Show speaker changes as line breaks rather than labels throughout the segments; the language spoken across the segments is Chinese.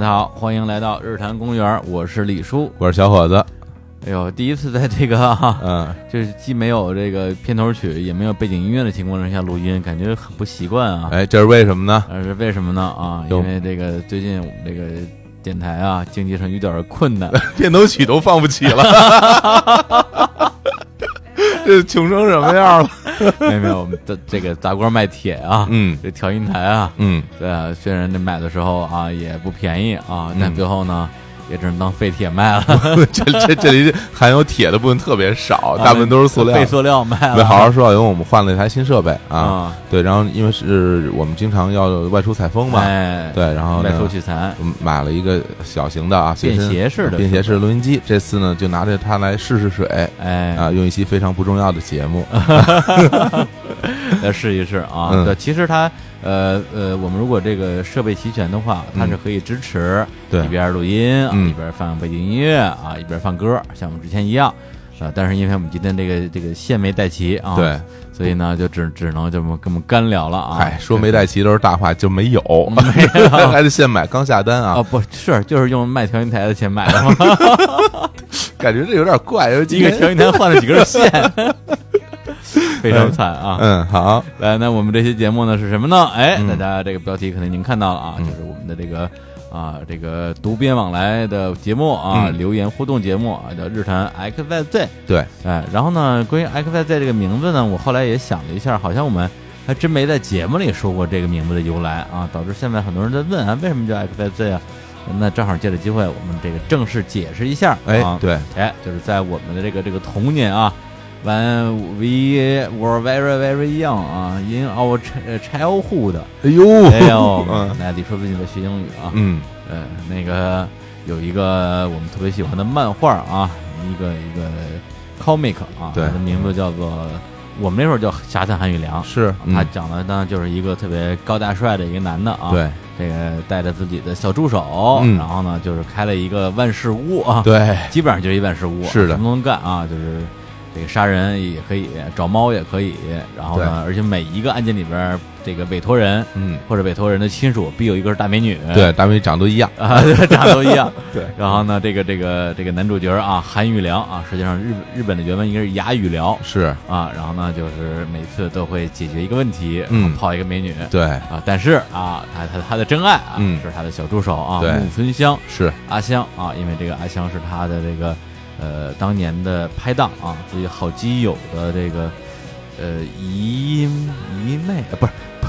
好，欢迎来到日坛公园，我是李叔。
我是小伙子，
哎呦，第一次在这个、 啊、
嗯，
就是既没有这个片头曲，也没有背景音乐的情况之下录音，感觉很不习惯啊。
哎，这是为什么呢？
呃，是为什么呢？啊，
有
因为这个最近我们这个电台啊，经济上有点困 难，
片头曲都放不起了， 这穷成什么 样了？
没有没有，我们的这个砸锅卖铁啊，
嗯
这调音台啊，
嗯，
对啊，虽然这买的时候啊也不便宜啊，
嗯
但最后呢，也只能当废铁卖了，
这这这里含有铁的部分特别少， 大部分都是 塑料
啊被。塑料卖
没
了，
好好说，因为我们换了一台新设备啊，
啊，
对，然后因为是我们经常要外出采风嘛，
哎，
对，然后
外出
呢，
取材，
我们买了一个小型的啊，随身
便携式的
便携式的录音机，这次呢就拿着它来试试水
哎，
啊，用一期非常不重要的节目，
来试一试啊。
嗯
对，其实它呃呃，我们如果这个设备齐全的话，它
嗯
是可以支持
对
一边录音啊，
嗯
一边放背景音乐啊，一边放歌，像我们之前一样。啊，但是因为我们今天这个这个线没带齐啊，
对，
所以呢，就只只能这么跟我们干聊了啊。
哎，说没带齐都是大话，就没有，
没有
还得现买，刚下单
啊，
啊，
不是，就是用卖调音台的钱买 的嘛，
感觉这有点怪，因为今
一个调
天
音台换了几根 线，非常惨啊。
嗯，好，
来，那我们这期节目呢是什么呢？哎，
嗯
大家这个标题可能您看到了啊，就是我们的这个啊这个读编往来的节目啊，
嗯
留言互动节目啊，叫日坛 XYZ。
对，
哎，然后呢，关于 XYZ 这个名字呢，我后来也想了一下，好像我们还真没在节目里说过这个名字的由来啊，导致现在很多人在问啊，为什么叫 XYZ 啊？那正好借着机会，我们这个正式解释一下啊。
哎，对，
哎，就是在我们的这个这个童年啊，when we were very very young 啊，in our chi- 呃 childhood，
哎呦，
哎呦
嗯
那李叔最近在学英语啊，
嗯，
呃，那个有一个我们特别喜欢的漫画啊，一个一个 comic 啊，
对
它的名字叫做我们那时候叫《侠探韩语良》。
是，
他
嗯，
讲的呢，就是一个特别高大帅的一个男的啊，，
对，
这个带着自己的小助手，
嗯
然后呢，就是开了一个万事屋啊，
对，
基本上就是一万事屋，
是的
什么都能干啊，就是这个杀人也可以，找猫也可以，然后呢，而且每一个案件里边儿，这个委托人
嗯，
或者委托人的亲属必有一个是大美女，
对，大美长得都一样，
啊， 长得都一样。
对
然后呢，这个这个这个男主角啊，韩玉良啊，实际上日日本的原文应该是雅语良
是，
啊，然后呢，就是每次都会解决一个问题，
嗯
然后泡一个美女。
对，
啊，但是啊，他他他的真爱啊，
嗯
是他的小助手啊，
对
木村香，
是，
阿香啊，因为这个阿香是他的这个呃当年的拍档啊，自己好基友的这个呃姨姨妹，呃不是不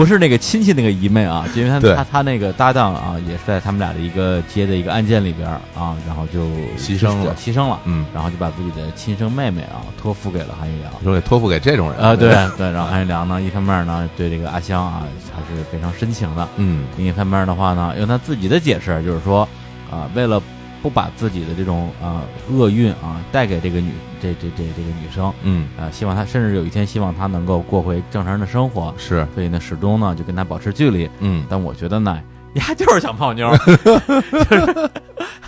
不是那个亲戚那个姨妹啊，就因为他
对
他他那个搭档啊，也是在他们俩的一个接的一个案件里边儿啊，然后就
牺牲了
牺牲了，
嗯，
然后就把自己的亲生妹妹啊托付给了韩玉良。
说给托付给这种人
啊、对，对，然后韩玉良呢，一方面呢对这个阿香啊还是非常深情的，
嗯，
另一方面的话呢，用他自己的解释，就是说，啊、为了不把自己的这种啊、厄运啊带给这个女这这这这个女生，
嗯，
啊，希望她甚至有一天希望她能够过回正常人的生活，
是，
所以呢，始终呢就跟她保持距离。
嗯。
但我觉得呢，丫就是想泡妞儿， 就是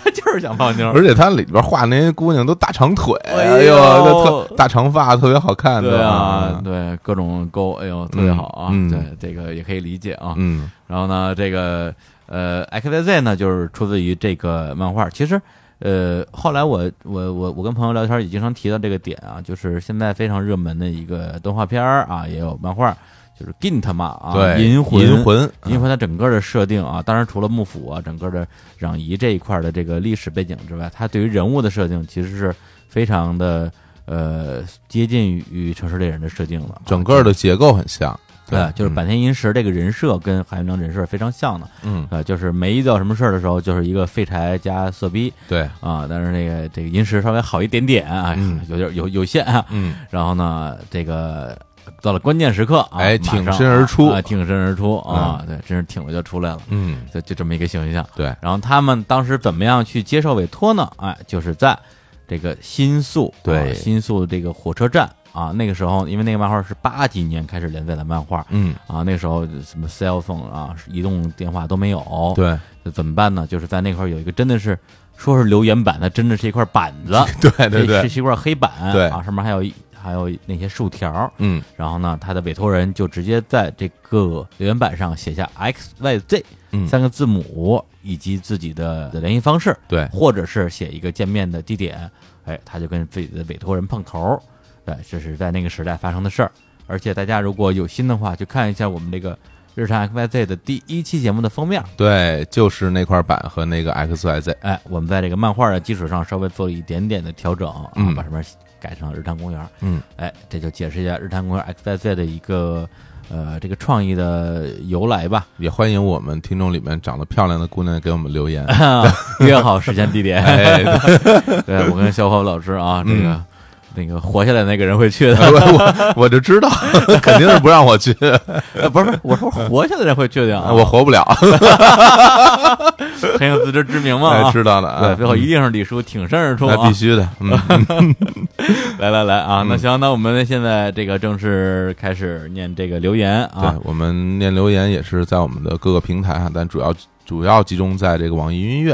她就是想泡妞儿。
而且他里边画那些姑娘都大长腿，
嗯哎
哎
呦
呦，那特大长发特别好看的，
对啊，
嗯
对各种勾，哎呦，特别好啊！
嗯
对这个也可以理解啊。
嗯，
然后呢，这个呃，XYZ 呢，就是出自于这个漫画。其实，呃，后来我我我我跟朋友聊天也经常提到这个点啊，就是现在非常热门的一个动画片儿啊，也有漫画，就是 Gintama 啊，
对，
银魂，
银。魂，
银魂它整个的设定啊，当然除了幕府啊，整个的攘夷这一块的这个历史背景之外，它对于人物的设定其实是非常的呃接近于《城市猎人》的设定了啊，
整个的结构很像，
对，啊就是
嗯
坂田银时这个人设跟韩元章人设是非常像的。
嗯，
呃，就是没遇到什么事儿的时候，就是一个废柴加色逼
对，
啊，但是那个这个银石稍微好一点点啊，
嗯
有点有有限啊。
嗯，
然后呢，这个到了关键时刻啊，
哎
马上
挺身而出
啊，挺身而出啊，对，真是挺着就出来了，
嗯，
就就这么一个形象。
对，
然后他们当时怎么样去接受委托呢？哎，就是在这个新宿，啊、
对
新宿这个火车站啊，那个时候因为那个漫画是八几年开始连载的漫画，
嗯，
啊，那时候什么 cell phone 啊，移动电话都没有，
对，
对，怎么办呢？就是在那块儿有一个真的是说是留言板，它真的是一块板子，
对对对
是是一块黑板，
对
啊，上面还有一还有那些竖条儿，
嗯
然后呢，他的委托人就直接在这个留言板上写下 X Y Z
嗯，
三个字母以及自己的联系方式，
对，
或者是写一个见面的地点，哎，他就跟自己的委托人碰头儿，对，这是在那个时代发生的事儿。而且大家如果有心的话，去看一下我们这个日常 X Y Z 的第一期节目的封面儿，
对，就是那块板和那个 X Y Z，
哎，我们在这个漫画的基础上稍微做了一点点的调整，啊
嗯，
把什么改成了日坛公园儿，
嗯，
哎，这就解释一下日坛公园 X Y Z 的一个呃这个创意的由来 吧。
也欢迎我们听众里面长得漂亮的姑娘给我们 留言。
约好时间地点，
哎，对
对我跟小伙老师啊，这个、
嗯
那个活下来那个人会去 的，
我我我就知道， 肯定是不让我去，
呃不是不是，我说活下来人会去的啊，
我活不了。
很有自知之明嘛、
哎，
啊。
知道的
对，
啊，
最后一定是李叔挺身而出
那
啊
必！须的， 嗯，
来来来啊，那
嗯
行，那我们现在这个正式开始念这个留言啊
对，，我们念留言也是在我们的各个平台上，啊但主要主要集中在这个网易云音乐，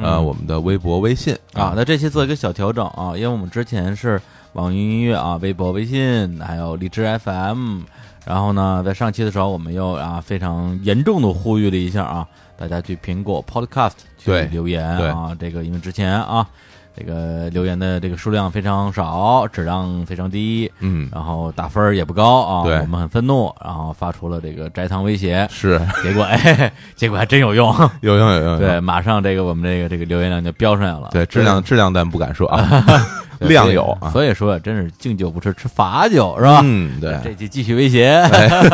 呃，
嗯
我们的微博、微信
啊，，那这期做一个小调整啊，因为我们之前是网易云音乐啊、微博、微信，还有荔枝 FM，然后呢，在上期的时候，我们又啊非常严重的呼吁了一下啊，大家去苹果 Podcast 去
对
留言啊，这个因为之前啊。这个留言的这个数量非常少，质量非常低，
嗯，
然后打分儿也不高啊。
对，
我们很愤怒，然后发出了这个摘糖威胁
是
结果 哎，结果还真有 用。
有用有用，有
对，
用
马上这个我们这个这个留言量就飙上来了。
对，质量质量咱不敢说啊，
对
量
所以
有啊
所以说真是敬酒不吃吃罚酒是吧？
嗯，
这
对，
期继续威胁，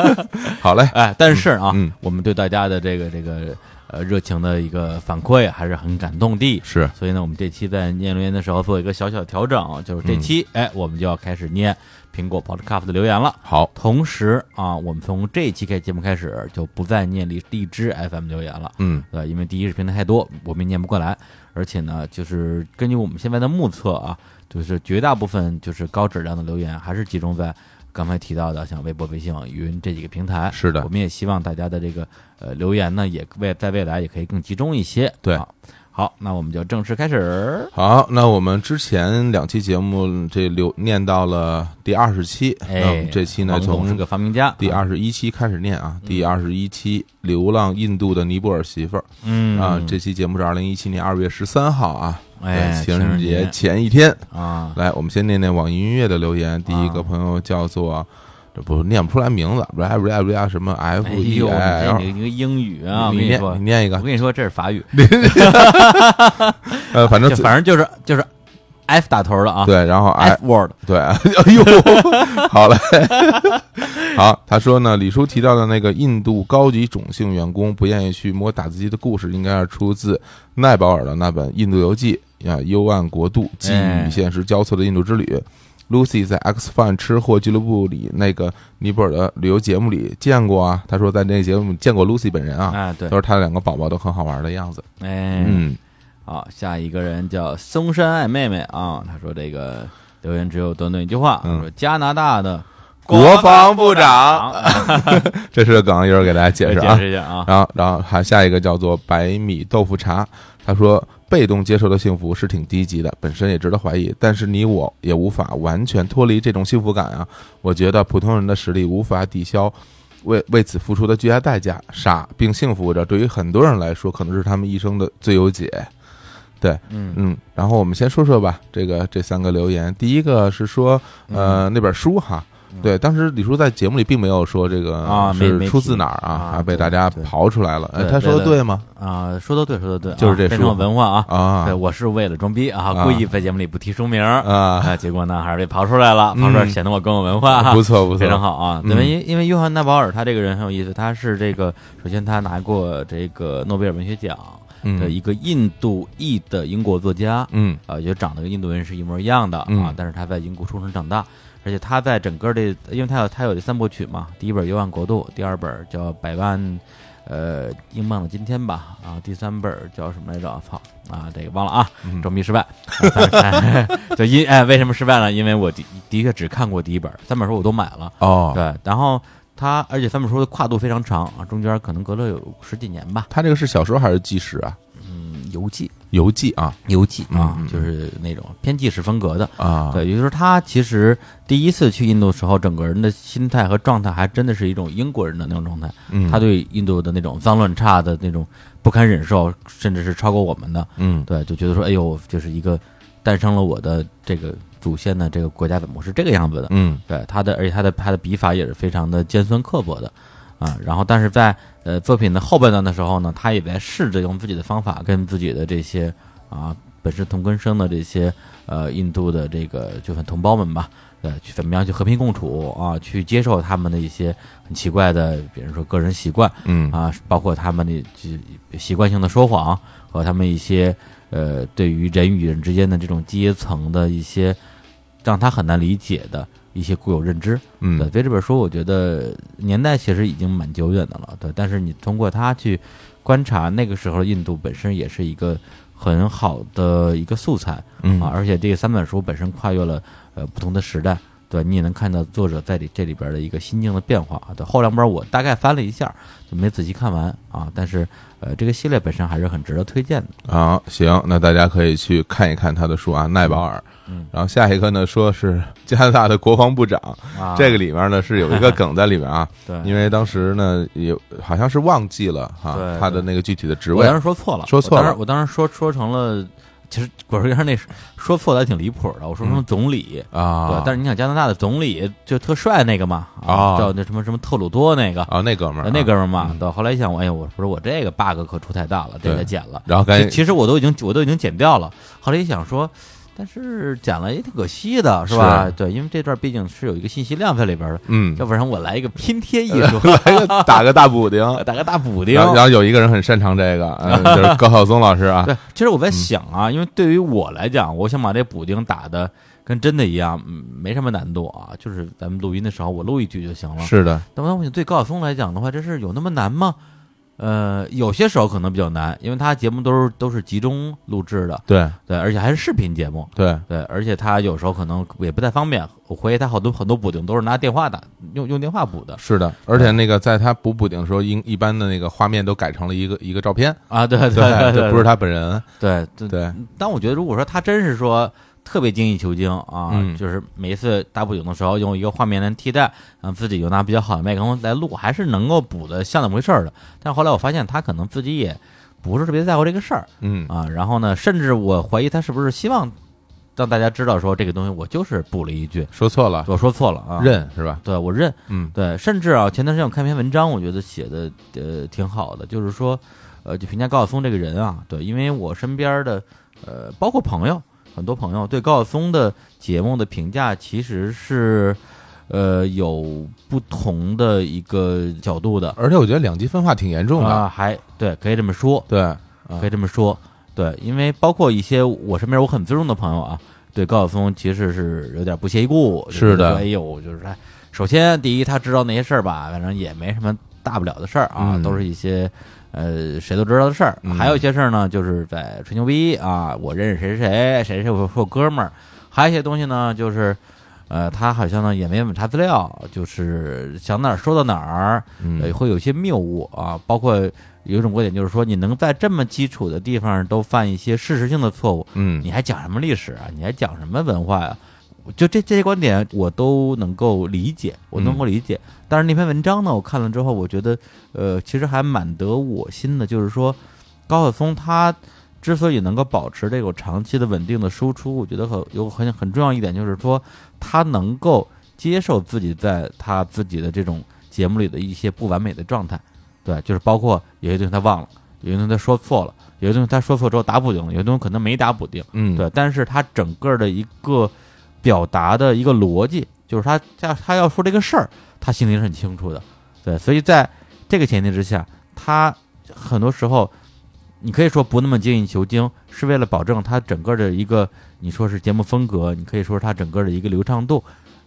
好嘞，
哎，但是啊，
嗯嗯
我们对大家的这个这个呃热情的一个反馈还是很感动的。
是
所以呢，我们这期在念留言的时候做一个小小的调整，就是
嗯
这期、哎，我们就要开始念苹果 Podcast 的留言了。
好，
同时啊，我们从这一期开节目开始就不再念荔荔枝 FM 留言了。
嗯，
对，因为第一是平台太多，我们也念不过来，而且呢，就是根据我们现在的目测啊，就是绝大部分就是高质量的留言还是集中在刚才提到的像微博、微信、网易云这几个平台。
是的
我们也希望大家的这个呃留言呢，也未在未来也可以更集中一些。
对
啊好，那我们就正式开始。
好，那我们之前两期节目这留念到了第二十期，
哎，
那我们这期呢
王总是
从
个啊嗯发明家。
第，二十一期开始念啊，第二十一期《流浪印度的尼泊尔媳妇儿》
嗯
啊，这期节目是二零一七年二月十三号啊，
哎
对情
情人
人
节
节前一天。
啊，
来，我们先念念网易音乐的留言。第一个朋友叫做，这不念不出来名字，rap rap rap 什么 F
哎
E
呦，你
I
这
L，
你这个英语啊，我
你
跟
念
说
你，念一
我
个，
跟你说这是法语。
呃，反正
就反正就是就是 F 打头的啊，
对，然后 I
f word
对， 哎呦，好嘞， 好。他说呢，李叔提到的那个印度高级种姓员工不愿意去摸打字机的故事，应该是出自奈保尔的那本《印度游记》啊，幽暗国度，记忆与现实交错的印度之旅。Lucy 在 X Fun 吃货俱乐部里那个尼泊尔的旅游节目里见过啊，他说在那个节目见过 Lucy 本人啊，
啊，对
都，是他的两个宝宝都很好玩的样子。
哎，
嗯，
好，下一个人叫松山爱妹妹啊，她说这个留言只有短短一句话，
嗯
说加拿大的
国防部长，
长，
这是个梗，一会儿给大家解释啊
解。释一下啊，
然后，然后还下一个叫做白米豆腐茶，他说被动接受的幸福是挺低级的，本身也值得怀疑，但是你我也无法完全脱离这种幸福感啊。我觉得普通人的实力无法抵消为为此付出的巨大代价，傻并幸福着，对于很多人来说，可能是他们一生的最优解。
嗯
嗯，然后我们先说说吧，这个这三个留言，第一个是说，
嗯
呃，那本书哈。对，当时李叔在节目里并没有说这个
啊没
是
没
出
提
自哪儿
啊
啊，还被
对
大家
对
刨出来了。哎
对
他说
为了
的对吗？
啊，说的对，说的对啊，
就是这
非常有
书
文化啊，
啊，
对，我是为了装逼啊，
啊
故意在节目里不提书名。
啊，
啊，结果呢，还是被刨出来了，刨出来
嗯
显得我更有文化，
不错不错，
非常好啊！
嗯
因为因为约翰纳保尔他这个人很有意思，他是这个首先他拿过这个诺贝尔文学奖的
嗯
一个印度裔的英国作家，
嗯
啊，也长得跟印度人是一模一样的啊
嗯，
但是他在英国出生长大，而且他在整个这，因为他有他有这三部曲嘛，第一本《幽暗国度》，第二本叫《百万呃英镑的今天》吧，啊，第三本叫什么来着？操啊，这个忘了啊，
嗯
装逼失败， 啊反正就因哎为什么失败呢？因为我的的确只看过第一本，三本书我都买了，
哦，
对，然后他而且三本书的跨度非常长啊，中间可能隔了有十几年吧，
他这个是小说还是纪实啊？
嗯，游记
游记啊
游记啊
嗯嗯，
就是那种偏纪实风格的。
啊，
对，也就是他其实第一次去印度时候，整个人的心态和状态还真的是一种英国人的那种状态。
嗯，
他对印度的那种脏乱差的那种不堪忍受，甚至是超过我们的。
嗯
对，就觉得说，哎呦，就是一个诞生了我的这个祖先的这个国家怎么是这个样子的？
嗯
对他的，而且他的他的笔法也是非常的尖酸刻薄的，啊，然后但是在呃作品的后半段的时候呢，他也在试着用自己的方法跟自己的这些啊本是同根生的这些呃印度的这个就算同胞们吧，呃，去怎么样去和平共处啊，去接受他们的一些很奇怪的，比如说个人习惯
嗯
啊，包括他们的这习惯性的说谎和他们一些呃对于人与人之间的这种阶层的一些让他很难理解的一些固有认知。对，
嗯
所以这本书我觉得年代其实已经蛮久远的了，对，但是你通过它去观察那个时候的印度本身也是一个很好的一个素材。
嗯
啊，而且这三本书本身跨越了呃不同的时代，对你也能看到作者在里这里边的一个心境的变化。啊对后两本我大概翻了一下，就没仔细看完啊，但是呃这个系列本身还是很值得推荐的。
好，行，那大家可以去看一看他的书啊，奈保尔。
嗯
然后下一个呢，说是加拿大的国防部长，
啊，
这个里面呢是有一个梗在里 面啊，
对，
因为当时呢也好像是忘记了哈、
对
他的那个具体的职
我
位
当时说错了，
说错了
我当时我当时说说成了，其实我说那是说错了还挺离谱的，我说成
嗯
总理。对
啊，，
但是你想加拿大的总理就特帅那个嘛，
啊
叫那什么什么特鲁多那个，
啊那哥们儿、
呃那哥们儿嘛
嗯，
到后来一想，哎呀，我说我这个 bug 可出太大了，这
对
个剪了。
然后赶
其
紧
其实我都已经我都已经剪掉了，后来一想说，但是剪了也挺可惜的，是吧？
是
对，因为这段毕竟是有一个信息量在里边的，
嗯，
要不然我来一个拼贴艺术，
来个打个 大补丁，
打个大补丁
然。后然后有一个人很擅长 这个，嗯，就是高晓松老师啊，
对，其实我在想啊，因为对于我来讲，我想把这补丁打的跟真的一样，嗯没什么难度啊，就是咱们录音的时候我录一句就行了。
是的，
但我想对高晓松来讲的话，这事有那么难吗？呃，有些时候可能比较难，因为他节目都是都是集中录制的，
对
对，而且还是视频节目，
对，
对，而且他有时候可能也不太方便。我怀疑他好多很多补丁都是拿电话打，用用电话补的
是的，而且那个在他补补丁的时候，一一般的那个画面都改成了一个一个照片，
啊， 对对
这
对，嗯
不是他本人，
对对。
对，
但我觉得，如果说他真是说特别精益求精啊，
嗯
就是每一次打补丁的时候用一个画面来替代，嗯，自己又拿比较好的麦克风来录，还是能够补的像那么回事儿的。但后来我发现他可能自己也不是特别在乎这个事儿，
嗯
啊，然后呢，甚至我怀疑他是不是希望让大家知道说这个东西我就是补了一句，
说错了，
我说错了啊，，
认是吧？
对我认，
嗯
对，甚至啊，前段时间我看篇文章，我觉得写的呃挺好的，就是说，呃，就评价高晓松这个人啊，对，因为我身边的呃，包括朋友，很多朋友对高晓松的节目的评价其实是呃有不同的一个角度的
而且我觉得两极分化挺严重
啊、
的，
还对，可以这么说，
对，
可以这么说，对，因为包括一些我身边我很尊重的朋友啊，对高晓松其实是有点不屑一顾，就是
的
觉得哎呦，就是哎，首先第一他知道那些事儿吧，反正也没什么大不了的事儿啊，
嗯
都是一些呃谁都知道的事儿。
嗯
还有一些事儿呢，就是在吹牛逼啊，我认识谁谁谁谁是我是我哥们儿，还有一些东西呢，就是。呃，他好像呢也没怎么查资料，就是想哪儿说到哪儿，呃，
嗯
会有一些谬误啊，包括有一种观点就是说，你能在这么基础的地方都犯一些事实性的错误，
嗯
你还讲什么历史啊？你还讲什么文化呀、我就这这些观点我都能够理解，我能够理解。但是那篇文章呢，我看了之后，我觉得呃，其实还蛮得我心的，就是说高晓松他。之所以能够保持这个长期的稳定的输出，我觉得很有很很重要一点，就是说他能够接受自己在他自己的这种节目里的一些不完美的状态，对，就是包括有些东西他忘了，有些东西他说错了，有些东西他说错之后打补丁了，有些东西可能没打补丁，
嗯，
对，但是他整个的一个表达的一个逻辑，就是他他他要说这个事儿，他心里是很清楚的，对，所以在这个前提之下，他很多时候你可以说不那么精益求精，是为了保证他整个的一个你说是节目风格，你可以说是他整个的一个流畅度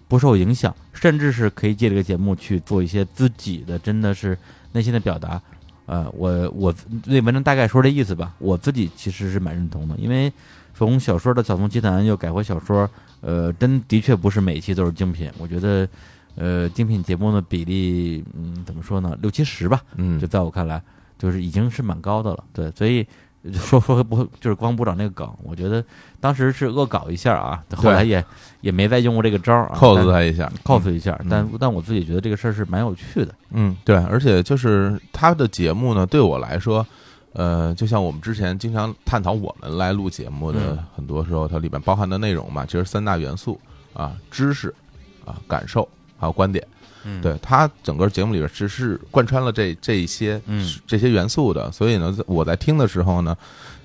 不受影响，甚至是可以借这个节目去做一些自己的真的是内心的表达。呃，我我那文章大概说这意思吧，我自己其实是蛮认同的，因为从小说的《草丛奇谭》又改回小说，呃，真的确不是每一期都是精品。我觉得，呃，精品节目的比例，嗯，怎么说呢，六七十吧，
嗯
就在我看来，就是已经是蛮高的了。对，所以说说不就是光部长那个梗，我觉得当时是恶搞一下啊，后来也也没再用过这个招儿啊
扣死他一下，
但，cos 一下，
嗯
但但我自己觉得这个事儿是蛮有趣的，
嗯，对，而且就是他的节目呢，对我来说，呃，就像我们之前经常探讨我们来录节目的
嗯，
很多时候它里面包含的内容嘛，其实三大元素啊，知识啊，感受还有观点。
嗯
对他整个节目里边只是贯穿了这这一些
嗯
这些元素的，所以呢，在我在听的时候呢，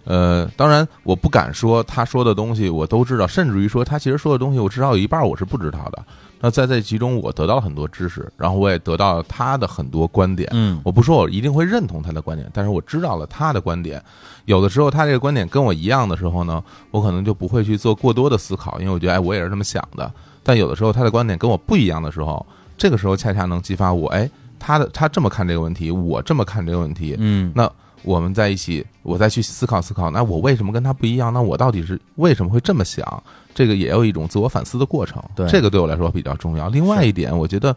呃，当然我不敢说他说的东西我都知道，甚至于说他其实说的东西我至少有一半我是不知道的。那在这其中，我得到了很多知识，然后我也得到了他的很多观点。
嗯
我不说我一定会认同他的观点，但是我知道了他的观点。有的时候他这个观点跟我一样的时候呢，我可能就不会去做过多的思考，因为我觉得哎，我也是这么想的。但有的时候他的观点跟我不一样的时候，这个时候恰恰能激发我，哎，他的他这么看这个问题，我这么看这个问题，
嗯
那我们在一起，我再去思考思考，那我为什么跟他不一样？那我到底是为什么会这么想？这个也有一种自我反思的过程，
对
这个对我来说比较重要。另外一点，我觉得，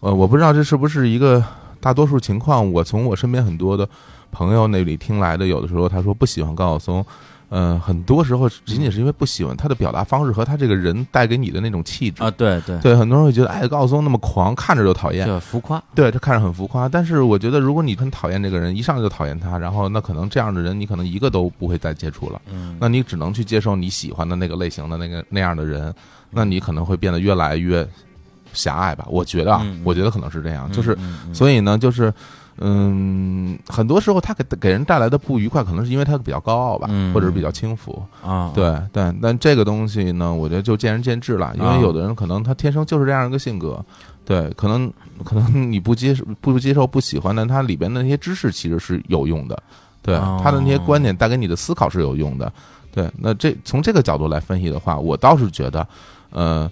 呃，我不知道这是不是一个大多数情况，我从我身边很多的朋友那里听来的，有的时候他说不喜欢高晓松。嗯、很多时候仅仅是因为不喜欢他的表达方式和他这个人带给你的那种气质
啊，对对，
对，很多人会觉得，哎，高晓松那么狂，看着就讨厌。
叫浮夸，
对，这看着很浮夸，但是我觉得，如果你很讨厌这个人，一上来就讨厌他，然后那可能这样的人，你可能一个都不会再接触了。
嗯
那你只能去接受你喜欢的那个类型的那个那样的人，那你可能会变得越来越狭隘吧？我觉得啊
嗯嗯，
我觉得可能是这样，就是，
嗯嗯
所以呢，就是。嗯，很多时候他给给人带来的不愉快，可能是因为他比较高傲吧，
嗯
或者是比较轻浮。
啊，
对，但但这个东西呢，我觉得就见仁见智了，因
啊
为有的人可能他天生就是这样一个性格，对，可能可能你不接受、不接受、不喜欢，但他里边的那些知识其实是有用的，对，
哦
他的那些观点带给你的思考是有用的，对。那这从这个角度来分析的话，我倒是觉得，呃。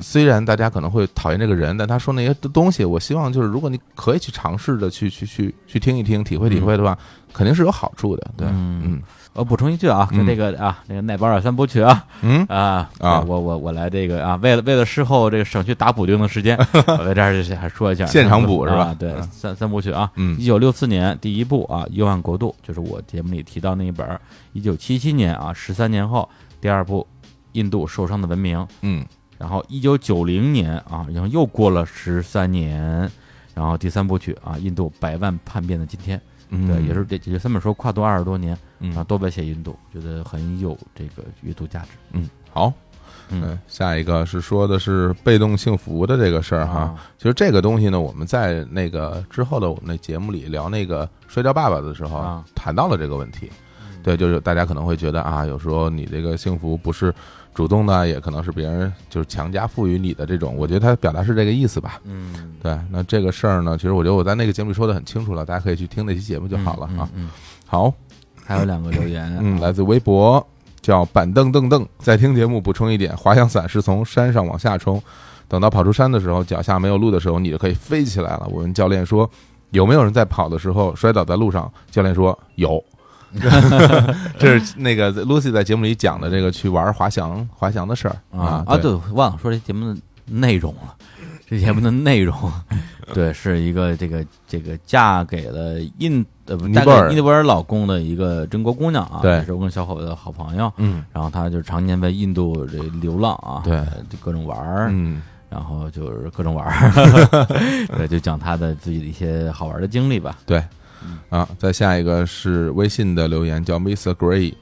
虽然大家可能会讨厌这个人，但他说那些东西，我希望就是如果你可以去尝试着去去去去听一听、体会体会的话，肯定是有好处的。对，
嗯
嗯
我补充一句啊，跟
嗯
这个啊，那个奈保尔三部曲啊，
嗯，
啊
啊
我我我来这个啊，为了为了事后这个省去打补丁的时间，我在这儿就还说一下
现场补
啊
是吧
对，
嗯
三三部曲啊，
嗯
一九六四年第一部啊，《幽暗国度》就是我节目里提到那一本儿，一九七七年啊，十三年后第二部《印度受伤的文明》，
嗯
然后一九九零年啊，然后又过了十三年，然后第三部曲啊，《印度百万叛变的今天》，
嗯，
对，也是啊这这三本书跨度二十多年，
嗯
然后都在写印度，觉得很有这个阅读价值。
嗯，好，
嗯
嗯，下一个是说的是被动幸福的这个事儿哈。
啊，
其实这个东西呢，我们在那个之后的我们那节目里聊那个《摔跤爸爸》的时候
啊，嗯
谈到了这个问题。对，就是大家可能会觉得啊，有时候你这个幸福不是主动的，啊也可能是别人就是强加赋予你的这种。我觉得他表达是这个意思吧。
嗯，
对，那这个事儿呢，其实我觉得我在那个节目里说的很清楚了，大家可以去听那期节目就好了
嗯
啊。。
嗯嗯
好，
还有两个留言，
嗯，来自微博叫板凳凳凳，在听节目补充一点，滑翔伞是从山上往下冲，等到跑出山的时候，脚下没有路的时候，你就可以飞起来了。我问教练说，有没有人在跑的时候摔倒在路上？教练说有。这是那个 Lucy 在节目里讲的这个去玩滑翔滑翔的事儿
啊
啊，
对，忘了说这节目的内容了。这节目的内 容，对，是一个这个这个嫁给了印呃不
尼
嫁给
泊尔
尼泊尔老公的一个中国姑娘啊，
对
也是我跟小伙子的好朋友。
嗯
然后她就常年在印度这流浪啊，
对
呃，就各种玩儿，
嗯
然后就是各种玩儿， 对，就讲她的自己的一些好玩的经历吧。
对，啊，再下一个是微信的留言，叫 Mr. Gray。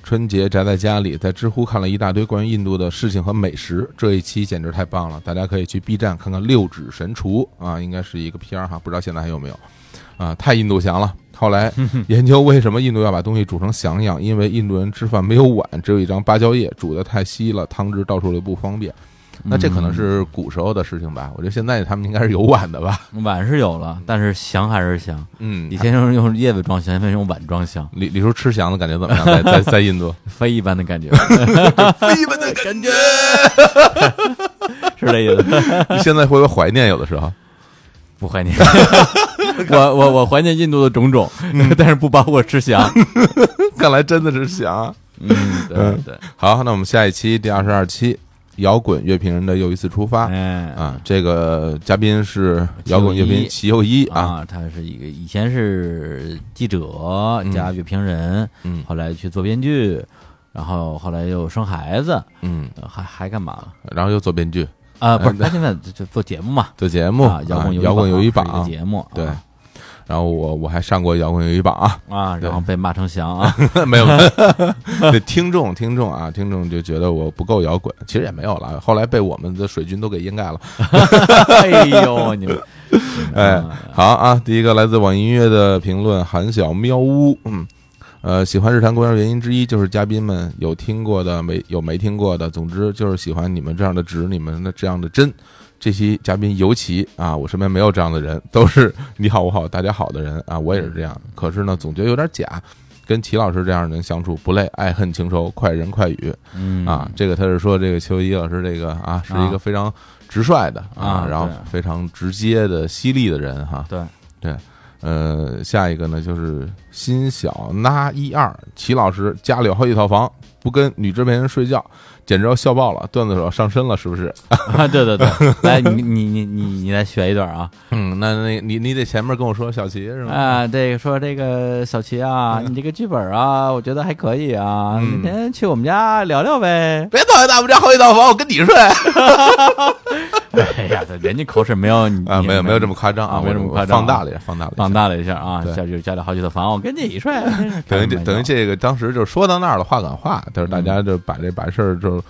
春节宅在家里，在知乎看了一大堆关于印度的事情和美食，这一期简直太棒了！大家可以去 B 站看看《六指神厨》啊，应该是一个片儿哈，不知道现在还有没有啊？太印度祥了。后来研究为什么印度要把东西煮成翔样，因为印度人吃饭没有碗，只有一张芭蕉叶，煮的太稀了，汤汁倒出来不方便。那这可能是古时候的事情吧？我觉得现在他们应该是有碗的吧？
碗是有了，但是翔还是翔，
嗯，
以前用用叶子装翔，现在用碗装 翔，
李李叔吃翔的感觉怎么样？在在在印度，
非一般的感觉。
飞奔的感觉。
是这意 思？
你现在会不会怀念有的时候？
不怀念，我我我怀念印度的种种，
嗯
但是不包括吃 翔。
看来真的是翔。
嗯，对对，
好，那我们下一期第二十二期摇滚乐评人的又一次出发
哎
啊！这个嘉宾是摇滚
齐
乐
友
评
一
齐又一啊，
啊，他是一个以前是记者加乐评人，
嗯
后来去做编剧，然后后来又生孩子，
嗯，
呃还还干嘛了？
然后又做编剧，
啊，不是，他现在就就做节目嘛，
做节目，
啊
嗯啊，
摇滚
摇滚
有
有
一
一榜啊
是个节目，
对。然后我我还上过摇滚有一榜啊，
啊，
对
然后被骂成翔 啊，
没有， 对听众听众啊，听众就觉得我不够摇滚，其实也没有了。后来被我们的水军都给掩盖了。
哎呦，你们，
哎
嗯，
好啊，第一个来自网易音乐的评论，韩小喵呜，嗯，呃，喜欢日坛公园原因之一就是嘉宾们有听过的，没有没听过的，总之就是喜欢你们这样的直，你们的这样的真。这期嘉宾尤其啊，我身边没有这样的人，都是你好我好大家好的人啊，我也是这样。可是呢，总觉得有点假，跟齐老师这样的人相处不累，爱恨情仇，快人快语。
嗯
啊，，这个他是说这个邱一老师这个啊是一
啊
个非常直率的
啊
然后
对
非常直接的犀利的人哈。
对
对，呃，下一个呢就是心小那一二齐老师家里有好几套房，不跟女制片人睡觉，简直要笑爆了，段子手上身了是不是？
啊，对对对，来，你你你你你来学一段啊，
嗯，那那你你得前面跟我说小齐是吗？
啊，这个说这个小齐啊，你这个剧本啊，我觉得还可以啊，
嗯
明天去我们家聊聊呗。
别讨厌我们家好几套房，我跟你睡
哎呀，人家口水没有你
啊，没有没有这么夸张
啊
啊，
没
我
这么
我
夸张
放大
啊
了一点，放大了一点，
放大了一下啊，
对
家就家里好几套房，我跟你一睡，真是开
等于这
玩
等于
笑
这个当时就说到那儿了，话赶话，就是大家就把这把事儿就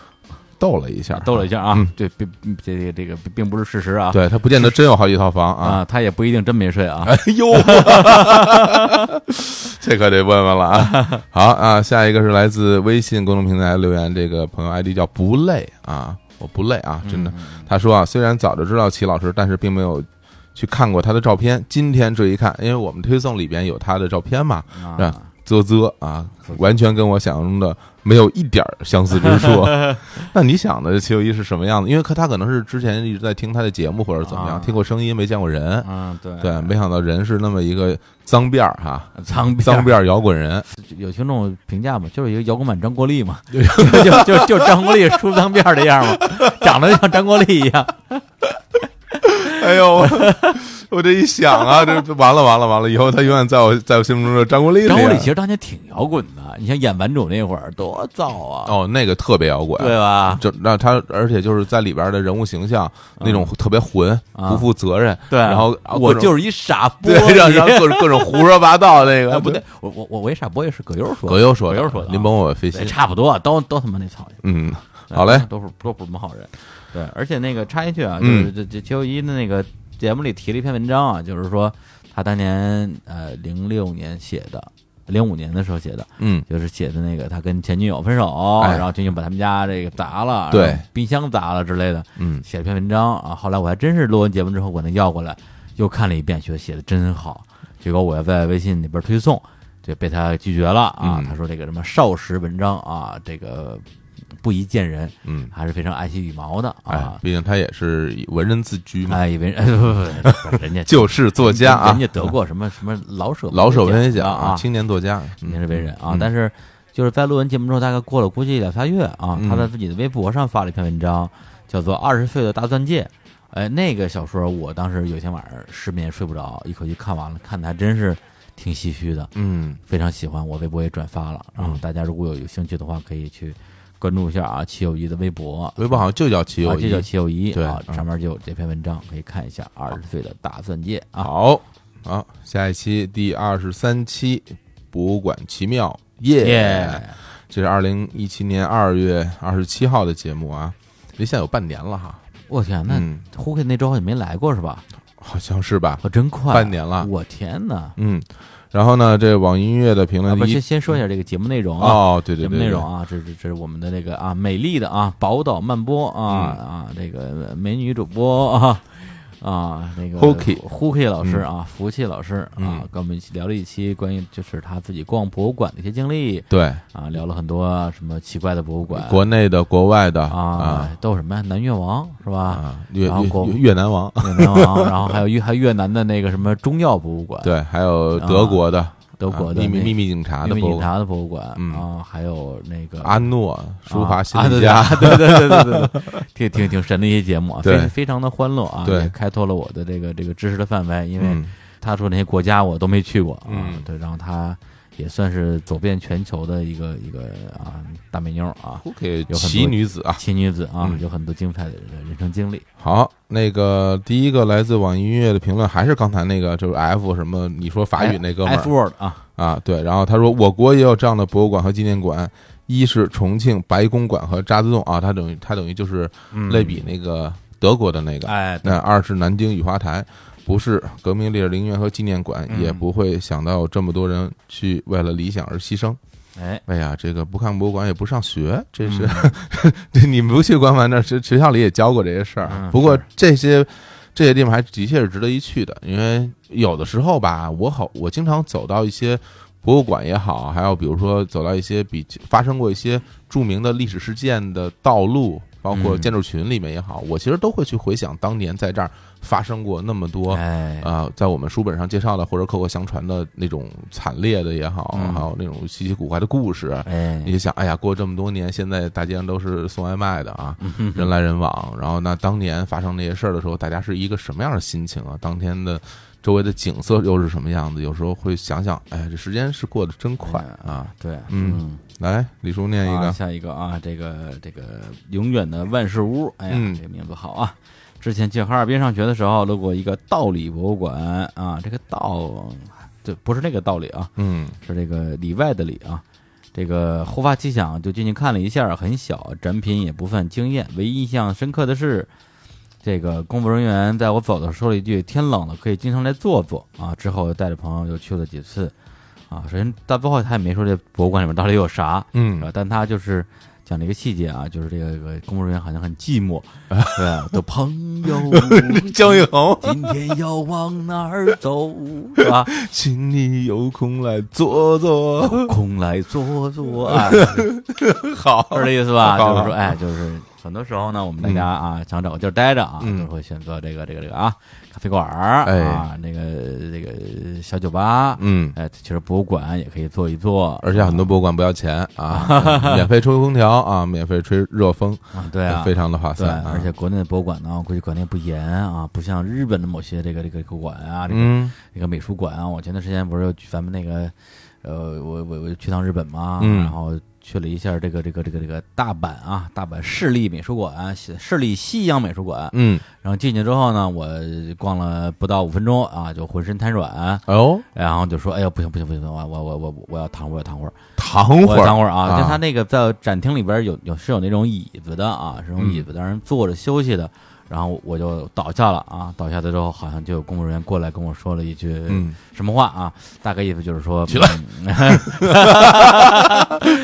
逗了一下，
嗯逗了一
下。
下啊
嗯，
对，并这这个这个并不是事实啊，
对他不见得真有好几套房啊！
啊，他也不一定真没睡啊，
哎呦， 这可得问问了啊！好啊，下一个是来自微信公众平台留言，这个朋友 ID 叫不累啊，我不累啊，真
嗯
的。他说啊，虽然早就知道齐老师，但是并没有去看过他的照片。今天这一看，因为我们推送里边有他的照片嘛，
啊
啊。啧啧啊，完全跟我想象中的没有一点儿相似之 处。那你想的齐友一是什么样子？因为可他可能是之前一直在听他的节目或者怎么样，
啊
听过声音没见过人，
嗯，对
对，没想到人是那么一个脏辫儿 哈，
脏辫
脏
儿
辫儿摇滚人，
有听众评价嘛，就是一个摇滚版张国立 嘛，就就就就张国立梳脏辫儿的样嘛，长得就像张国立一样。
哎呦。我 我这一想啊，这这完了完了完了！以后他永远在我在我心目中的张国立里。
张国立其实当年挺摇滚的，你像演顽主那会儿多燥啊，
哦，那个特别摇滚，
对啊吧？
就那他，而且就是在里边的人物形象那种特别混，
嗯啊
不负责任，
对，
啊然后
我
是。
就是一傻波，
对，让让各 种各种胡说八道那个
啊不对，，我我我我一傻波也是葛优说的，
葛优说的，
葛优说的啊，
您甭我费
对
心。
差不多，都都他妈那操性。
嗯，好嘞，
哎都是都不是什么好人。对，而且那个插一句啊，就
嗯
是这这邱一的那个节目里提了一篇文章啊，就是说他当年呃零六年写的，零五年的时候写的，
嗯，
就是写的那个他跟前女友分手，
哎
然后前女友把他们家这个砸了，
对，
冰箱砸了之类的，
嗯，
写了篇文章啊。后来我还真是录完节目之后，我那要过来又看了一遍，觉得写的真好。结果我要在微信里边推送，就被他拒绝了啊。
嗯
他说这个什么少时文章啊，这个不宜见人，
嗯，
还是非常爱惜羽毛的
哎
啊，。
毕竟他也是以文人自居嘛，
哎，以为人 不不不，人家
就是作家啊
人，家得过什么什么老舍
老舍文学
奖
奖
啊，
青年作家，
人家是文人啊。
嗯
但是就是在录完节目之后，大概过了估计两仨月啊，
嗯
他在自己的微博上发了一篇文章，叫做《二十岁的大钻戒》。哎，那个小说我当时有一天晚上失眠睡不着，一口气看完了，看的还真是挺唏嘘的，
嗯，
非常喜欢。我微博也转发了，然后
嗯
大家如果有有兴趣的话，可以去关注一下啊，齐友谊的微博，
微博好像就叫齐
啊，
友
这叫
谊。
齐友谊
对
啊，
嗯
上面就有这篇文章，可以看一下二十岁的大钻戒啊。
好，好，下一期第二十三期博物馆奇妙，耶！
耶
这是二零一七年二月二十七号的节目啊，离现在有半年了哈，
我天，那
嗯，
胡克那周也没来过是吧？
好像是吧，
我真快，啊
半年了
我天哪！
嗯，然后呢，这网易音乐的评
啊，
论
不是，
呃一
先先说一下这个节目内容啊，
哦，对对
节
对
目
对，
内容啊，这这这是我们的这个啊，美丽的啊，宝岛漫播啊
嗯
啊，这个美女主播啊。啊，那个
Huki
Huki 老师啊，福气老师啊
嗯，
跟我们一起聊了一期关于就是他自己逛博物馆的一些经历
对，
啊，聊了很多什么奇怪的博物馆，
国内的、国外的
啊，都有什么呀？南越王是吧？
啊，越
然后国啊
越越南王，
越南王，然后还有越还有越南的那个什么中药博物馆，
对，还有德国的
啊德国的
啊秘密
那
秘密警察
秘
的
密
博物
警
馆，
察的博物馆
嗯
啊，还有那个
阿诺书法心
啊
理家，
啊对对对对对对对， 挺挺挺神的一些节目啊，非
对
非常的欢乐啊，
对
也开拓了我的这个这个知识的范围，因为
嗯
他说那些国家我都没去过啊，
嗯
对，然后他也算是走遍全球的一个一个啊大美妞啊，
，OK，
多
奇女子啊，
奇女子啊，
嗯
有很多精彩的人生经历，
好，那个第一个来自网易音乐的评论还是刚才那个，就是 F 什么你说法语那哥们
哎 F
儿
word 啊，
啊，对，然后他说我国也有这样的博物馆和纪念馆，一是重庆白公馆和渣滓洞啊，它等于它等于就是
嗯
类比那个德国的那个，
哎，
那二是南京雨花台，不是革命烈士陵园和纪念馆，
嗯
也不会想到有这么多人去为了理想而牺牲。
哎，
哎呀，这个不看博物馆也不上学，这是、 这你们不去官方那儿学学校里也教过这些事儿。
嗯
不过
是
这些这些地方还的确是值得一去的，因为有的时候吧，我好我经常走到一些博物馆也好，还有比如说走到一些比发生过一些著名的历史事件的道路。包括
嗯
建筑群里面也好，我其实都会去回想当年在这儿发生过那么多
哎，
啊、在我们书本上介绍的或者口口相传的那种惨烈的也好，
嗯
还有那种稀奇古怪的故事，你
哎，
就想，哎呀，过这么多年，现在大街上都是送外卖的啊，
嗯
人来人往。然后那当年发生那些事儿的时候，大家是一个什么样的心情啊？当天的周围的景色又是什么样子？有时候会想想，哎呀，这时间是过得真快啊！
对，
嗯。来，李叔念一
哎啊，
个，
下一个啊，这个这个永远的万事屋，哎呀，
嗯
这个名字好啊。之前去哈尔滨上学的时候，路过一个道里博物馆啊，这个道，这不是那个道理啊，
嗯
是这个里外的里啊。这个突发奇想，就进去看了一下，很小，展品也不算惊艳。唯一印象深刻的是，这个工作人员在我走的时候说了一句：“天冷了，可以经常来坐坐啊。”之后带着朋友又去了几次啊。首先到最后他也没说这博物馆里面到底有啥，
嗯，
呃，但他就是讲了一个细节啊，就是这个这个工作人员好像很寂寞，对吧，我的朋友
姜育恒，
今天要往哪儿走，是吧？
请你有空来 坐坐。
有空来坐坐，哎是
好，
这意思吧？
好
就是说，哎，就是很多时候呢，我们大家啊，想找个地儿待着啊，
嗯
都会选择这个这个这个啊，咖啡馆儿
哎
啊，那个这个小酒吧，
嗯，
哎，其实博物馆也可以坐一坐，
而且很多博物馆不要钱啊，嗯 免费吹空调啊，免费吹热风，
啊，对啊，
非常的划
对，
算啊。
而且国内的博物馆呢，我估计管理也不严啊，不像日本的某些这个这个这个馆啊，这个、
嗯
这个美术馆啊。我前段时间不是又去咱们那个，呃，我我我去趟日本嘛，
嗯
然后去了一下这个这个这个这个大阪啊，大阪市立美术馆，西市立西洋美术馆。
嗯，
然后进去之后呢，我逛了不到五分钟啊，就浑身瘫软，
哦，
然后就说：“哎呦，不行不行不行，我我我我我要躺会儿，我要躺会儿。”
躺
我
会
等
儿，
会儿啊，
啊
就他那个在展厅里边有有是有那种椅子的啊，是那
嗯
种椅子让人坐着休息的。然后我就倒下了啊，倒下了之后，好像就有工作人员过来跟我说了一句
嗯
什么话啊，大概意思就是说，
起来
嗯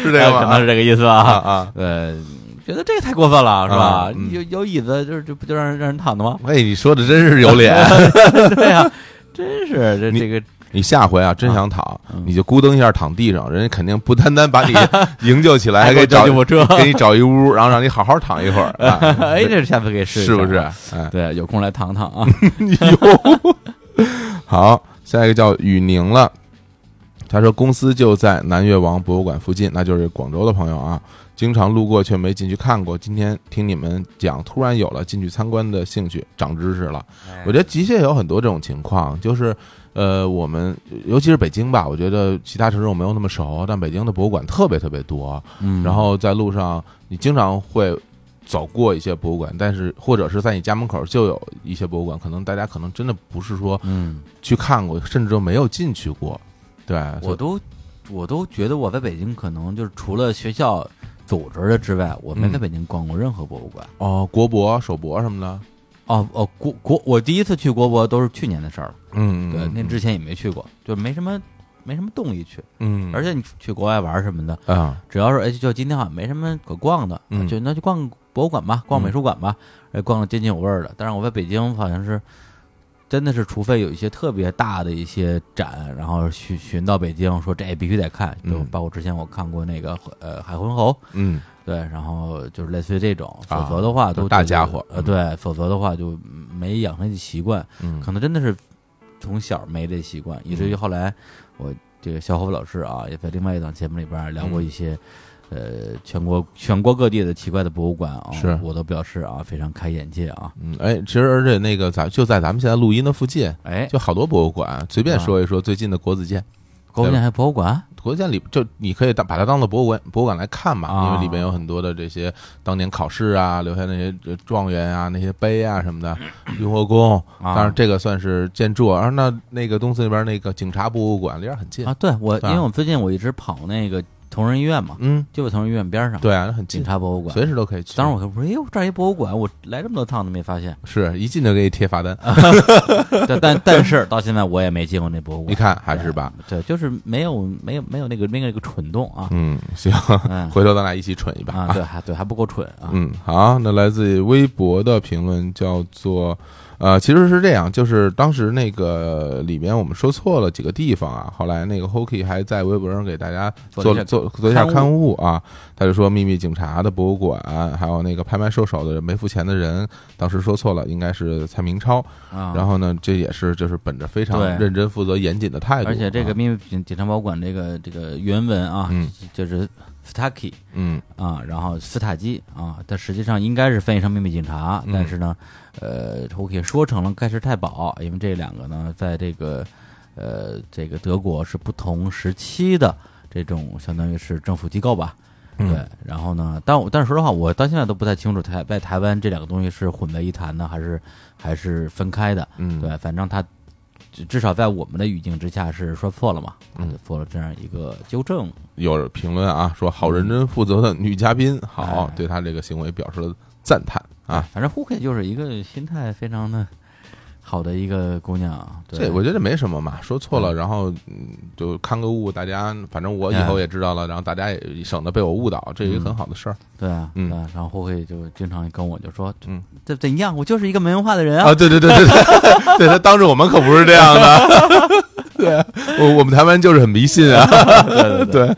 是 这
哎
个
可
吗
能？是这个意思
啊
啊。
啊！
呃，觉得这个太过分了，是吧
啊？嗯
有有椅子就是就不就让人让人躺的吗？
哎，你说的真是有脸。
对呀，真是这
你
这个
你下回啊，真想躺，
嗯
你就咕噔一下躺地上，人家肯定不单单把你 营救起来，还
给
给
我
你找
救救我车
给你找一屋，然后让你好好躺一会儿。啊
哎，这下次可以试一下
是不是
啊？
哎，
对，有空来躺躺啊。
有。哎好，下一个叫雨宁了。他说公司就在南越王博物馆附近，那就是广州的朋友啊，经常路过却没进去看过。今天听你们讲，突然有了进去参观的兴趣，长知识了。
哎
我觉得的确有很多这种情况，就是呃，我们尤其是北京吧，我觉得其他城市我没有那么熟，但北京的博物馆特别特别多。
嗯，
然后在路上你经常会走过一些博物馆，但是或者是在你家门口就有一些博物馆，可能大家可能真的不是说
嗯，
去看过，甚至都没有进去过。对，
我都我都觉得我在北京可能就是除了学校组织的之外，我没在
嗯
北京逛过任何博物馆。
哦，国博、首博什么的，
哦哦，国国，我第一次去国博都是去年的事儿了，
嗯，
对，那之前也没去过，就没什么没什么动力去。
嗯，
而且你去国外玩什么的，
啊，
只要是哎，就今天好像没什么可逛的，
嗯
就那就逛博物馆吧，逛美术馆吧，哎，逛的津津有味儿的。但是我在北京好像是。真的是，除非有一些特别大的一些展，然后寻寻到北京，说这必须得看，就
嗯
包括之前我看过那个呃海昏侯，
嗯，
对，然后就是类似于这种，否
啊
则的话
都
都
大
觉得
家伙
呃，
嗯
对，否则的话就没养成习惯，
嗯
可能真的是从小没这习惯，以至于后来我这个小侯老师啊，也在另外一档节目里边聊
嗯
过一些，呃，全国全国各地的奇怪的博物馆啊，
是
我都表示啊，非常开眼界啊，
嗯，哎，其实而且那个咱就在咱们现在录音的附近，
哎，
就好多博物馆，随
啊
便说一说最近的国子监。
国内还有博物馆，啊
国子监里就你可以当把它当做博物馆博物馆来看嘛，
啊
因为里边有很多的这些当年考试啊留下那些呃状元啊那些碑啊什么的，雍和宫，
啊
当然这个算是建筑。而那那个东四那边那个警察博物馆离这儿很近
啊，，对我，
对
因
啊
为我最近我一直跑那个同仁医院嘛，
嗯，
就在同仁医院边上，，
对啊，那很
警
近，
察博物馆。
随时都可以去。
当时我就说，哎呦，这儿一博物馆，我来这么多趟都没发现。
是一进就给你贴罚单，
啊但但但是到现在我也没进过那博物
你
馆，
看还是吧，
对，就是没有没有没有那个那个那个蠢动啊，
嗯，行，
嗯
回头咱俩一起蠢一把
啊，对，还对还不够蠢啊，
嗯，好，那来自微博的评论叫做，呃，其实是这样，就是当时那个里面我们说错了几个地方啊，后来那个 Hoki 还在微博上给大家
做
做
了一下
做做一下
刊
刊物啊，他就说秘密警察的博物馆，还有那个拍卖兽首的没付钱的人，当时说错了，应该是蔡明超。
啊，
然后呢，这也是就是本着非常
对
认真、负责、严谨的态度啊，
而且这个秘密警警察博物馆这个这个原文啊，
嗯
就是 Staki
嗯
啊，然后斯塔基啊，但实际上应该是翻译成秘密警察，
嗯
但是呢，呃，我可以说成了盖世太保，因为这两个呢，在这个呃这个德国是不同时期的这种相当于是政府机构吧。
嗯
对，然后呢？但我但是说实话，我到现在都不太清楚台在台湾这两个东西是混为一谈的，还是还是分开的。
嗯
对，反正他至至少在我们的语境之下是说错了嘛，他
嗯
就做了这样一个纠正。
有评论啊，说好认真负责的女嘉宾，好
哎
对她这个行为表示了赞叹啊。
反正 h o k 就是一个心态非常的好的一个姑娘啊，对
这我觉得没什么嘛，说错了，然后嗯，就看个误，大家反正我以后也知道了，然后大家也省得被我误导，这是一个很好的事儿
对啊，
嗯
对啊然后 h o k 就经常跟我就说，
嗯，
这怎样？我就是一个没文化的人啊
啊。，对对对对 对，对他当着我们可不是这样的，对我我们台湾就是很迷信啊，
对对
对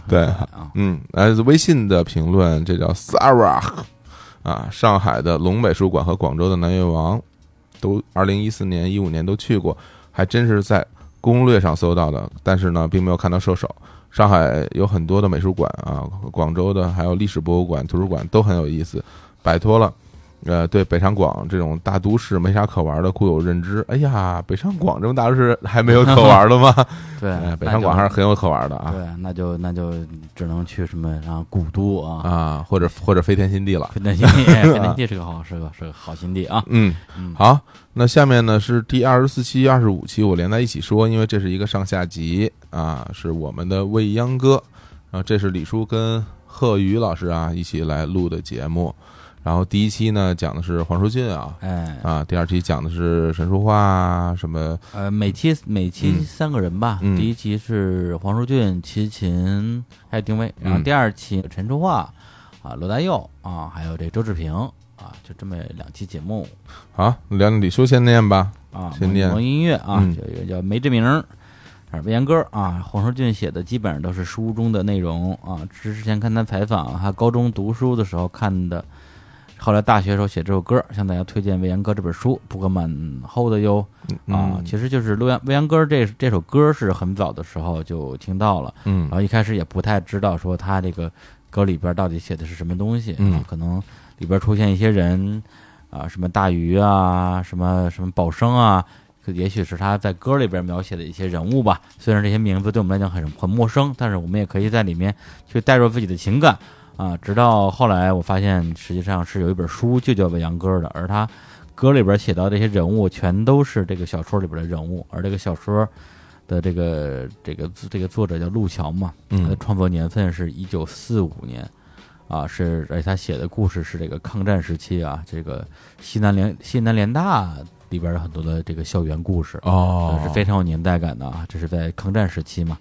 对，
啊，
嗯，来自微信的评论，这叫 Sarah 啊，上海的龙美术馆和广州的南越王，都二零一四年、一五年都去过，还真是在攻略上搜到的，但是呢，并没有看到射手。上海有很多的美术馆啊，广州的还有历史博物馆、图书馆都很有意思，摆脱了。呃，对北上广这种大都市没啥可玩的固有认知。哎呀，北上广这么大都市还没有可玩的吗？
对
哎，北
那
上广
就
还是。很有可玩的啊
对，那就那就只能去什么啊，古都啊，
啊，或者或者飞天新地了。
分担 心地，分担心地是个好，是个是个好心地啊。
嗯
嗯，
好，那下面呢是第二十四期、二十五期，我连在一起说，因为这是一个上下集啊，是我们的未央歌，然后这是李叔跟贺宇老师啊一起来录的节目，然后第一期呢讲的是黄舒骏啊
哎，
啊，第二期讲的是沈淑桦啊什么，
呃，每期每期
嗯
三个人吧，
嗯
第一期是黄舒骏、齐秦还有丁薇，然后
嗯
第二期陈淑桦啊、罗大佑啊，还有这周志平啊，就这么两期节目
好，聊啊聊李叔先念吧，
啊，
先念
萌音乐啊，
嗯
有一个叫梅志明。耳边歌啊，黄舒骏写的基本上都是书中的内容啊。之前看他采访，还高中读书的时候看的，后来大学的时候写这首歌，向大家推荐《未央歌》这本书，不过蛮厚的哟。啊，
嗯
其实就是《洛阳未央歌》这这首歌是很早的时候就听到了，
嗯
然后一开始也不太知道说他这个歌里边到底写的是什么东西，
嗯
啊可能里边出现一些人啊，什么大鱼啊，什么什么宝生啊。可也许是他在歌里边描写的一些人物吧，虽然这些名字对我们来讲很很陌生，但是我们也可以在里面去带入自己的情感啊。直到后来我发现，实际上是有一本书就叫《未央歌》的，而他歌里边写到这些人物，全都是这个小说里边的人物，而这个小说的这个这个这个作者叫陆桥嘛，他的
嗯
创作年份是一九四五年，啊，是而且他写的故事是这个抗战时期啊，这个西南联西南联大里边有很多的这个校园故事，
哦
呃是非常有年代感的啊，这是在抗战时期嘛。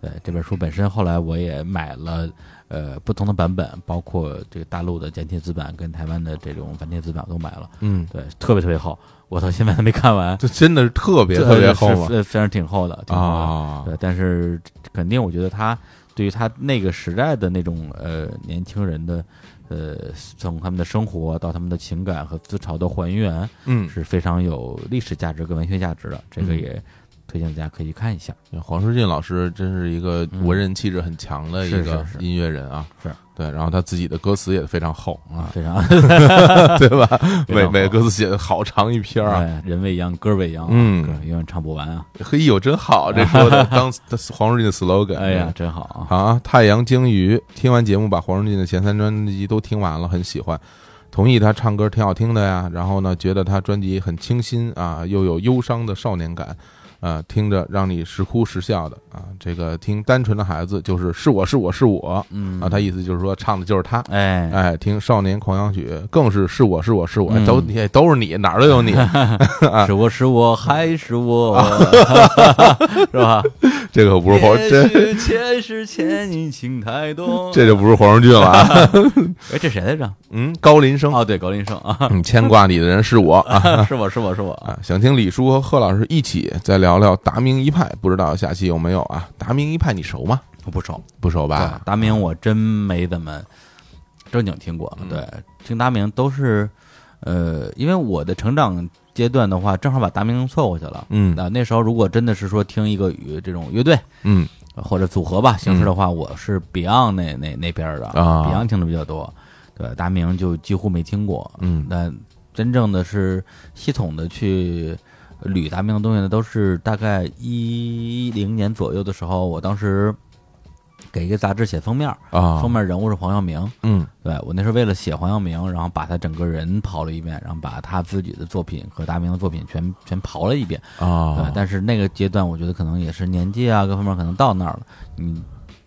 对这本书本身，后来我也买了，呃，不同的版本，包括这个大陆的简体字版跟台湾的这种繁体字版我都买了。
嗯，
对，特别特别厚，我到现在还没看完，
这真的是特别特别厚嘛
呃，非常挺厚的，挺厚的。
啊，
对，但是肯定，我觉得他对于他那个时代的那种呃年轻人的呃，从他们的生活到他们的情感和思潮的还原，
嗯
是非常有历史价值跟文学价值的。这个
嗯
也推推荐大家可以去看一下。
黄舒进老师真是一个文人气质很强的
嗯
一
是
个
是是
音乐人啊，
是
对，然后他自己的歌词也非常厚
啊
啊，，
非常
对吧？
非
每
常
每
厚
个歌词写的好长一篇啊，
哎人未央，歌未央啊，
嗯
歌永远唱不完啊！
嘿呦，真好，这说的当黄舒进的 slogan，
哎呀，，真好啊！
嗯好啊，太阳鲸鱼，听完节目把黄仁俊的前三专辑都听完了，很喜欢，同意他唱歌挺好听的呀。然后呢，觉得他专辑很清新啊，又有忧伤的少年感，啊，听着让你时哭时笑的啊。这个听单纯的孩子就是是我是我是我
嗯
啊，他意思就是说唱的就是他。
哎，
哎，听少年狂想曲更是是我是我是我，哎
嗯
都也都是你，哪儿都有你，啊
是我是我还是我， 是吧？
这个啊 不是黄，这
也许前世欠你情太多。
这就不是黄仁俊了啊。
哎，这谁来着？
嗯，高林生，
哦，对，高林 胜啊，
你牵挂你的人是我啊。
是我是我是我啊，
啊，想听李叔和贺老师一起再聊聊达明一派，不知道下期有没有啊？达明一派你熟吗？
我不熟
不熟吧
对？达明我真没怎么正经听过，
嗯
对，听达明都是，呃，因为我的成长阶段的话，正好把达明错过去了。啊
嗯
那那时候如果真的是说听一个语这种乐队
嗯
或者组合吧形式的话，我是 Beyond 那那那边儿的
啊
，Beyond 听的比较多，对，达明就几乎没听过。
嗯
那真正的是系统的去捋达明的东西呢，都是大概一零年左右的时候，我当时给一个杂志写封面儿，
啊，
封面人物是黄耀明。
嗯
对我那时候为了写黄耀明，然后把他整个人刨了一遍，然后把他自己的作品和达明的作品全全刨了一遍。对
啊，，
但是那个阶段，我觉得可能也是年纪啊各方面可能到那儿了，你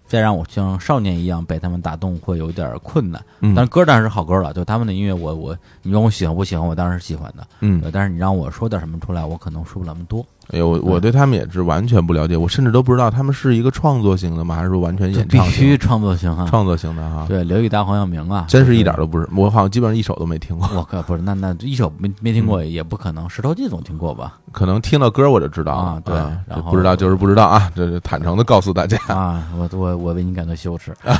再让我像少年一样被他们打动，会有点儿困难。
嗯
但是歌当然是好歌了，就他们的音乐我，我你问我喜欢不喜欢，我当然是喜欢的。对
嗯，
但是你让我说点什么出来，我可能说不了那么多。
哎呦，我我对他们也是完全不了解，我甚至都不知道他们是一个创作型的吗？还是说完全
这
演
必
唱型
须创作型啊！
创作型的哈？，
对，刘以达、黄耀明啊，
真是一
就
点都不是，我好像基本上一首都没听过，
我靠，不是那那一首没没听
嗯
过，也不可能。石头记总听过吧？
可能听到歌我就知道了
啊对
啊
然
这
后
不知道就是不知道啊，这是坦诚的告 诉大家，
啊，我我我为你感到羞耻
啊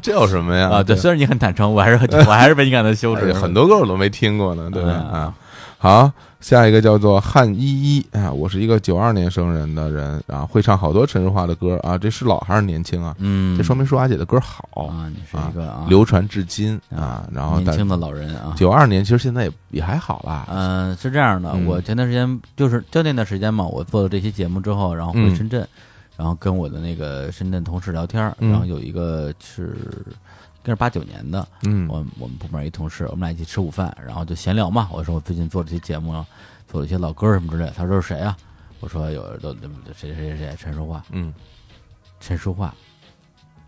这有什么呀？
啊！对，虽然你很坦诚，我还是 我还是为你感到羞
而且
耻。
哎很多歌我都没听过呢，对吧？
哎
啊，好，下一个叫做汉依依啊，我是一个九二年生人的人啊，会唱好多陈淑桦的歌啊，这是老还是年轻啊？
嗯，
这说明淑华姐的歌好，
啊，你是一个啊
流传至今啊。然后
年
但
轻的老人啊。
九二年其实现在也也还好啦，
嗯、是这样的，
嗯
我前段时间就是就那段时间嘛，我做了这期节目之后，然后回
嗯
深圳，然后跟我的那个深圳同事聊天儿，
嗯
然后有一个是应该是八九年的，
嗯
我我们部门一同事，我们俩一起吃午饭，然后就闲聊嘛，我说我最近做这期节目，做了一些老歌什么之类的，他说是谁啊？我说有都谁谁谁谁陈淑桦，
嗯，
陈淑桦，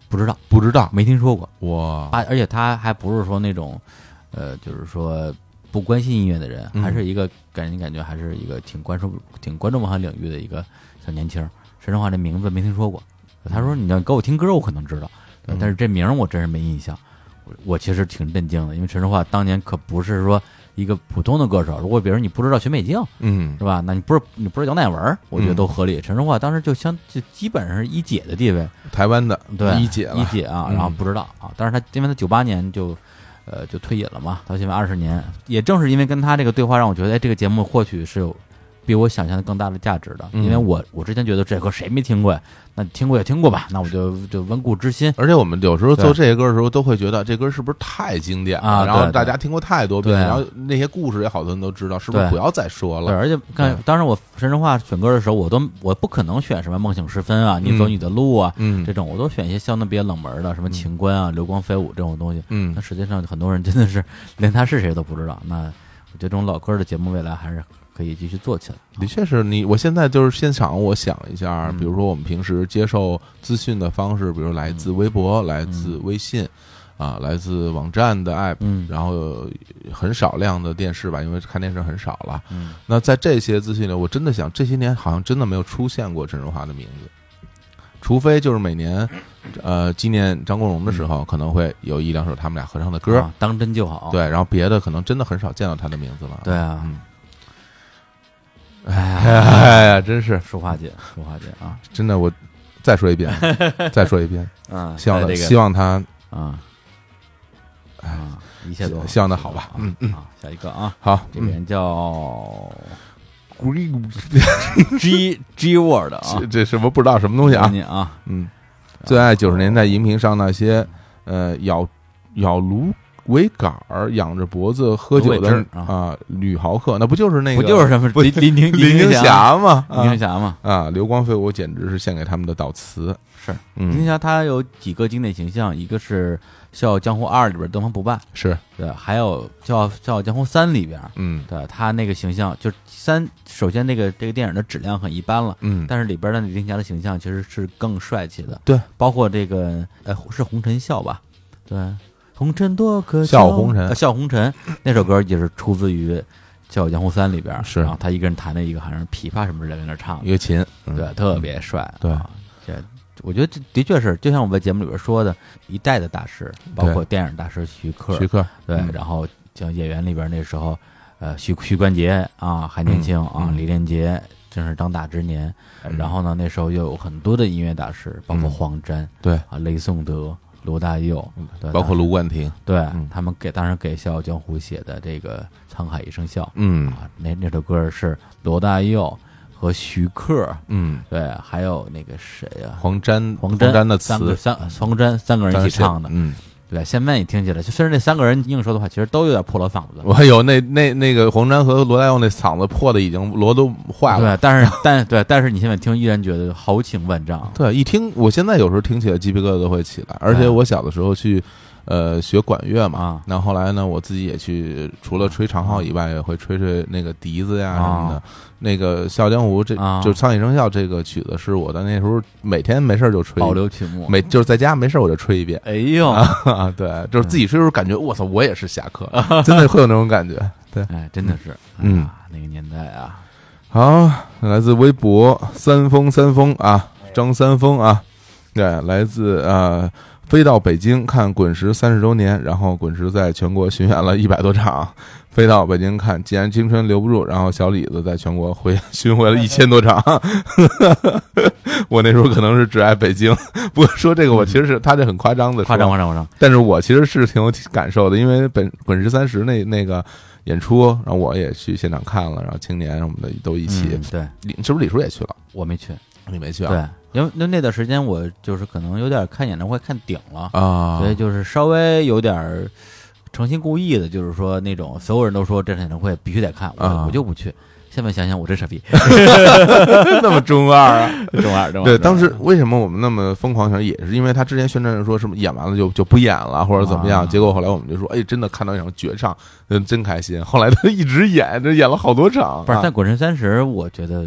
不知道，
不知道
没听说过。
哇，
他而且他还不是说那种，呃，就是说不关心音乐的人，
嗯
还是一个感觉感觉还是一个挺关注挺关注文化领域的一个小年轻儿。说实话，这名字没听说过。他说：“你要给我听歌，我可能知道，对
嗯
但是这名儿我真是没印象。我”我其实挺震惊的，因为陈淑桦当年可不是说一个普通的歌手。如果比如你不知道许美静
嗯
是吧？那你不是你不是姚乃文儿，我觉得都合理。陈淑桦当时就相就基本上是一姐的地位，
台湾的
对，
一姐
一
了，
姐啊，
嗯
然后不知道啊，但是他因为他九八年就，呃，就退隐了嘛，到现在二十年，也正是因为跟他这个对话，让我觉得，哎，这个节目或许是有比我想象的更大的价值的，
嗯
因为我我之前觉得这歌谁没听过呀，那听过也听过吧，那我就就温故知新。
而且我们有时候
对
做这些歌的时候，都会觉得这歌是不是太经典了
啊
然后
对
大家听过太多遍，
对啊
然后那些故事也好多人都知道，是不是
对
不要再说
对，
了？
而且看
对，
当时我神神话选歌的时候，我都我不可能选什么梦醒时分啊，你走
嗯
你的路啊，
嗯
这种我都选一些相对比较冷门的，什么情关啊、流光飞舞这种东西。
嗯
那，实际上很多人真的是连他是谁都不知道。那我觉得这种老歌的节目未来还是可以继续做起来。啊
的确是你，我现在就是现场，我想一下，
嗯
比如说我们平时接受资讯的方式，比如来自微博、来自微信，啊，来自网站的 app，
嗯
然后有很少量的电视吧，因为看电视很少了。
嗯，
那在这些资讯里，我真的想，这些年好像真的没有出现过陈淑桦的名字，除非就是每年，呃，纪念张国荣的时候，可能会有一两首他们俩合唱的歌，
嗯啊当真就好。
对，然后别的可能真的很少见到他的名字了。
对，啊，
嗯，
哎呀，
哎呀，真是。
淑华姐，淑华姐啊，
真的，我再说一遍，再说一 遍，
嗯，
希望他
在这
希
个
望他
啊啊，一切都啊
希望他好吧
嗯嗯，好，下一个啊，
好。
这个
嗯，
人叫 G G word 啊
这，这什么不知道什么东西啊？
你啊，
嗯，最爱九十年代荧屏上那些呃咬咬芦苇杆儿、仰着脖子喝
芦
酒
苇
的
汁儿
啊女豪客，那不就是那个
不就是什么
不
林林林
林青
青霞，
霞吗？
林
啊
青霞嘛，
啊，流光飞舞简直是献给他们的悼词。
是林青
嗯，
霞，她有几个经典形象，一个是《笑傲江湖二》里边东方不败，
是，
对，还有《笑傲笑傲江湖三》里边，
嗯
对她那个形象，就是三，首先那个这个电影的质量很一般了。
嗯，
但是里边的林青霞的形象其实是更帅气的，
对，
包括这个呃是红尘笑吧，对，红尘多可
笑
笑
红尘
呃笑红尘那首歌也是出自于《笑傲江湖三》里边，
是
然后他一个人弹的一个好像是琵琶什么之类的在那唱
一，个琴，嗯
对，特别帅，
对
啊这我觉得这的确是，就像我们在节目里边说的，一代的大师，包括电影大师徐克，
徐克，
对，
嗯
然后像演员里边那时候，呃，徐徐冠杰啊，还年轻啊，
嗯
李连杰正是当打之年。
嗯
然后呢，那时候又有很多的音乐大师，包括
嗯
黄沾、
对，嗯
啊、雷颂德、罗大佑，对
包括卢冠廷，
对、
嗯
他们给当时给《笑傲江湖》写的这个《沧海一声笑》
嗯
啊，那那首歌是罗大佑和徐克，
嗯，
对，还有那个谁呀、
黄沾
黄
沾
沾
的
三个
词，
三黄沾三个人一起唱的，
嗯，
对，现在你听起来，就虽然那三个人硬说的话，其实都有点破了嗓子，
我有那那那个黄沾和罗大佑那嗓子破的已经锣都坏了。
对，但是但对，但是你现在听依然觉得豪情万丈，
对，一听我现在有时候听起来鸡皮疙瘩都会起来，而且
哎
我小的时候去，呃，学管乐嘛
啊，
那后来呢，我自己也去，除了吹长号以外，也会吹吹那个笛子呀什么的
啊。
那个《笑傲江湖》这
啊
就《苍蝇生笑》这个曲子，是我的那时候每天没事儿就吹，
保留曲目。
每就是在家没事儿我就吹一 遍。
哎呦，
啊， 对，就是自己吹的时候感觉，我操，我也是侠客， 真的会有那种感觉。对，
哎，真的是，
嗯
哎呀，那个年代啊，
好，来自微博三丰三丰啊，张三丰啊，对，来自呃飞到北京看滚石三十周年，然后滚石在全国巡演了一百多场，飞到北京看，既然青春留不住，然后小李子在全国回巡回了一千多场， 我那时候可能是只爱北京，不过说这个我其实是他这很夸张的，
夸张夸张夸张，
但是我其实是挺有感受的，因为本《滚石三十》那那个演出，然后我也去现场看了，然后青年我们的都一起
嗯，对
李、是不是李叔也去了？
我没去，
你没去啊？
对，因为那那段时间我就是可能有点看演唱会看顶了，
啊
所以就是稍微有点儿诚心故意的，就是说那种所有人都说这场演唱会必须得看，我
啊
我就不去。现在想想，我真傻逼，
那么中二 啊！
中二中二。中
对，
二
当时为什么我们那么疯狂？想也是因为他之前宣传说什么演完了就就不演了，或者怎么样。
啊
结果后来我们就说，哎，真的看到一场绝唱，嗯，真开心。后来他一直演，这演了好多场、啊。
不是，但《滚石三十》我觉得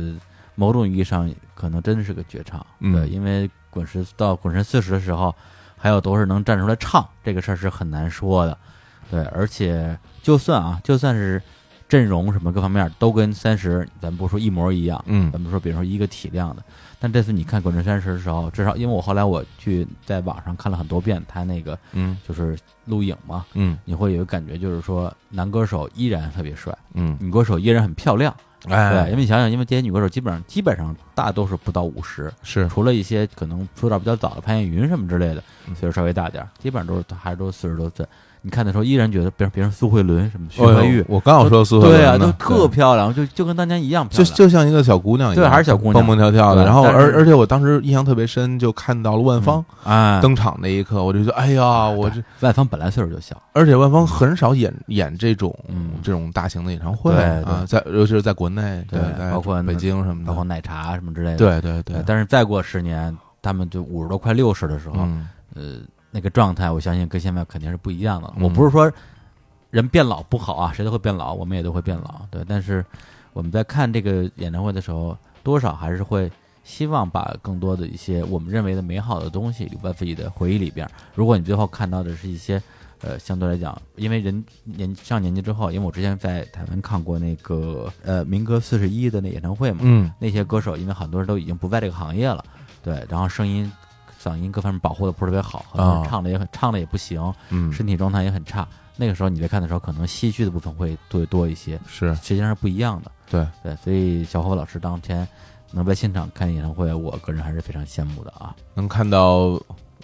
某种意义上可能真是个绝唱，
嗯
对，因为滚石到滚石四十的时候，还有都是能站出来唱这个事儿是很难说的，对，而且就算啊，就算是阵容什么各方面都跟三十，咱不说一模一样，
嗯
咱们说比如说一个体量的，但这次你看《滚石三十》的时候，至少因为我后来我去在网上看了很多遍他那个
嗯
就是录影嘛，
嗯
你会有一个感觉，就是说男歌手依然特别帅，
嗯，
女歌手依然很漂亮。对，
哎
因，为你想想，因为这些女歌手基本上基本上大多数不到五十，
是
除了一些可能出道比较早的潘越云什么之类的
嗯，
岁数稍微大点儿，基本上都是还是都四十多岁。你看的时候依然觉得，比如别人苏慧伦什么徐
哎呦
怀钰，
我刚要说苏慧
对啊，
伦
都
呢
特漂亮，就就跟当年一样漂
就
亮。
就像一个小姑娘一样，
对还是小姑娘
蹦蹦跳跳的。
对
然后
但是
而而且我当时印象特别深，就看到了万芳
啊，
登场那一刻，我就觉得，哎呀，我这
万芳本来岁数就小，
而且万芳很少演演这种
嗯
这种大型的演唱会
对
啊，
对
在尤其是在国内，
对
在
包括
北京什么
包括
的，
奶茶什么之类的。
嗯对对对，
但是再过十年，他们就五十多快六十的时候，
嗯
呃那个状态，我相信跟现在肯定是不一样的了。
嗯
我不是说人变老不好啊，谁都会变老，我们也都会变老，对。但是我们在看这个演唱会的时候，多少还是会希望把更多的一些我们认为的美好的东西留在自己的回忆里边儿。如果你最后看到的是一些呃，相对来讲，因为人年上年纪之后，因为我之前在台湾看过那个呃民歌四十一的那演唱会嘛，
嗯
那些歌手，因为很多人都已经不在这个行业了，对，然后声音、嗓音各方面保护的不是特别好，很多人
啊
唱的也很唱的也不行，
嗯
身体状态也很差。那个时候你在看的时候，可能唏嘘的部分会多多一些，
是
实际上是不一样的。
对
对，所以小伙老师当天能在现场看演唱会，我个人还是非常羡慕的啊。
能看到。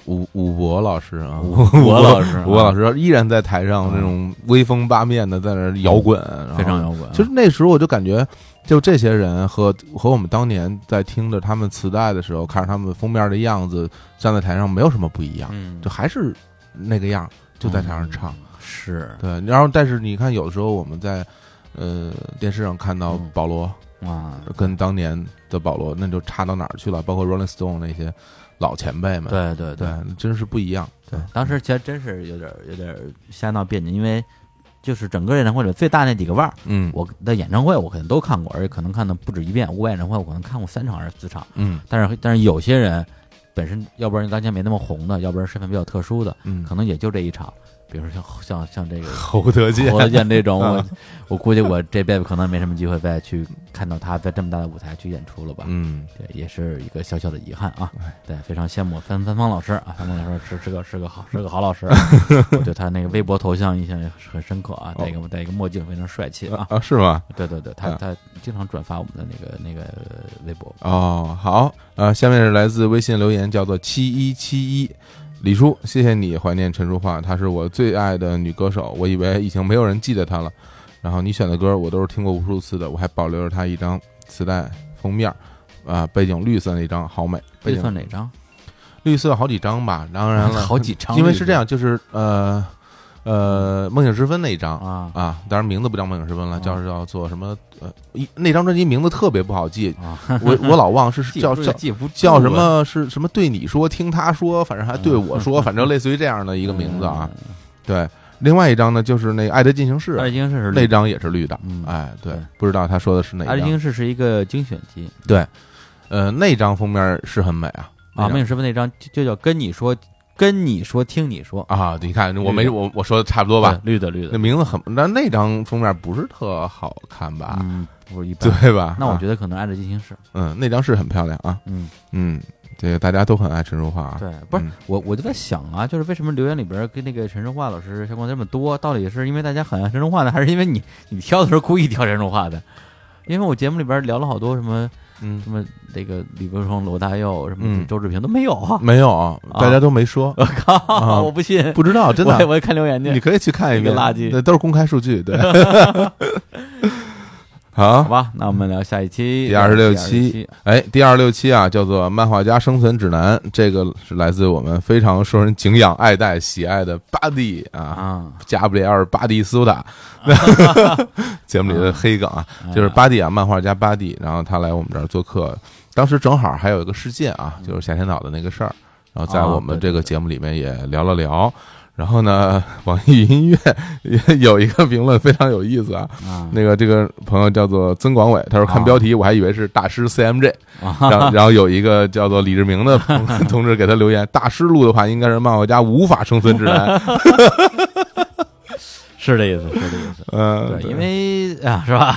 武武博老师啊，
武博老师啊
武博老师依然在台上那种威风八面的，在那儿摇滚，然后
非常摇滚啊，
其实那时候我就感觉，就这些人和和我们当年在听着他们磁带的时候，看着他们封面的样子，站在台上没有什么不一样，
嗯
就还是那个样儿，就在台上唱。
是
对，然后但是你看，有的时候我们在呃电视上看到
嗯
保罗、
哇，
跟当年的保罗，那就差到哪儿去了？包括 Rolling Stone 那些老前辈们，
对对对，
对，真是不一样。对，
当时其实真是有点有点瞎闹别扭，因为就是整个演唱会里最大那几个腕儿，
嗯，
我的演唱会我可能都看过，而且可能看的不止一遍。五百演唱会我可能看过三场还是四场，
嗯
但是但是有些人本身要不然当年没那么红的，要不然身份比较特殊的，
嗯，
可能也就这一场。比如说像像像这个
侯德健，
侯德健这种，我
啊
我估计我这辈子可能没什么机会再去看到他在这么大的舞台去演出了吧。
嗯，
对，也是一个小小的遗憾啊
哎。
对，非常羡慕三三方老师啊，三方老师是是个是 个好是个好老师，啊我对他那个微博头像印象也很深刻啊，
哦
戴一个戴一个墨镜，非常帅气啊。
啊，是吗？
对对对，他
啊
他经常转发我们的那个那个微博。
哦，好，呃，下面是来自微信留言，叫做七一七一，李叔，谢谢你怀念陈淑桦，她是我最爱的女歌手，我以为已经没有人记得她了。然后你选的歌我都是听过无数次的，我还保留着她一张磁带封面，啊、背景绿色那张好美，背
这算
景
哪张？
绿色好几张吧，当然了，
好几张
因为是这样，就是呃呃，梦醒时分那一张
啊
啊，当然名字不叫梦醒时分了，
啊
叫叫做什么呃，一那张专辑名字特别不好记，
啊，
我我老忘是是
记
叫
不
叫
记不住
叫什么是什么对你说听他说，反正还对我
嗯
说，反正类似于这样的一个名字啊。？对，另外一张呢就是那《爱的进行式
嗯爱》，京市是
那张也是绿的。
嗯
哎，对
对，
不知道他说的是哪
爱的进
张。
行市是一个精选集
呃，那张封面是很美啊
啊，
那张
梦影师傅那张就就叫跟你说跟你说听你说，
啊！你看我
绿
没
的
我我说的差不多
好
吧？？
绿的绿
那
的
名字很，那那张封面不是特好看吧？
嗯，不是一般。
啊对吧？
那我
啊
觉得可能爱的进行式，
嗯，那张是很漂亮啊。
嗯，
嗯，这个大家都很爱陈淑桦啊。
对，不是
嗯
我我就在想啊，就是为什么留言里边跟那个陈淑桦老师相关这么多？到底是因为大家很爱陈淑桦呢，还是因为你你挑的时候故意挑陈淑桦的？因为我节目里边聊了好多什么
嗯，
什么这个李国盛、罗大佑什么
嗯
周志平都没有啊！
没有啊，
啊
大家都 没说，
我靠，
啊
我不信，
不知道，真的啊
我也我也看留言去
你，可以去看一遍，
一个垃圾
那都是公开数 据，对。
好
好，
吧？那我们聊下一期
第26期
期，
哎，第二六期啊，叫做《漫画家生存指南》，这个是来自我们非常受人敬仰、爱戴、喜爱的巴蒂啊，
啊，
加布里埃尔·巴蒂 苏达，节目里的黑梗啊，
哎
就是巴蒂啊，漫画家巴蒂，然后他来我们这儿做客，当时正好还有一个事件啊，就是夏天岛的那个事儿，然后
嗯
在
啊
我们
对对
这个
对
节目里面也聊了聊。然后呢， 网易云音乐也有一个评论非常有意思啊，
啊
那个这个朋友叫做曾广伟，他说看
啊
标题我还以为是大师 CMJ，
啊
然后然后有一个叫做李志明的朋友同志给他留言，大师录的话应该是漫画家无法生存 指南，
是这意思，是这 意思。
嗯，
对，因为啊，是吧？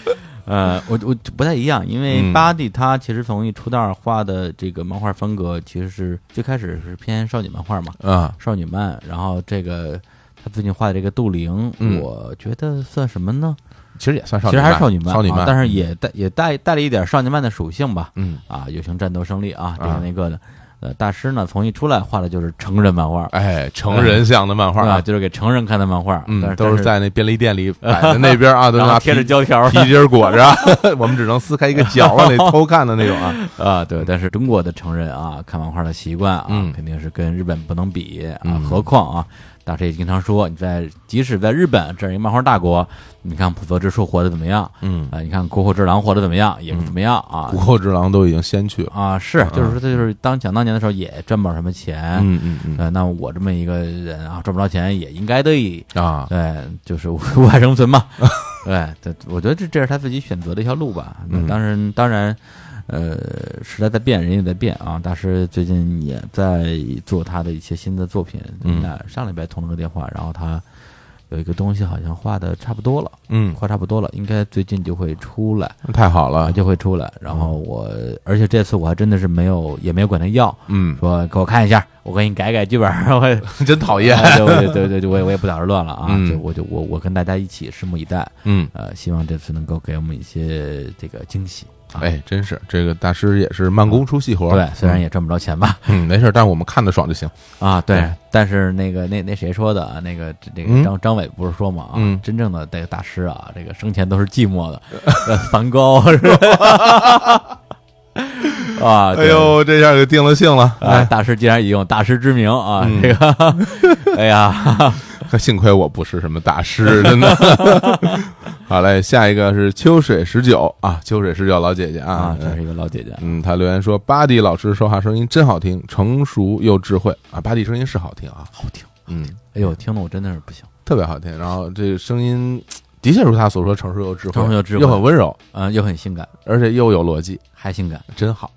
呃，我我不太一样，因为
嗯
巴蒂他其实从一出道画的这个漫画风格，其实是最开始是偏少女漫画嘛，
啊，
少女漫。然后这个他最近画的这个杜陵，
嗯
我觉得算什么呢？
其实也算少
其实
女
还
漫，
是少女漫，
少女
啊
漫，
但是也带也带带了一点少女漫的属性吧。
嗯，
啊，有型战斗胜利啊，这
啊
个那个的。呃，大师呢，从一出来画的就是成人漫画，
哎，成人向的漫画
啊，
啊，
就是给成人看的漫画，但
嗯，
是
都
但
是
是
在那便利店里摆的那边 啊，都
然后
拿
贴着
皮
胶条儿
皮筋儿裹着啊， 我们只能撕开一个角往里偷看的那种 啊。
啊，对，但是中国的成人啊，看漫画的习惯啊，
嗯
肯定是跟日本不能比啊。
嗯
何况啊，大师也经常说，你在即使在日本这样一个漫画大国，你看浦泽直树活得怎么样
嗯
啊、，你看国后之狼活得怎么样？也不怎么样啊
谷。口之狼都已经先去了。
啊，是，就是说，他就是当想当年的时候也赚不着什么钱，
嗯嗯
呃，那我这么一个人啊，赚不着钱也应该的，
嗯啊，
对，就是无无法生存 嘛。对，这我觉得这这是他自己选择的一条路吧。那
嗯
当然，当然，呃，时代在变，人也在变啊。大师最近也在做他的一些新的作品。
嗯
那上礼拜通了个电话，然后他有一个东西好像画的差不多了，
嗯，
画差不多了，应该最近就会出来
太好
啊，
了。
就会出来。然后我，而且这次我还真的是没有，也没有管他要，
嗯，
说给我看一下，我给你改改剧本，我
真讨厌。
哎对对对对，我也我也不捣乱乱了啊！
嗯
就我就我我跟大家一起拭目以待，
嗯
呃，希望这次能够给我们一些这个惊喜啊
哎，真是这个大师也是慢工出细活，
对，虽然也赚不着钱吧，
嗯没事儿，但是我们看得爽就行。
啊，
对
对，但是那个那那谁说的啊？那个那
嗯
个张张伟不是说嘛啊，
嗯
真正的这个大师啊，这个生前都是寂寞的，呃梵高是吧？ 啊，
哎
对。
呦，这下给定了性了，
啊，
哎，
大师既然已经有大师之名啊，
嗯
这 个，哎呀，
幸亏我不是什么大师，真的。 好嘞，下一个是秋水十九啊，秋水十九老姐姐啊
啊，，真是一个老姐姐，
嗯，她留言说巴蒂老师说话声音真好听，成熟又智慧啊，巴蒂声音是好听啊，
好听，
嗯，
哎呦，听的我真的是不行，
特别好听。然后这个声音的确如他所说，成熟又智慧，
成熟又智慧
又很温柔，
嗯，又很性感，
而且又有逻辑，
还性感，
真 好，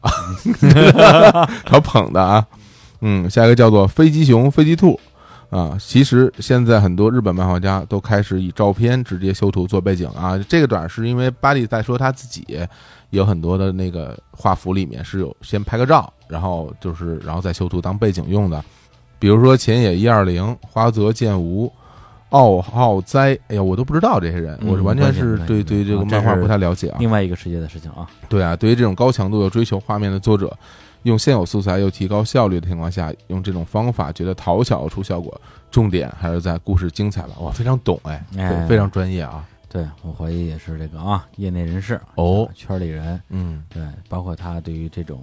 他捧的啊。嗯，下一个叫做飞机熊、飞机兔啊。其实现在很多日本漫画家都开始以照片直接修图做背景啊。这个段是因为巴蒂在说他自己有很多的那个画幅里面是有先拍个照，然后就是然后再修图当背景用的。比如说前野一二零、花泽健吾、奥浩哉，哎呀，我都不知道这些人，
嗯
我是完全是
不太
对
清楚
对这个
啊这
漫画
是
不太了解啊。
另外一个世界的事情啊，
对啊，对于这种高强度又追求画面的作者，用现有素材又提高效率的情况下，用这种方法觉得讨巧出效果，重点还是在故事精彩吧。哇，非常懂哎，
哎
对，非常专业啊。
对我怀疑也是这个啊，业内人士
哦，
圈里人，
嗯
对，包括他对于这种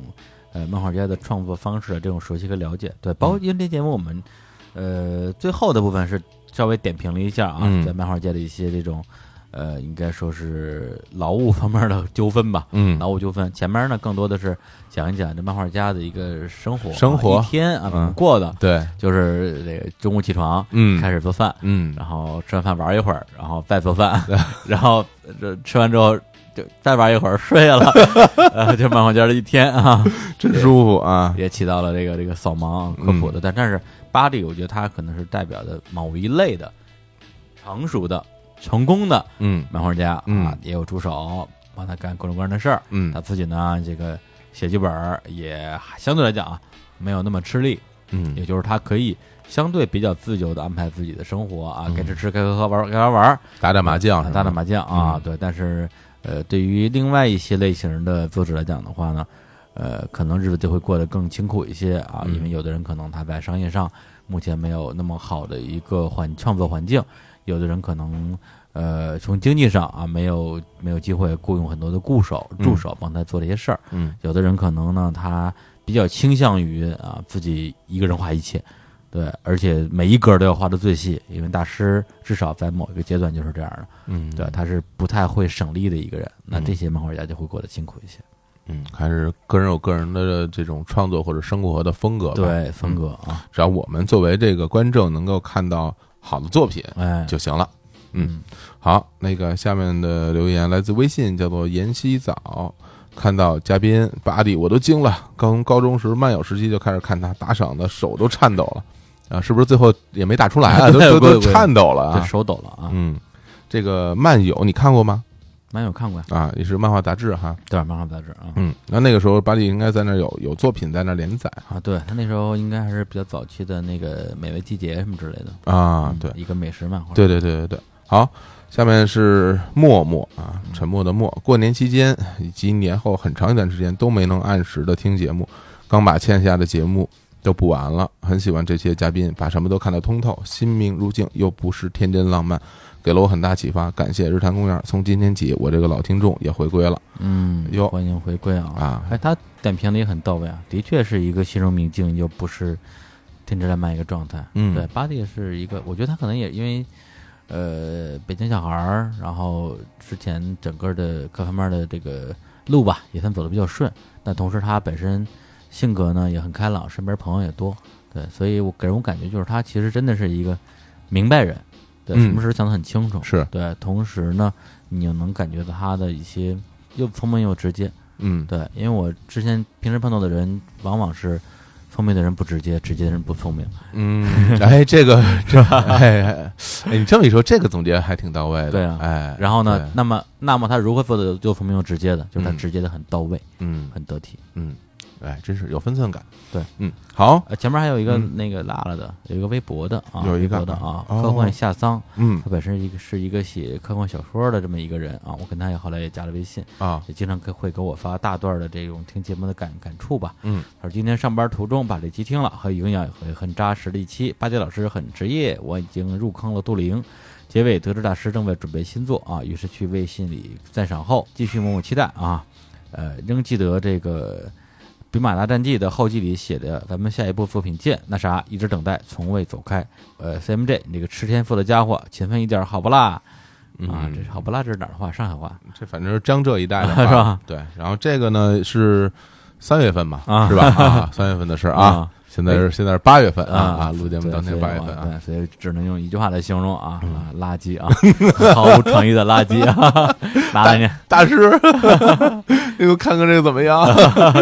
呃漫画家的创作方式的这种熟悉和了解，对，包括因为这节目我们呃最后的部分是稍微点评了一下啊，
嗯
在漫画界的一些这种呃应该说是劳务方面的纠纷吧。
嗯
劳务纠纷，前面呢更多的是讲一讲这漫画家的一个生活啊，
生活
一天啊
嗯
怎么过的，
对，
就是这个中午起床
嗯
开始做饭，
嗯
然后吃完饭玩一会儿，然后再做 饭，然后这吃完之后就再玩一会儿睡了， 呃，就漫画家的一天啊，
真舒服啊。
也起到了这个这个扫盲科普的，
嗯
但但是巴蒂，我觉得他可能是代表的某一类的成熟的、成功的
嗯
漫画家啊，
嗯
也有助手帮他干各种各样的事儿，
嗯
他自己呢这个写剧本儿也相对来讲啊没有那么吃力，也
嗯
就是他可以相对比较自由的安排自己的生活啊
嗯，
该吃吃，该喝喝，玩儿该玩儿玩儿，
打打麻将
啊
是吧，
打打麻将啊，
嗯
对。但是呃，对于另外一些类型的作者来讲的话呢，呃，可能日子就会过得更清苦一些啊，
嗯
因为有的人可能他在商业上目前没有那么好的一个环创作环境，有的人可能。呃，从经济上啊，没有没有机会雇佣很多的雇手
嗯
助手帮他做这些事儿。
嗯
有的人可能呢，他比较倾向于啊自己一个人画一切，对，而且每一格都要画的最细，因为大师至少在某一个阶段就是这样的，
嗯，
对，他是不太会省力的一个人。那
嗯
这些漫画家就会过得辛苦一些，
嗯，还是个人有个人的这种创作或者生活的风格吧。，嗯
对，风格啊，
只要我们作为这个观众能够看到好的作品
哎，
就行了。嗯，好，那个下面的留言来自微信，叫做妍希早。看到嘉宾巴蒂，我都惊了。刚高中时漫友时期就开始看他，打赏的手都颤抖了啊！是不是最后也没打出来啊？都都都颤抖了
这
啊！
手抖了啊，
嗯，这个漫友你看过吗？
蛮有看过呀，
啊，也是漫画杂志哈。
对，漫画杂志啊，
嗯，那那个时候巴蒂应该在那儿有有作品在那儿连载
啊，对他那时候应该还是比较早期的那个《美味季节》什么之类的
啊
嗯。
对，
一个美食漫画，
对对对对对，好，下面是默默啊，沉默的默。过年期间以及年后很长一段时间都没能按时的听节目，刚把欠下的节目都补完了。很喜欢这些嘉宾，把什么都看得通透，心明如镜，又不失天真浪漫，给了我很大启发。感谢日坛公园，从今天起我这个老听众也回归了
嗯
哟，
欢迎回归啊，
啊。
哎，他点评的也很到位啊，的确是一个心如明镜，又不是天真烂漫一个状态。
嗯
对，巴蒂是一个，我觉得他可能也因为，呃，北京小孩儿，然后之前整个的各方面的这个路吧，也算走的比较顺。但同时他本身性格呢也很开朗，身边朋友也多，对，所以我给人我感觉就是他其实真的是一个明白人，对，
嗯
什么事儿想得很清楚，
是，
对，同时呢，你又能感觉到他的一些又聪明又直接。
嗯，
对，因为我之前平时碰到的人，往往是聪明的人不直接，直接的人不聪明。
嗯，哎，这个，这，哎，哎哎你这么一说，这个总结还挺到位的，
对啊
哎，
然后呢
对，
那么那么他如何做的又聪明又直接的，就是他
嗯
直接的很到位，
嗯
很得体。
嗯，哎，真是有分寸感。
对，
嗯，好，
呃，前面还有一个
嗯
那个拉拉的，有一个微博的啊，
有一个
微博的啊，
哦
科幻夏桑，
嗯
他本身一个是一个写科幻小说的这么一个人啊，我跟他也后来也加了微信，
啊，
也经常给会给我发大段的这种听节目的感感触吧。
嗯，
他说今天上班途中把这期听了，很有营养，很很扎实的一期。八戒老师很职业，我已经入坑了杜陵。结尾得知大师正在准备新作啊，于是去微信里赞赏后，继续默默期待啊。呃，仍记得这个《比马大战记》的后记里写的，咱们下一部作品见。那啥，一直等待，从未走开。呃，CMJ，你这个吃天赋的家伙，勤奋一点好不啦？啊，
嗯
这是好不啦？这是哪儿的话？上海话
这反正是江浙一带的话
是吧？
对，然后这个呢是三月份嘛，
啊哎
是吧？啊，三月份的 事儿啊，现在是现在是八月份啊啊，录节目
对
当天
所以
八月
我
份啊，嗯
对，所以只能用一句话来形容啊，啊垃圾啊，毫无创意的垃圾啊，拿着你，
大师， 你给我看看这个怎么样？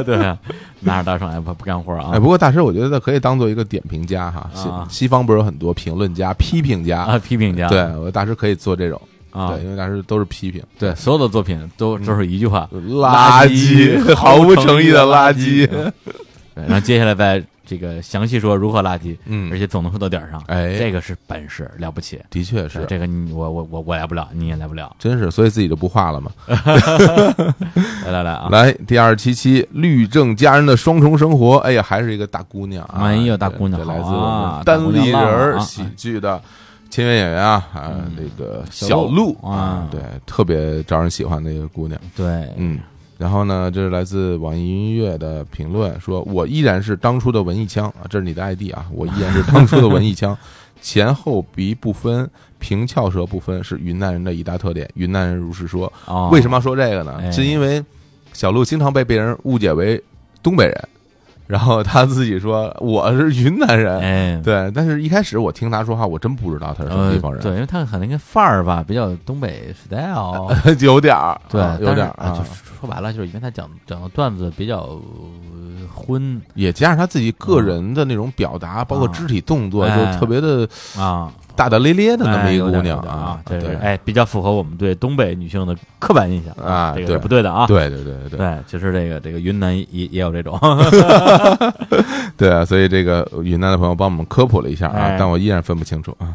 对啊，拿着大上来不不干活
哎，
啊，
不过大师，我觉得可以当做一个点评家哈，西
啊
西方不是有很多评论家、批评家，
啊，批评家，
对我大师可以做这种，
啊
对，，因为嗯大师都是批评，
对，所有的作品都都是一句话，
垃
圾
毫无诚意的垃
垃
圾，
对然后接下来再这个详细说如何垃圾，
嗯
而且总能说到点儿上，
哎
这个是本事，了不起，
的确是
对，这个你我我我我来不了，你也来不 了，
真是，所以自己就不画了嘛。
来来来啊，
来，第二期期律政佳人的双重生活，哎呀，还是一个大姑娘啊！
哎呦大姑娘
这
好
来
啊
自我们
大姑
单
娘
立人
浪啊
儿
啊
喜剧的签约演员啊，啊，那个小鹿
小鹿啊
对，特别招人喜欢的一个姑娘，
对，
嗯。然后呢，这是来自网易音乐的评论，说我依然是当初的文艺腔啊，这是你的 ID 啊，我依然是当初的文艺腔，前后鼻不分，平翘舌不分，是云南人的一大特点。云南人如是说，
哦
为什么要说这个呢？
哎
是因为小鹿经常被别人误解为东北人，然后他自己说我是云南人，
哎，
对。但是一开始我听他说话，我真不知道他是什么
呃
地方，人，
对，因为他可能跟范儿吧，比较东北 style，
有点儿，
对
啊，有
但是
点儿
啊，就
啊，
是说白了，就是因为他讲讲的段子比较呃荤
也加上他自己个人的那种表达，包括
嗯
肢体动作，
哎
就特别的
啊，
大大咧咧的那么
哎
一
有
个姑
点
娘
有点啊，这
对
是哎，比较符合我们对东北女性的刻板印象
啊
这个
对
是不对的啊。
对对对对
对，其实这个这个云南也也有这 种，
对啊，所以这个云南的朋友帮我们科普了一下啊
哎，
但我依然分不清楚啊。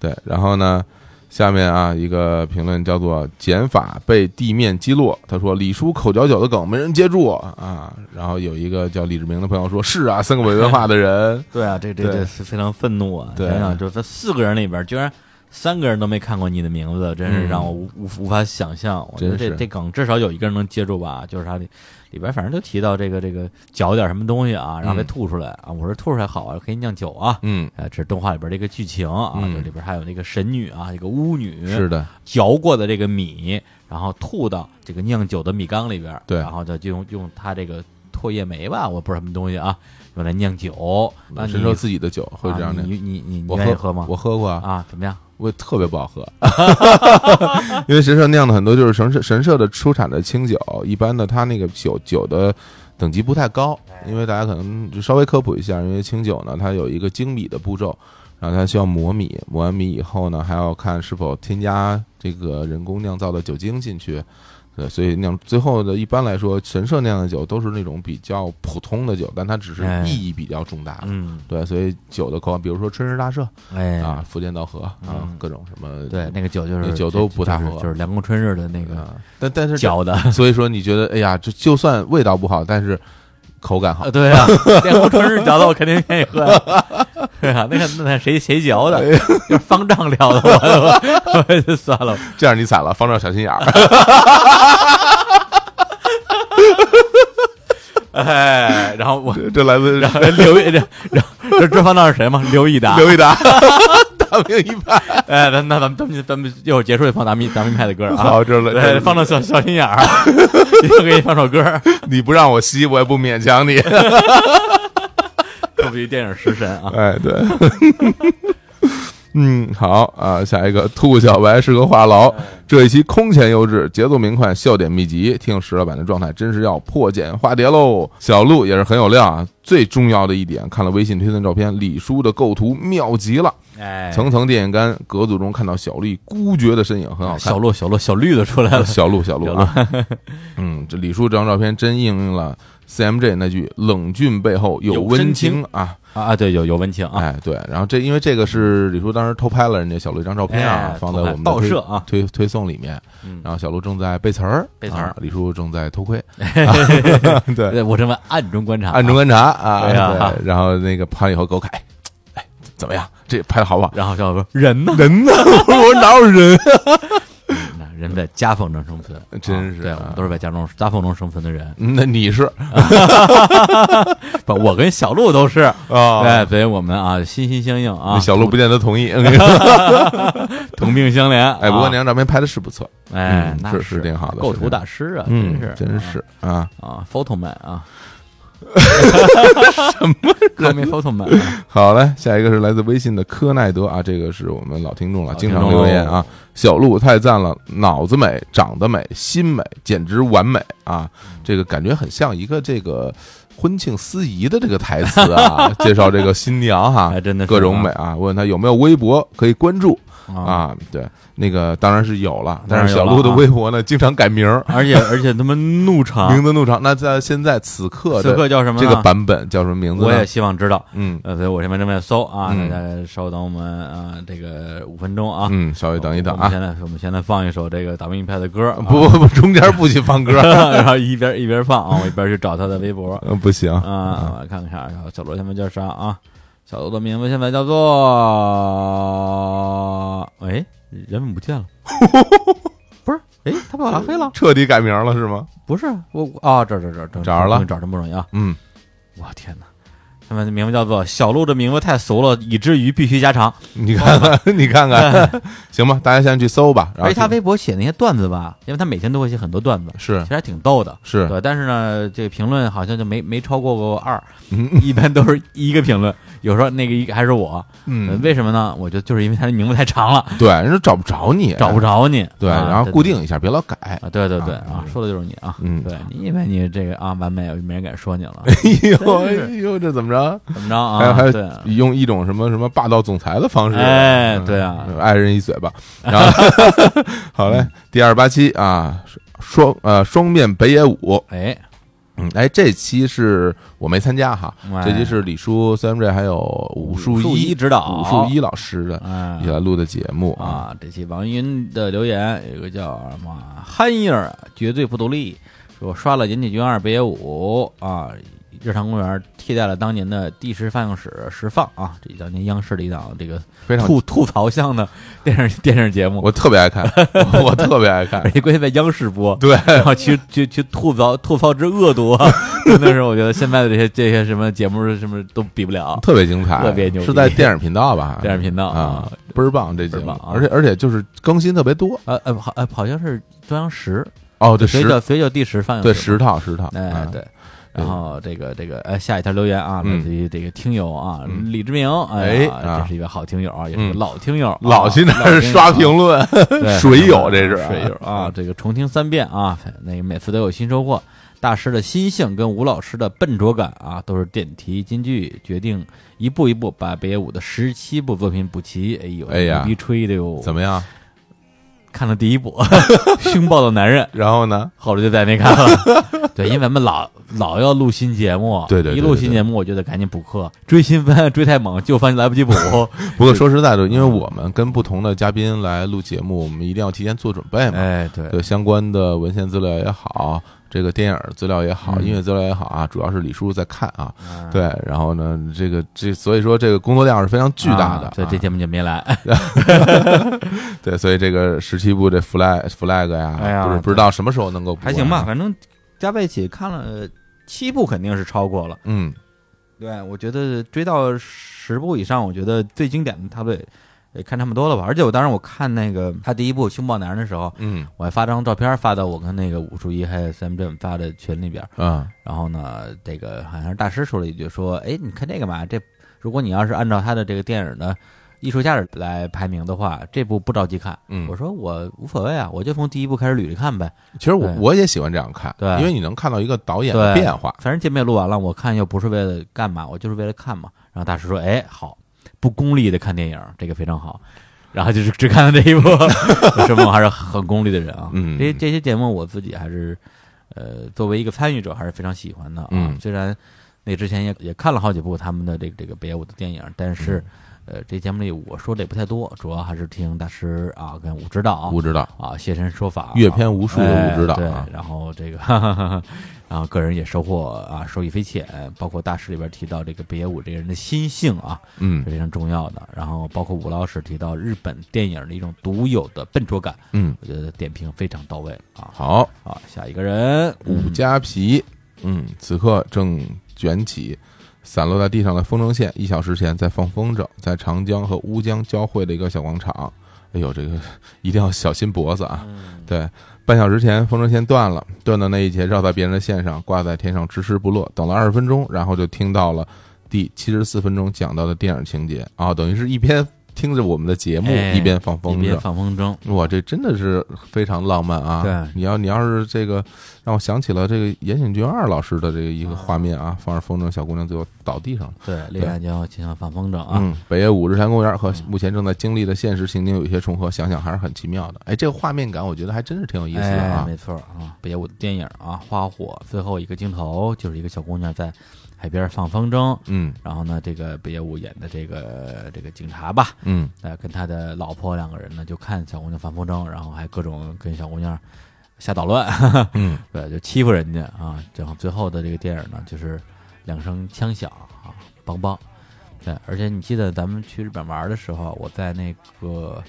对，然后呢，下面啊一个评论叫做“减法被地面击落”，他说李叔口角角的梗没人接住啊。然后有一个叫李志明的朋友说：“是啊，三个伪文化的人
对啊，这这
对
这是非常愤怒啊！
对
想想就是在四个人里边，居然三个人都没看过你的名字，真是
嗯
让我无无无法想象。我觉得
真
这
是
这梗至少有一个人能接住吧？就是他里里边反正就提到这个这个嚼点什么东西啊，然后被
嗯
吐出来啊。我说吐出来好啊，可以酿酒啊。
嗯，
呃，这是动画里边的一个剧情啊，
嗯
这里边还有那个神女啊，一个巫女
是的，
嚼过的这个米，然后吐到这个酿酒的米缸里边儿，
对
然后再就用用它这个唾液酶吧，我不知道什么东西啊，用来酿酒。那你
深受自己的酒会这样的
啊。你你你你
我
愿意喝吗？
我喝过啊，
啊，怎么样？
我特别不好喝， 因为神社酿的很多就是神社神社的出产的清酒，一般的它那个酒酒的等级不太高，因为大家可能就稍微科普一下，因为清酒呢它有一个精米的步骤，然后它需要磨米，磨完米以后呢还要看是否添加这个人工酿造的酒精进去。对，所以酿最后的一般来说，神社酿的酒都是那种比较普通的酒，但它只是
哎
意义比较重大。
嗯，
对，所以酒的口感，比如说春日大社，
哎，
啊，福建道河啊
嗯，
各种什么
对，那个酒就
那
是
酒都不太
就是
好喝
就是凉宫春日的那个
啊，但但是
嚼的。
所以说你觉得，哎呀，这就算味道不好，但是口感好
呃，， 对啊，凉宫春日嚼的我肯定愿意喝呀。 对啊，那个那那谁谁嚼
哎
的？就是方丈聊的，我 我我就算了吧。
这样你惨了，方丈小心眼儿。
哎，然后我
这这来自
然 后刘一，然后这这方丈是谁吗？刘益达。
刘一达， 大明一派。
哎，咱那咱们咱们咱们一会儿结束就放咱们咱们派的歌啊。
好，这来
对，
这
放到小小心眼儿，啊一会儿给你放首歌。
你不让我吸，我也不勉强你。
特别电影食神啊，
哎，对， 嗯，好啊，下一个兔小白是个话痨，这一期空前优质，节奏明快，笑点密集，听石老板的状态真是要破茧化蝶喽。小鹿也是很有料啊，最重要的一点，看了微信推送照片，李叔的构图妙极了。
哎，
层层电线杆隔阻中看到小丽孤绝的身影，很好看。
小鹿小鹿小绿的出来了，
小鹿， 小鹿 啊，嗯，这李叔这张照片真应用了 CMJ 那句“冷峻背后有温情”啊，
啊啊，对，有有温情啊，
哎，对，然后这因为这个是李叔当时偷拍了人家小鹿一张照片啊，
哎
放在我们的
偷拍
推
报社啊
推推送里面，
嗯
然后小鹿正在背词儿，
背词儿
啊李叔正在 偷窥，对，
对我正在暗中观察啊，
暗中观察啊，
对 啊
对，然后那个拍完以后给我看，哎，哎，怎么样？这拍的好不 好？
然后小伙说人呢？
人呢？ 我说哪有人？
那人在夹缝中生存，
真是
啊对，
啊，
我们都是在夹中夹缝中生存的人
那你是
不，我跟小鹿都是，
啊
哎，？啊所以我们啊心心相印啊
那，小鹿不见得同意，我跟你说
同病相怜。
哎，不过那
啊
张照片拍的是不错，
哎，
嗯
那
是是挺好的
构
是
图
挺
大师啊，
嗯，
是
真是啊。
啊，photo man 啊，什么人没 photo man？啊
好嘞，下一个是来自微信的科奈德啊，这个是我们老听众了，
老
经
听众
常留言啊。小鹿太赞了，脑子美，长得美，心美，简直完美啊！这个感觉很像一个这个婚庆司仪的这个台词 啊，介绍这个新娘哈
还，真的是
各种美
啊
啊。问他有没有微博可以关注
啊！
啊？对，那个当然是有了，
当
但
然
是
有
小
了
鹿的
啊
微博呢，经常改名儿，
而且而且他们怒长
名，字怒长。那在现在此刻
此
的
刻叫什么
这
呢？
个版本叫什么名字呢？
我也希望知道。
嗯
呃，所以我这边正在搜啊，大
嗯
家稍等我们啊，这个五分钟啊，
嗯，稍微等一等
我
啊
们。现在我们现在放一首这个达明派的歌，啊
不不不，中间不许放歌，
然后一边一边放啊，我一边去找他的微博
呃不行。
啊，我来看看，然后小罗他们叫啥啊？小罗的名字现在叫做，哎，人们不 见了，不是，哎，他把我拉黑了，
彻底改名了是吗？
不是我我啊，这儿这儿这儿这儿
找着了
终于找真不容易啊！
嗯，
我天哪，他们的名字叫做小鹿的名字太俗了，以至于必须加长。
你看看， 你看看，行吧，大家先去搜吧。然
哎而
后
且他
去
微博写那些段子吧，因为他每天都会写很多段子，
是
其实还挺逗的。
是，
对，但是呢，这个评论好像就没没超过过 二，
嗯
一般都是一个评论，有时候那个一个还是我，
嗯，
呃为什么呢？我就就是因为他的名字太长了，
对，人家找不着你，
找不着你，
对，
啊
然后固定一下，别老改。
啊，对对对啊，
啊
说的就是你啊，
嗯，
对你以为你这个啊完美，没人敢说你了，
哎呦
真是
哎呦，这怎么着？
怎么着
还有
啊？
还有
对，
用一种什么什么霸道总裁的方式，
哎
嗯
对啊，
爱人一嘴 巴。然后 好嘞，第二八期啊，双呃双面北野武，
哎，
嗯，哎，这期是我没参加哈，
哎
这期是李叔、三瑞还有武术
术
一
一指导
武术一老师的
哎
一起来录的节目啊。
啊，这期王云的留言有一个叫什么憨印儿，绝对不独立，说刷了《岩井俊二》《北野武》啊，《日常公园》替代了当年的第十放映室实放啊，这当年央视的一档这个
非常
吐吐槽向的电视电视节目，
我特别 爱看，我特别爱看
而。且关键在央视播，
对，
然后去去去吐槽吐槽之恶毒啊，真的是我觉得现在的这些这些什么节目是什么都比不了
特别精彩，
特别牛逼
是在电影频道吧？
电视频道
啊，，倍儿棒这节
倍儿
目
棒，啊
而且而且就是更新特别多
呃呃好呃好像是中央十，
哦，对
所以
十
叫所以叫第十放映
对
室
十套十套，
哎
啊，
对。然后这个这个哎，下一条留言啊，来
嗯
自于这个听友啊，
嗯
李志明，
哎
呀
啊
这是一位好听友啊，也是
嗯
个老听友啊，
老去那
老
儿
听友
刷
啊
评论，
对
水友这是
水友啊，这个重听三遍啊，那个每次都有新收获。大师的心性跟吴老师的笨拙感啊，都是点题金句，决定一步一步把北野武的十七部作品补齐。哎呦，
哎呀
牛逼吹的哟！
怎么样？
看了第一部 《凶暴的男人》，
然后呢？
后来就再也没看了。 对，因为咱们老老要录新节目，
对对对
一录新节目我就得赶紧补课，追新番 追太猛，旧番来不 及补。
不过说实在的，因为我们跟不同的嘉宾来录节目，我们一定要提前做准备嘛。
哎，对
对相关的文献资料也好，这个电影资料也好，
嗯
音乐资料也好啊，主要是李叔叔在看啊。对，然后呢，这个这所以说这个工作量是非常巨大的
啊，所以这
啊
节目就没来。
对，所以这个十七部这 flag flag 呀，
哎呀
就是不知道什么时候能够播
还行吧，
啊，
反正加在一起看了呃七部，肯定是超过了。
嗯，
对，我觉得追到十部以上，我觉得最经典的他得得看差不多了吧。而且我当时我看那个他第一部《凶暴男人》的时候，
嗯
我还发张照片发到我跟那个武术一还有 Sam 振发的群里边。
啊，
然后呢，这个好像是大师说了一句说：“哎，你看这个嘛，这如果你要是按照他的这个电影的艺术价值来排名的话，这部不着急看。”
嗯
我说我无所谓啊，我就从第一部开始捋着看呗。
其实我
对
我也喜欢这样看，
对
因为你能看到一个导演的
对
变化，
反正见面录完了，我看又不是为了干嘛，我就是为了看嘛。然后大师说：“哎，好，不功利的看电影，这个非常 好。然后就是只看了这一部，说明我还是很功利的人啊。
嗯
这这些节目我自己还是呃作为一个参与者还是非常喜欢的啊。
嗯
虽然那之前也也看了好几部他们的这个这个别舞的电影，但是、呃这节目里我说的也不太多，主要还是听大师啊跟武指导
不知道，
啊现身说法，
阅片无数的武指导
哎
啊
对，然后这个， 哈哈哈，然后个人也收获啊受益匪浅，包括大师里边提到这个北野武这个人的心性啊
嗯
是非常重要的，然后包括武老师提到日本电影的一种独有的笨拙感，
嗯，
我觉得点评非常到位啊。
好，
好，下一个人，
五加皮，嗯，此刻正卷起散落在地上的风筝线，一小时前在放风筝，在长江和乌江交汇的一个小广场。哎呦，这个一定要小心脖子啊！
嗯
对，半小时前风筝线断了，断的那一节绕在别人的线上，挂在天上迟迟不落。等了二十分钟，然后就听到了第七十四分钟讲到的电影情节啊，等于是一边听着我们的节目，
哎
一边放风
一
筝
边。放风筝，
哇，这真的是非常浪漫啊！
对
你要你要是这个，让我想起了这个岩井俊二老师的这个一个画面啊，放着风筝，小姑娘最后倒地上了。
对，恋爱就要经常放风筝啊。
嗯，北野武日坛公园和目前正在经历的现实情景有一些重合，想想还是很奇妙的。哎，这个画面感，我觉得还真是挺有意思的
哎、
啊。
没错啊，北野武的电影啊，《花火》最后一个镜头就是一个小姑娘在海边放风筝，
嗯
然后呢，这个北野武演的这个这个警察吧，
嗯，
呃，跟他的老婆两个人呢，就看小姑娘放风筝，然后还各种跟小姑娘瞎捣乱，
嗯，
对，就欺负人家啊。然后最后的这个电影呢，就是两声枪响啊，梆梆。对，而且你记得咱们去日本玩的时候，我在那个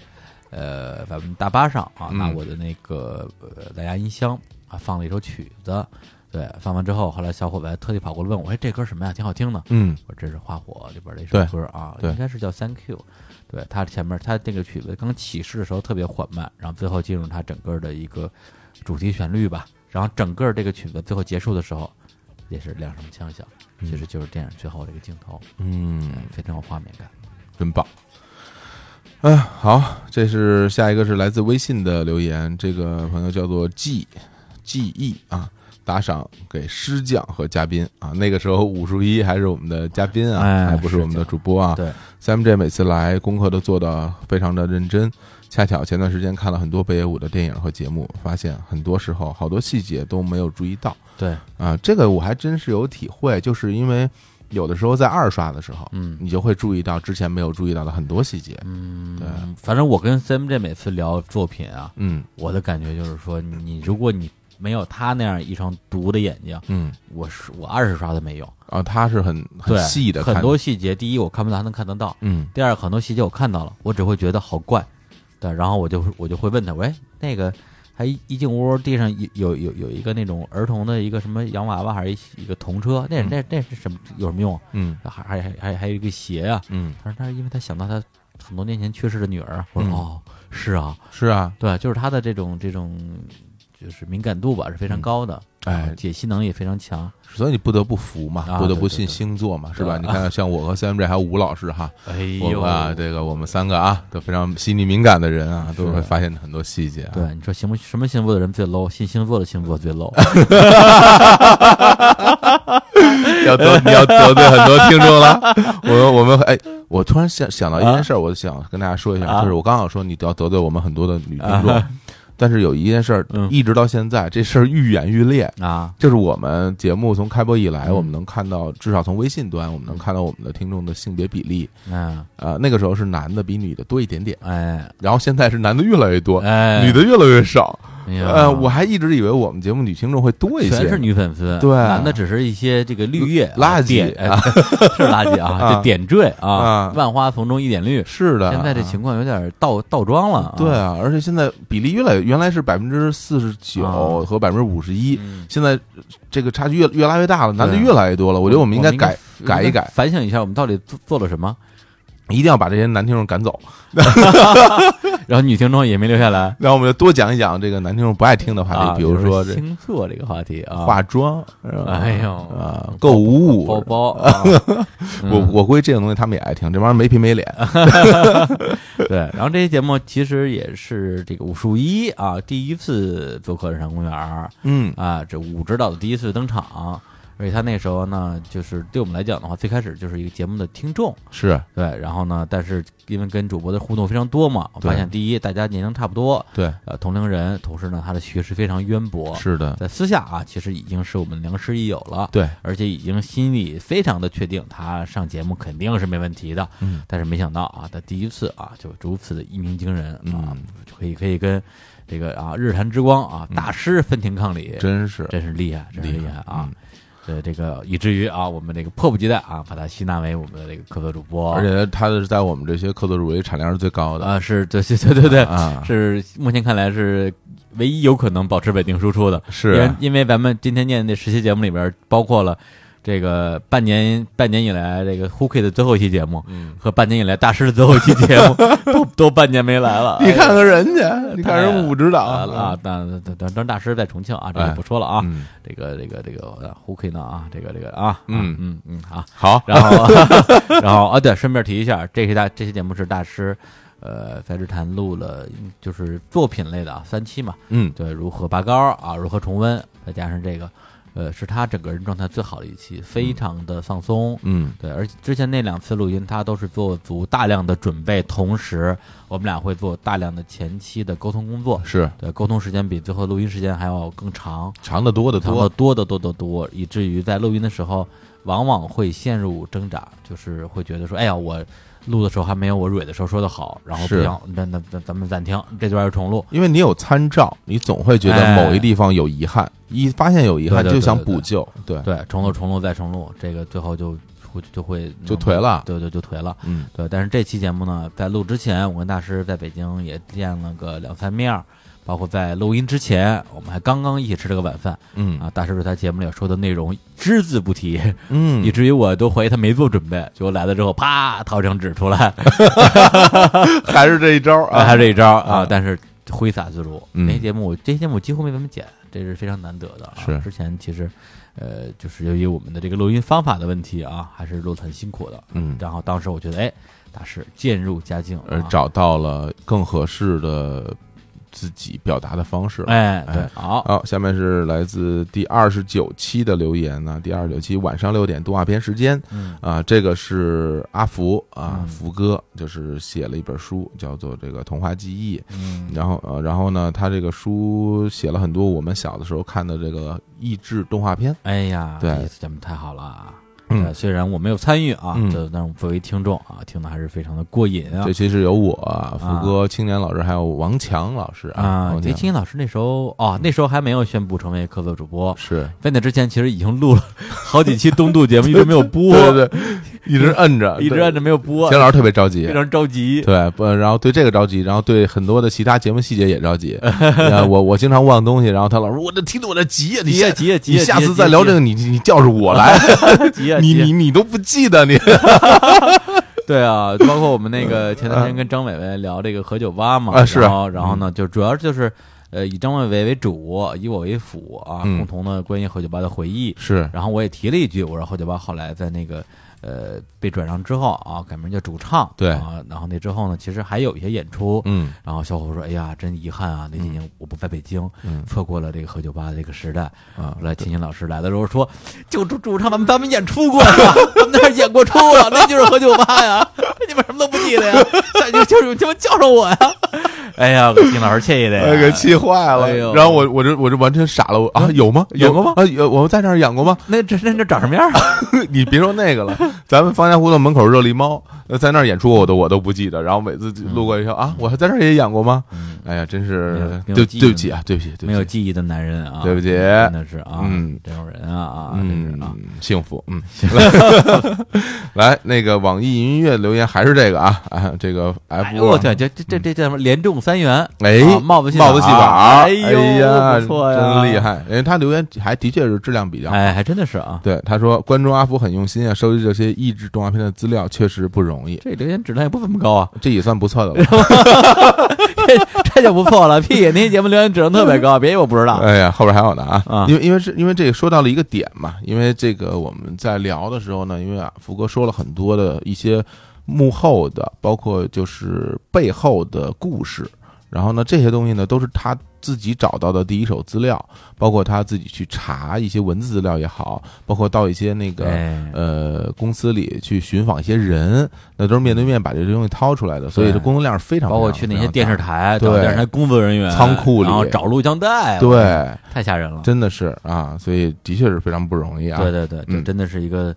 呃咱们大巴上啊，
嗯
拿我的那个呃蓝牙音箱啊放了一首曲子，对，放完之后，后来小伙伴特地跑过来问我，哎，这歌什么呀？挺好听的。
嗯
我这是《花火》里边的一首
对
歌啊，
对
应该是叫《Thank You》。对，它前面它这个曲子刚起势的时候特别缓慢，然后最后进入它整个的一个主题旋律吧，然后整个这个曲子最后结束的时候也是两声枪响，其实就是电影最后这个镜头，
嗯，
非常有画面感。
真棒。嗯，好，这是下一个是来自微信的留言，这个朋友叫做 G G E 啊，打赏给师匠和嘉宾啊。那个时候武术一还是我们的嘉宾啊，
哎
还不是我们的主播啊。
对，
Sam J 每次来功课都做的非常的认真。恰巧前段时间看了很多北野武的电影和节目，发现很多时候好多细节都没有注意到
对，
啊。这个我还真是有体会，就是因为有的时候在二刷的时候，
嗯
你就会注意到之前没有注意到的很多细节。对
嗯，反正我跟 CMJ 每次聊作品啊，
嗯
我的感觉就是说，你你如果你没有他那样一双毒的眼睛，
嗯，
我是我二十刷都没用，
啊，他是很很
对，
细的看
很多细节，第一我看不到，还能看得到。
嗯
第二，很多细节我看到了，我只会觉得好怪，对，然后我就我就会问他，喂，那个还一一进屋地上有有有有一个那种儿童的一个什么洋娃娃，还是一一个童车，那那那是什么有什么用啊？
嗯
还还还还还有一个鞋啊？
嗯，
他说他是因为他想到他很多年前去世的女儿，我说、
嗯
哦，是啊，
是啊，
对，就是他的这种这种就是敏感度吧是非常高的，
嗯哎
然后解析能力也非常强，
所以你不得不服嘛，
啊
不得不
对对
信
对
星座嘛，是吧？
对
你看，像我和 Sam J 还有吴老师哈，
哎
我
呦
们啊，这个我们三个啊，都非常细腻敏感的人啊，
是
都会发现很多细节啊。
对，你说行不？什么星座的人最 low？信星座的星座最 low。
要得你要得罪很多听众了。我们我们哎，我突然想想到一件事儿，我想跟大家说一下，
啊
就是我刚好说你要得罪我们很多的女 听众
啊，
但是有一件事儿
嗯
一直到现在，这事儿愈演愈烈。
啊，
就是我们节目从开播以来，
嗯
我们能看到，至少从微信端，我们能看到我们的听众的性别比例。
嗯，
呃，那个时候是男的比女的多一点点，
哎，
然后现在是男的越来越多，
哎，
女的越来越少。
哎呀，
呃，我还一直以为我们节目女听众会多一些，
全是女粉丝，
对
男的只是一些这个绿叶
垃圾
点哎 是垃圾 啊，
啊
这点缀
啊
啊，万花丛中一点绿。
是的。
现在这情况有点倒倒装了，
对，啊，而且现在比例越来越，原来是百分之四十九
啊
和百分之五十一，
嗯
现在这个差距越越来越大了，男的
对啊
越来越多了。我觉得我们应该改改一改，
反省一下我们到底做做了什么，
一定要把这些男听众赶走，
然后女听众也没留下来
然后我们就多讲一讲这个男听众不爱听的话
啊，
题，比如说
比
这
星座这个话题啊，
化妆，是吧
哎呦
啊，购物
包。包，啊 嗯
我我估计这种东西他们也爱听，这玩意儿没皮 没脸。
对，然后这期节目其实也是这个武术一啊第一次做客日坛公园儿
嗯
啊，这武指导的第一次登场，而且他那时候呢，就是对我们来讲的话，最开始就是一个节目的听众，
是
对，然后呢，但是因为跟主播的互动非常多嘛，我发
对
现第一大家年龄差不多，
对，
呃，同龄人，同时呢，他的学识非常渊博，
是的，
在私下啊，其实已经是我们良师益友了，
对，
而且已经心里非常的确定，他上节目肯定是没问题的。
嗯，
但是没想到啊，他第一次啊，就如此的一鸣惊人啊，
嗯
可以可以跟这个啊日坛之光啊大师分庭抗礼，
真是
真是厉害，真是
厉
厉害
害嗯
啊！呃，这个以至于啊，我们这个迫不及待啊，把他吸纳为我们的这个客座主播，
而且他是在我们这些客座主义产量是最高的
啊，是对对对对对，
啊，
是目前看来是唯一有可能保持稳定输出的，
是啊
因为因为咱们今天念的这十期节目里边包括了这个半年半年以来这个 Hooky 的最后一期节目
嗯，
和半年以来大师的最后一期节 目，都都半年没来了。
你看看人家，你看人武指导
啊啊，，当当当当大师在重庆啊，这
哎
个不说了啊，
嗯，
这个这个这个 Hooky 呢啊，这个这个啊，
嗯
嗯嗯好，
好，
然后 然后啊，对，顺便提一下，这些大这些节目是大师。呃，在日坛录了嗯就是作品类的啊，三期嘛，
嗯，
对，如何拔高啊，如何重温，再加上这个，呃，是他整个人状态最好的一期，非常的放松。
嗯，
对，而且之前那两次录音，他都是做足大量的准备，同时我们俩会做大量的前期的沟通工作。
是
对，沟通时间比最后录音时间还要更长，
长得多的
长得多
多，
得多得多，以至于在录音的时候，往往会陷入挣扎，就是会觉得说，哎呀，我录的时候还没有我蕊的时候说的好，然后不
是
行，那那那咱们暂停，这段要重录。
因为你有参照，你总会觉得
哎
某一地方有遗憾，一发现有遗憾
对对
就
对
想
对
补
对
救，对，
对，重录、重录再重录，这个最后就会就会
就颓了
对对，就颓了。
嗯，
对，但是这期节目呢，在录之前，我跟大师在北京也见了个两三面儿，包括在录音之前，我们还刚刚一起吃了个晚饭
嗯
啊。大师对他节目里说的内容只字不提，
嗯
以，至于我都怀疑他没做准备，结果来了之后，啪掏张纸出 来，
还是这一招
啊，
啊
他，这一招啊
啊，
但是挥洒自如。
嗯
那期节目我这期节目我几乎没怎么剪，这是非常难得的、啊。
是
之前其实，呃，就是由于我们的这个录音方法的问题啊，还是录的很辛苦的。
嗯
然后当时我觉得，哎，大师渐入佳境、啊，
而找到了更合适的自己表达的方式了。
哎，对
哎，
好，
好、下面是来自第二十九期的留言呢。第二十九期晚上六点动画片时间
嗯
啊、这个是阿福啊，
嗯
福哥就是写了一本书，叫做《这个童话记忆》。
嗯
然后呃，然后呢，他这个书写了很多我们小的时候看的这个益智动画片。
哎呀，
对
这期节目太好了啊。
嗯
呃虽然我没有参与啊，
嗯
这但是作为听众啊，听的还是非常的过瘾啊
这期是由我、福哥、青年老师还有王强老师
啊！
王
这
强
青老师那时候哦，那时候还没有宣布成为客座主播，
是
在那之前，其实已经 录了好几期东渡节目，一直没有播，
对对对，一直摁 着，
一直按着没有播
对。，钱老师特别着急
非，常着急。
对，不，然后对这个着急，然后对很多的其他节目细节也着急。呃我我经常忘东西，然后他老说我这听得我这急呀，你
急呀
下
急呀急
你
呀！
下次再聊这个，你你你叫上我来，
个，急呀
你
急呀
你你都不记得你。
对 啊，包括我们那个前段时间跟张伟伟聊这个何酒吧嘛，
嗯啊是
然后然后呢，就主要就是呃以张伟伟为主，以我为辅啊，
嗯
共同的关于何酒吧的回忆。
是，
然后我也提了一句，我说何酒吧后来在那个呃被转让之后啊，改名叫主唱，
对
啊，然后那之后呢，其实还有一些演出，
嗯，
然后小伙说：“哎呀，真遗憾啊，那几年我不在北京，
嗯
错过了这个喝酒吧的这个时代。”后
啊
来秦秦老师来的时候说：“就主主唱咱们咱们演出过呀， 咱们那儿演过出啊， 那就是喝酒吧呀， 你们什么都不记得呀， 下就就是他妈叫上我呀。” 哎呀，给秦老师惬意的
哎，
呀
给。气坏了。
哎呦嗯
然后我我这我这完全傻了，我啊有吗？
有
有
过吗？
啊有，我们在这儿 养过吗？
那这那这长什么样啊？
你别说那个了，咱们方家胡同门口热力猫，呃在那儿演出我都我都不记得，然后每次路过一说啊，我还在这儿也演过吗？哎呀，真
嗯没有
是
没有
对
记忆
对不起啊，对不起，对
没
不
有
起，
记忆的男人啊，
对不起
真的是啊，
嗯
这种人啊啊，真
嗯
是啊，，
幸福， 嗯， 来那个网易音乐留言还是这个啊啊，这个 F
哎呦我天，这这这这叫什么？连中三元，
嗯哎
啊，帽子戏
帽子戏法，
法，啊
哎
呦，
呀，
不错呀，
真厉害，因为他留言还的确是质量比较好。
哎，还真的是啊，
对，他说观众阿福很用心啊，收集这些益智动画片的资料确实不容易，
这留言质量也不怎么高 啊，
这也算不错 的了。
这这就不错了。屁， 那期节目留言质量特别高，别以为我不知道。
哎呀，后边还有呢啊
啊，
因为因为是因为这个说到了一个点嘛，因为这个我们在聊的时候呢，因为啊，福哥说了很多的一些幕后的，包括就是背后的故事，然后呢，这些东西呢都是他自己找到的第一手资料，包括他自己去查一些文字资料也好，包括到一些那个、
哎，
呃公司里去寻访一些人，那都是面对面把这些东西掏出来的，所以这工作量是非常
包括去那些电视。台、找
对
电视台工作人员、
仓库里
然后找录像带，哎
非常非常，大
太吓人了
对，。真的是啊，所以的确是非常不容易啊。
对对对，这
嗯
真的是一个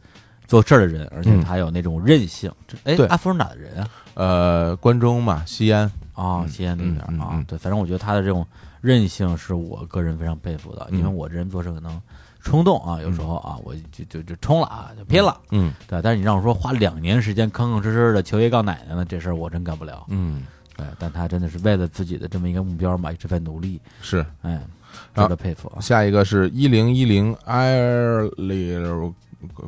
做事儿的人，而且
嗯
他有那种韧性。这哎
对，
阿福是哪的人啊？
呃，关中嘛，西安，
哦，西安那边
嗯嗯
儿啊
嗯，
对，反正我觉得他的这种韧性是我个人非常佩服的，因为
嗯
我这人做事可能冲动啊，有时候啊，我就就就冲了啊，就拼了，
嗯
对。但是你让我说花两年时间吭吭哧哧的求爷告奶奶呢，这事儿我真干不了。
嗯，
对，但他真的是为了自己的这么一个目标嘛，一直在努力，
是。
哎，
啊
值得佩服啊。
下一个是一零一零埃尔里柔，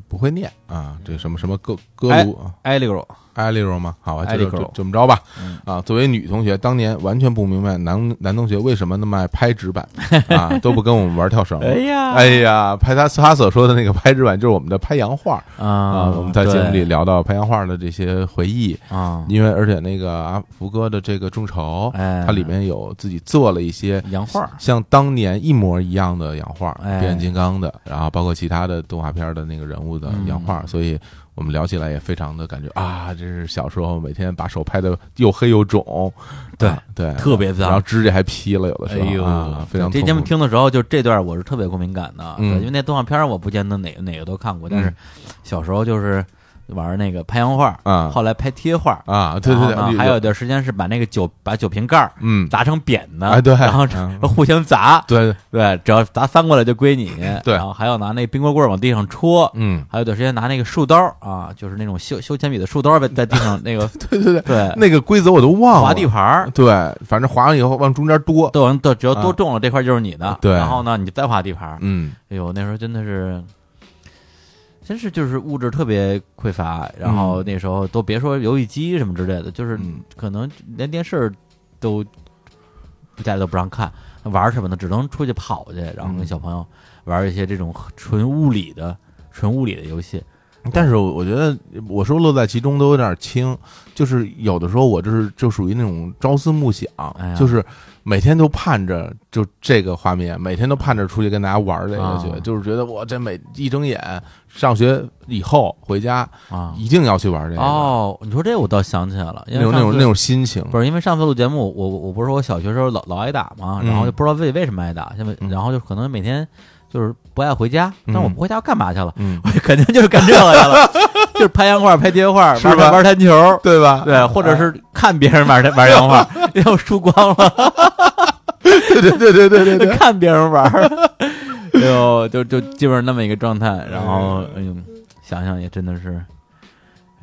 不会念啊，这什么什么哥哥卢啊
艾利罗，
埃利柔吗？好，
埃
这
利柔
就就这么着吧
嗯。
啊，作为女同学，当年完全不明白男男同学为什么那么爱拍 纸板啊，都不跟我们玩跳绳了。
呀
哎呀，拍他他所说的那个拍纸板，就是我们的拍洋画
啊，
我们在节目里
对
聊到拍洋画的这些回忆，
啊，
因为而且那个阿福哥的这个众筹，
哎，
它里面有自己做了一些
洋画儿，
像当年一模一样的洋画，
哎
变形金刚的，然后包括其他的动画片的那个人物的洋
嗯
画，所以我们聊起来也非常的感觉啊，这是小时候每天把手拍的又黑又肿，
对
啊对，
特别
然后
脏。
指甲还劈了，有的时候、啊，非常
哎这
痛苦
节目听的时候，就这段我是特别有共鸣感的，
嗯
对因为那动画片儿我不见得哪哪个都看过，但是
嗯
小时候就是玩那个拍洋画，
啊
后来拍贴画，
啊，对对
然后呢
对，
还有一段时间是把那个酒把酒瓶盖儿
嗯，
砸成扁的，
哎对
然后
嗯
互相砸，
对，
对，只要砸翻过来就归你，
对
然后还要拿那冰棍棍儿往地上戳。
嗯，
还有一段时间拿那个树刀儿啊，就是那种修修铅笔的树刀儿在在地上那个
对对对，
对
那个啊规则我都忘了，
划地盘儿，
对，反正划完以后往中间多，
都有都只要
啊
多中了这块儿就是你的，
对
然后呢你就再划地盘儿，
嗯
哎呦，那时候真的是，真是就是物质特别匮乏，然后那时候都别说游戏机什么之类的，就是
嗯
可能连电视都家里都不让看，玩什么呢？只能出去跑去，然后跟
嗯
小朋友玩一些这种纯物理的、纯物理的游戏。
但是我我觉得我说乐在其中都有点轻，就是有的时候我就是就属于那种朝思暮想，
哎呀
就是每天都盼着就这个画面，每天都盼着出去跟大家玩这个
啊
去，就是觉得我这每一睁眼上学以后回家
啊。
一定要去玩这个，
哦，你说这我倒想起来了，因
那
为
种那
上
种
次
那种心情，
不是因为上次录节目，我我我不是说我小学时候老老挨打嘛，
嗯
然后就不知道自己为什么挨打，现在
嗯
然后就可能每天就是不爱回家，但我不回家干嘛去了？
嗯，
我肯定就是干这个去了，就是拍洋画、拍贴画、
是吧
玩玩弹球，
对吧？
对，或者是看别人玩玩洋画， 要输光了，
对对对对对对对，
看别人玩，哎呦， 就就基本上那么一个状态，然后嗯，想想也真的是，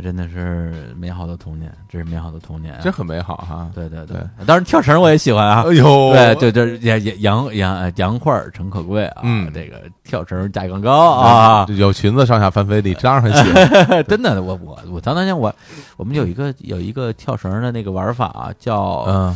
真的是美好的童年，这是美好的童年啊，
这很美好哈。
对对对，当然跳绳我也喜欢 啊
哎。呦，
对，对对，也也洋洋呃洋块儿诚可贵啊，
嗯
这个跳绳价更
哦
高啊，
有裙子上下翻飞的，当然很喜欢。
真的，我我我当当年我我们有一个有一个跳绳的那个玩法啊，叫、
嗯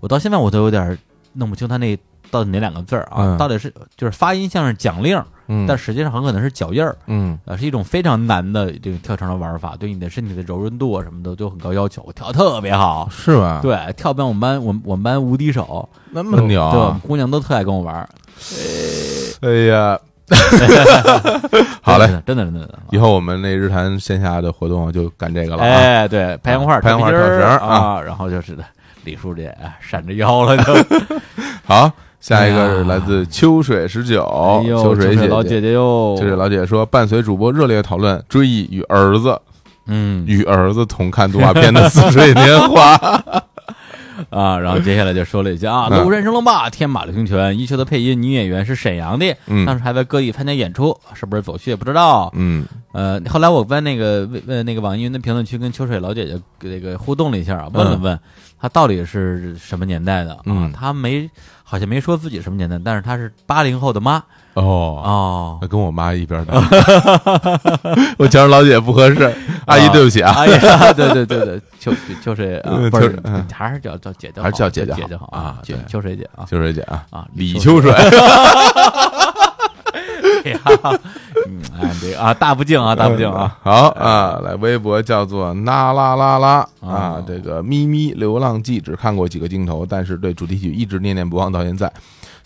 我到现在我都有点弄不清它那到底哪两个字儿啊，
嗯
到底是就是发音像是奖令，
嗯，
但
是
实际上很可能是脚印儿。
嗯
呃，是一种非常难的这种跳绳的玩法，对你的身体的柔韧度啊什么的都有很高要求。我跳得特别好，
是啊吧？，
对，跳不像我们班，我们我们班无敌手，
那么牛啊，
对，我们姑娘都特爱跟我玩儿。
哎呀，好嘞，
真的，真的真的真的。
以后我们那日坛线下的活动就干这个了啊。
哎，对，拍洋画、
拍洋画
跳皮筋儿
跳绳啊
啊，然后就是的李书记哎闪着腰了， 就
好，下一个
哎呀
是来自秋水十九，
哎呦
秋水
老
姐。
姐姐哟，
秋水老姐说，伴随主播热烈讨论《追忆与儿子》
嗯
与儿子同看动画片的《似水年 华》
啊，然后接下来就说了一下啊，《
嗯
龙虎战神龙霸》《天马流星拳》，一秀的配音女演员是沈阳的，
嗯
当时还在各地参加演出，是不是走穴也不知道。
嗯
呃，后来我在那个微呃那个网易云的评论区跟秋水老姐姐这个互动了一下啊，问了问她到底是什么年代的啊
嗯，
她没好像没说自己什么年代，但是她是八零后的妈
哦，
哦，
跟我妈一 边的，我叫人老姐不合适，阿姨对不起啊。
哎呀，对对对对，秋秋水啊
嗯，
不是
秋嗯，
还是叫叫姐姐好，
还是叫姐
姐
姐好
好
啊
秋
对
秋水姐啊
秋水姐啊，
啊，
李
秋
秋水，
水，啊嗯，哎，这个啊，大不敬啊，大不敬啊，
好啊，来微博叫做啦啦啦啦啊
哦，
这个咪咪流浪记只看过几个镜头，但是对主题曲一直念念不忘到现在。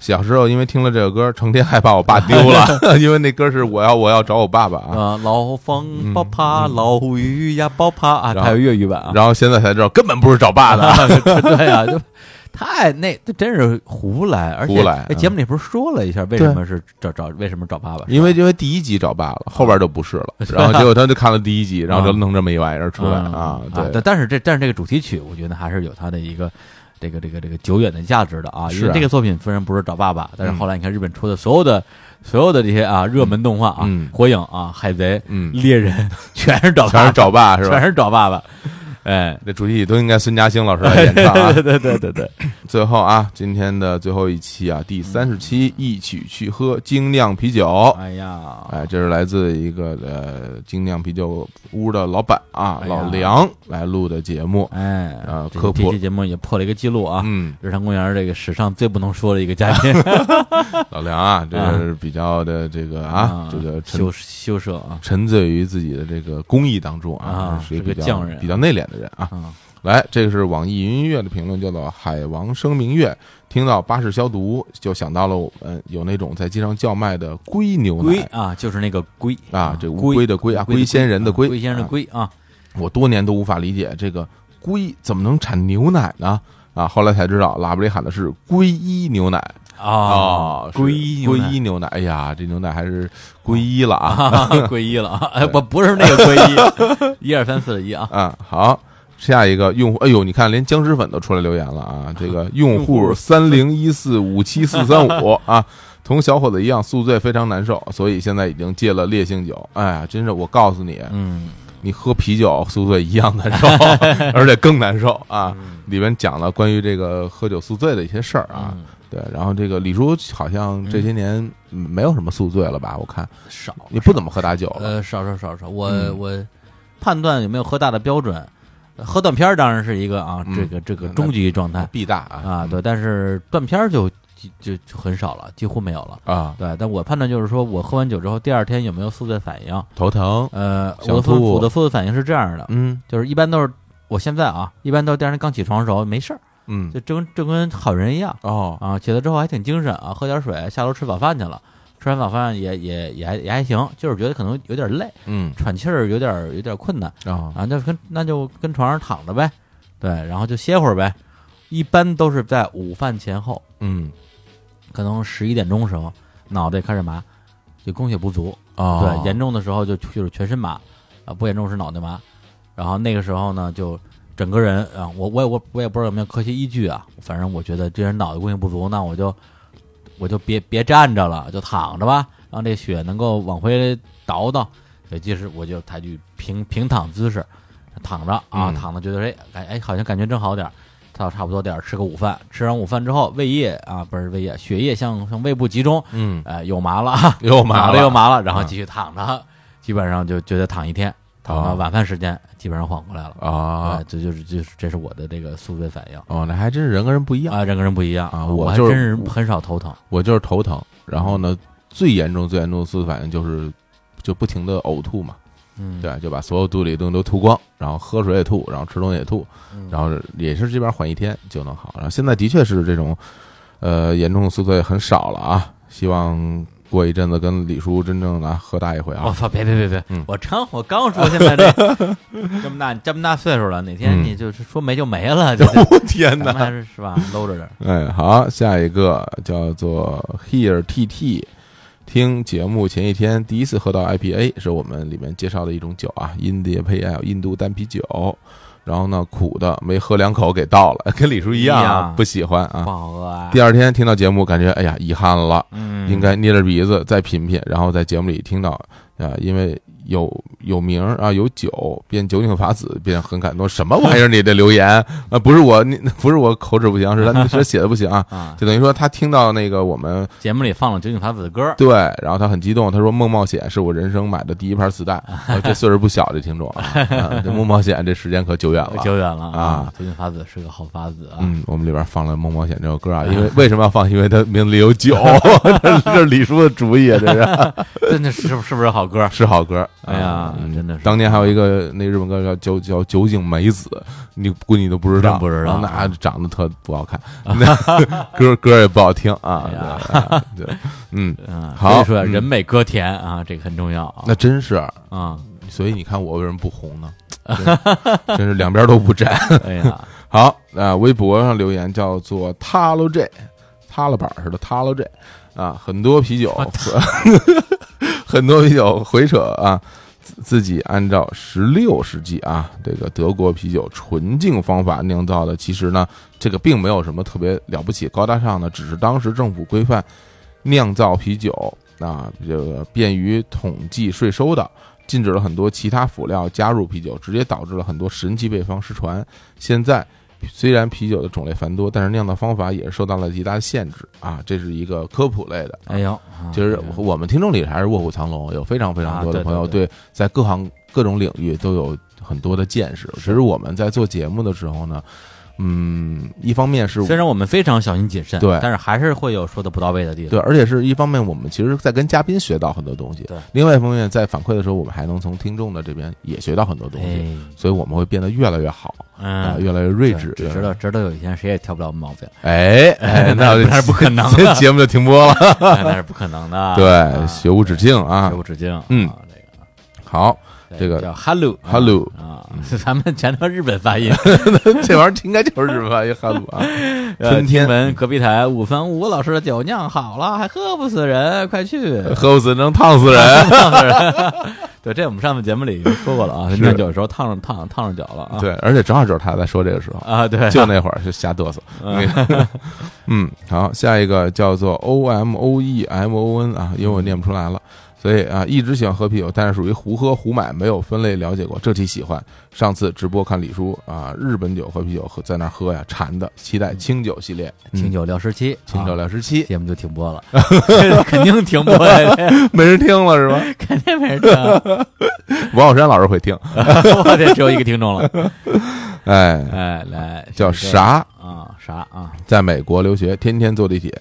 小时候因为听了这首歌，成天害怕我爸丢 了，因为那歌是我要我要找我爸爸啊。
啊，老风包怕，老鱼呀包怕啊，
嗯然后
还有粤语版啊，
然后现在才知道根本不是找爸的，
啊， 对啊，就太那这真是胡来，而且
胡来嗯
哎节目里不是说了一下为什么是找找为什么找爸爸？
因为因为第一集找爸了，后边就不是了。然后结果他就看了第一集，然后就
啊
弄这么一玩意儿出来
嗯
啊
啊，，
对
但，但是这但是这个主题曲，我觉得还是有它的一个。这个这个这个久远的价值的啊，因
是
为
啊
这个作品虽然不是找爸爸，但是
嗯
后来你看日本出的所有的所有的这些啊热门动画啊，
嗯
火影啊、海贼、
嗯
猎人，全是找
全
爸爸，
是找爸是
啊全
吧？
是找爸爸，哎，
那主题曲都应该孙嘉欣老师来演唱啊。
对对对对对，
最后啊，今天的最后一期啊，第三十期，一起去喝精酿啤酒。
哎呀，
哎，这是来自一个呃精酿啤酒屋的老板啊，
哎呀
老梁来录的节目。
哎
啊
这
科
这
普
期节目也破了一个记录啊，
嗯，
日常公园这个史上最不能说的一个嘉宾
老梁啊，这是比较的这个 啊，这个沉
羞羞涩啊，
沉醉于自己的这个工艺当中
啊
是一
是个
比较
匠人
比较内敛的人啊。
嗯
来，这个是网易云音乐的评论，叫做“海王声明月”。听到巴士消毒，就想到了我们有那种在街上叫卖的龟牛
龟
奶
啊，就是那个龟
啊，这乌
龟
龟的龟啊，龟仙人的
龟
龟，
啊，龟仙人的
啊。
龟啊，
我多年都无法理解这个龟怎么能产牛奶呢？啊，后来才知道，喇叭里喊的是皈依牛奶
啊，
皈
龟
依
牛
皈
奶
依牛奶。哎呀，这牛奶还是皈依了啊！
啊，皈依了啊，哎，不不是那个皈依，一二三四的一啊，
啊，好，下一个用户，哎呦，你看连僵尸粉都出来留言了啊！这 个用户三零一四五七四三五啊，同小伙子一样宿醉非常难受，所以现在已经戒了烈性酒。哎呀，真是我告诉你，
嗯，
你喝啤酒宿醉一样难受， 而且更难受啊！里面讲了关于这个喝酒宿醉的一些事儿啊。
嗯
对，然后这个李叔好像这些年嗯没有什么宿醉了吧？我看
少，
也不怎么喝大酒了。
呃，少少少少，我、
嗯
我判断有没有喝大的标准，喝断片儿当然是一个啊，
嗯
这个这个
那
终极状态，
必大啊
啊，对，但是断片儿就就就很少了，几乎没有了。
啊，
对，但我判断就是说，我喝完酒之后，第二天有没有宿醉反应？
头疼，
呃，
想
我的
吐
宿我的宿醉反应是这样的，
嗯
就是一般都是我现在啊，一般都是第二天刚起床的时候没事儿，
嗯
就正正跟好人一样
哦
啊，起来之后还挺精神啊，喝点水，下楼吃早饭去了，吃完早饭也也也还也还行，就是觉得可能有点累，
嗯
喘气儿有点有点困难。
啊
啊，那就跟那就跟床上躺着呗，对，然后就歇会儿呗。一般都是在午饭前后，
嗯
可能十一点钟时候，脑袋开始麻，就供血不足，
啊
对，严重的时候就就是全身麻，啊，不严重是脑袋麻。然后那个时候呢，就整个人啊，我我也我我也不知道有没有科学依据啊，反正我觉得这人脑袋供血不足，那我就我就别别站着了，就躺着吧，让这血能够往回倒倒。所以即使我就采取平平躺姿势，躺着啊，
嗯
躺着觉得哎感哎好像感觉真好点儿，到差不多点儿吃个午饭，吃完午饭之后胃液啊不是胃液，血液向向胃部集中，
嗯
呃有麻了，
又麻
了又麻了，然
啊
后继续躺着，基本上就觉得躺一天，躺
啊
到晚饭时间基本上缓过来了。
啊
哎，这就是就是这是我的这个宿醉反应
哦，那还真是人跟人不一样，
啊，人跟人不一样
啊
我
我
还
就
真
是
是很少头疼
我就是头疼，然后呢，最严重最严重的宿醉反应就是就不停的呕吐嘛，
嗯，
对，就把所有肚里的东西都吐光，然后喝水也吐，然后吃东西也吐，
嗯，
然后也是这边缓一天就能好，然后现在的确是这种呃严重的宿醉很少了啊，希望过一阵子跟李叔真正来喝大一回
我
啊，
操！别别别别！
嗯
我刚我刚说现在这 这么大这么大岁数了，哪
嗯
天你就是说没就没 了，就是
我天
咱
哪
们！还是是吧？搂着点儿。
哎，好，下一个叫做 Here TT。听节目前一天第一次喝到 IPA，是我们里面介绍的一种酒啊，印度 IPA，印度淡啤酒。然后呢，苦的没喝两口给倒了，跟李叔一样
哎
啊
呀，
不喜欢
不
啊。
好喝啊
第！二天听到节目，感觉哎呀遗憾了，
嗯，
应该捏着鼻子再品品，然后在节目里听到啊，因为有有名儿啊，有酒便酒井法子便很感动。什么玩意儿？你的留言 啊，不是我，你不是我口齿不详，是他 是他写的不行啊。
啊，
就等于说他听到那个我们
节目里放了酒井法子的歌，
对，然后他很激动，他说《梦冒险》是我人生买的第一盘磁带。啊这岁数不小，这听众啊，啊这《梦冒险》这时间可久远了。
久远了
啊！
酒井法子是个好法子啊，哎
嗯，我们里边放了《梦冒险》这首歌啊，因为为什么要放？因为它名字里有 酒，这是这是李叔的主意啊，这是
真的是是不 是好歌？
是好歌。
哎呀
嗯
真的是
当年还有一个那日本歌叫酒叫酒井美子，你估计你都不知道，
真不知道
那长得特不 好看，那歌歌也不好听啊
哎呀。
对啊对， 嗯，
嗯，
好
所以说
嗯
人美歌甜啊，这个很重要啊。
那真是，
啊，
所以你看我为什么不红呢？ 真真是两边都不沾。
哎呀，
好，啊、微博上留言叫做“塌了这”，塌了板似的塌了这，啊，很多啤酒，很多啤酒回扯啊，自自己按照十六世纪啊这个德国啤酒纯净方法酿造的，其实呢，这个并没有什么特别了不起、高大上的，只是当时政府规范酿造啤酒啊，这个便于统计税收的。禁止了很多其他辅料加入啤酒，直接导致了很多神奇配方失传。现在虽然啤酒的种类繁多，但是酿造方法也是受到了极大的限制啊，这是一个科普类的。
哎呦，啊
其实我们听众里还是卧虎藏龙，有非常非常多的
啊对
朋友
对
对在各行各种领域都有很多的见识。其实我们在做节目的时候呢，嗯，一方面是
虽然我们非常小心谨慎，
对
但是还是会有说的不到位的地方。
对，而且是一方面，我们其实，在跟嘉宾学到很多东西；
对
另外一方面，在反馈的时候，我们还能从听众的这边也学到很多东西，
哎，
所以我们会变得越来越好啊，
嗯，
越来越睿智，
只
越来
知
越
道直到有一天谁也挑不了毛病，
哎哎， 那
那是不可能
这
的
节目就停播了。
那是不可能的。啊
对，学无止境啊
学。无止境。
嗯
啊，这个
好，这个
叫 Hello
Hello
啊， 咱们全都日本 发音。
这玩意儿应该就是日本发音汉语啊。
呃
春天
听闻隔壁台五分五老师的酒酿好了，还喝不死人，快去！
喝不死能烫死人。
对，这我们上次节目里说过了啊，酿酒的时候烫上烫烫上脚了啊。
对，而且正好就是他在说这个时候，
啊，对，
就那会儿是瞎嘚瑟。那个哎 嗯，好，下一个叫做 O M O E M O N 啊，因为我念不出来了。所以啊，一直喜欢喝啤酒，但是属于胡喝胡买，没有分类了解过。这期喜欢，上次直播看李叔啊，日本酒和啤酒喝在那儿喝呀，馋的。期待清酒系列， 嗯
清酒聊十七，
清酒
啊
聊十七，
节目就停播了， 肯定停播 呀，
没人听了 是吧？
肯定没人听。
王小山老师会听，
我这只有一个听众 了，
哎，
哎，来
叫
这个
啥？
啊啥啊？
在美国留学，天天坐地铁，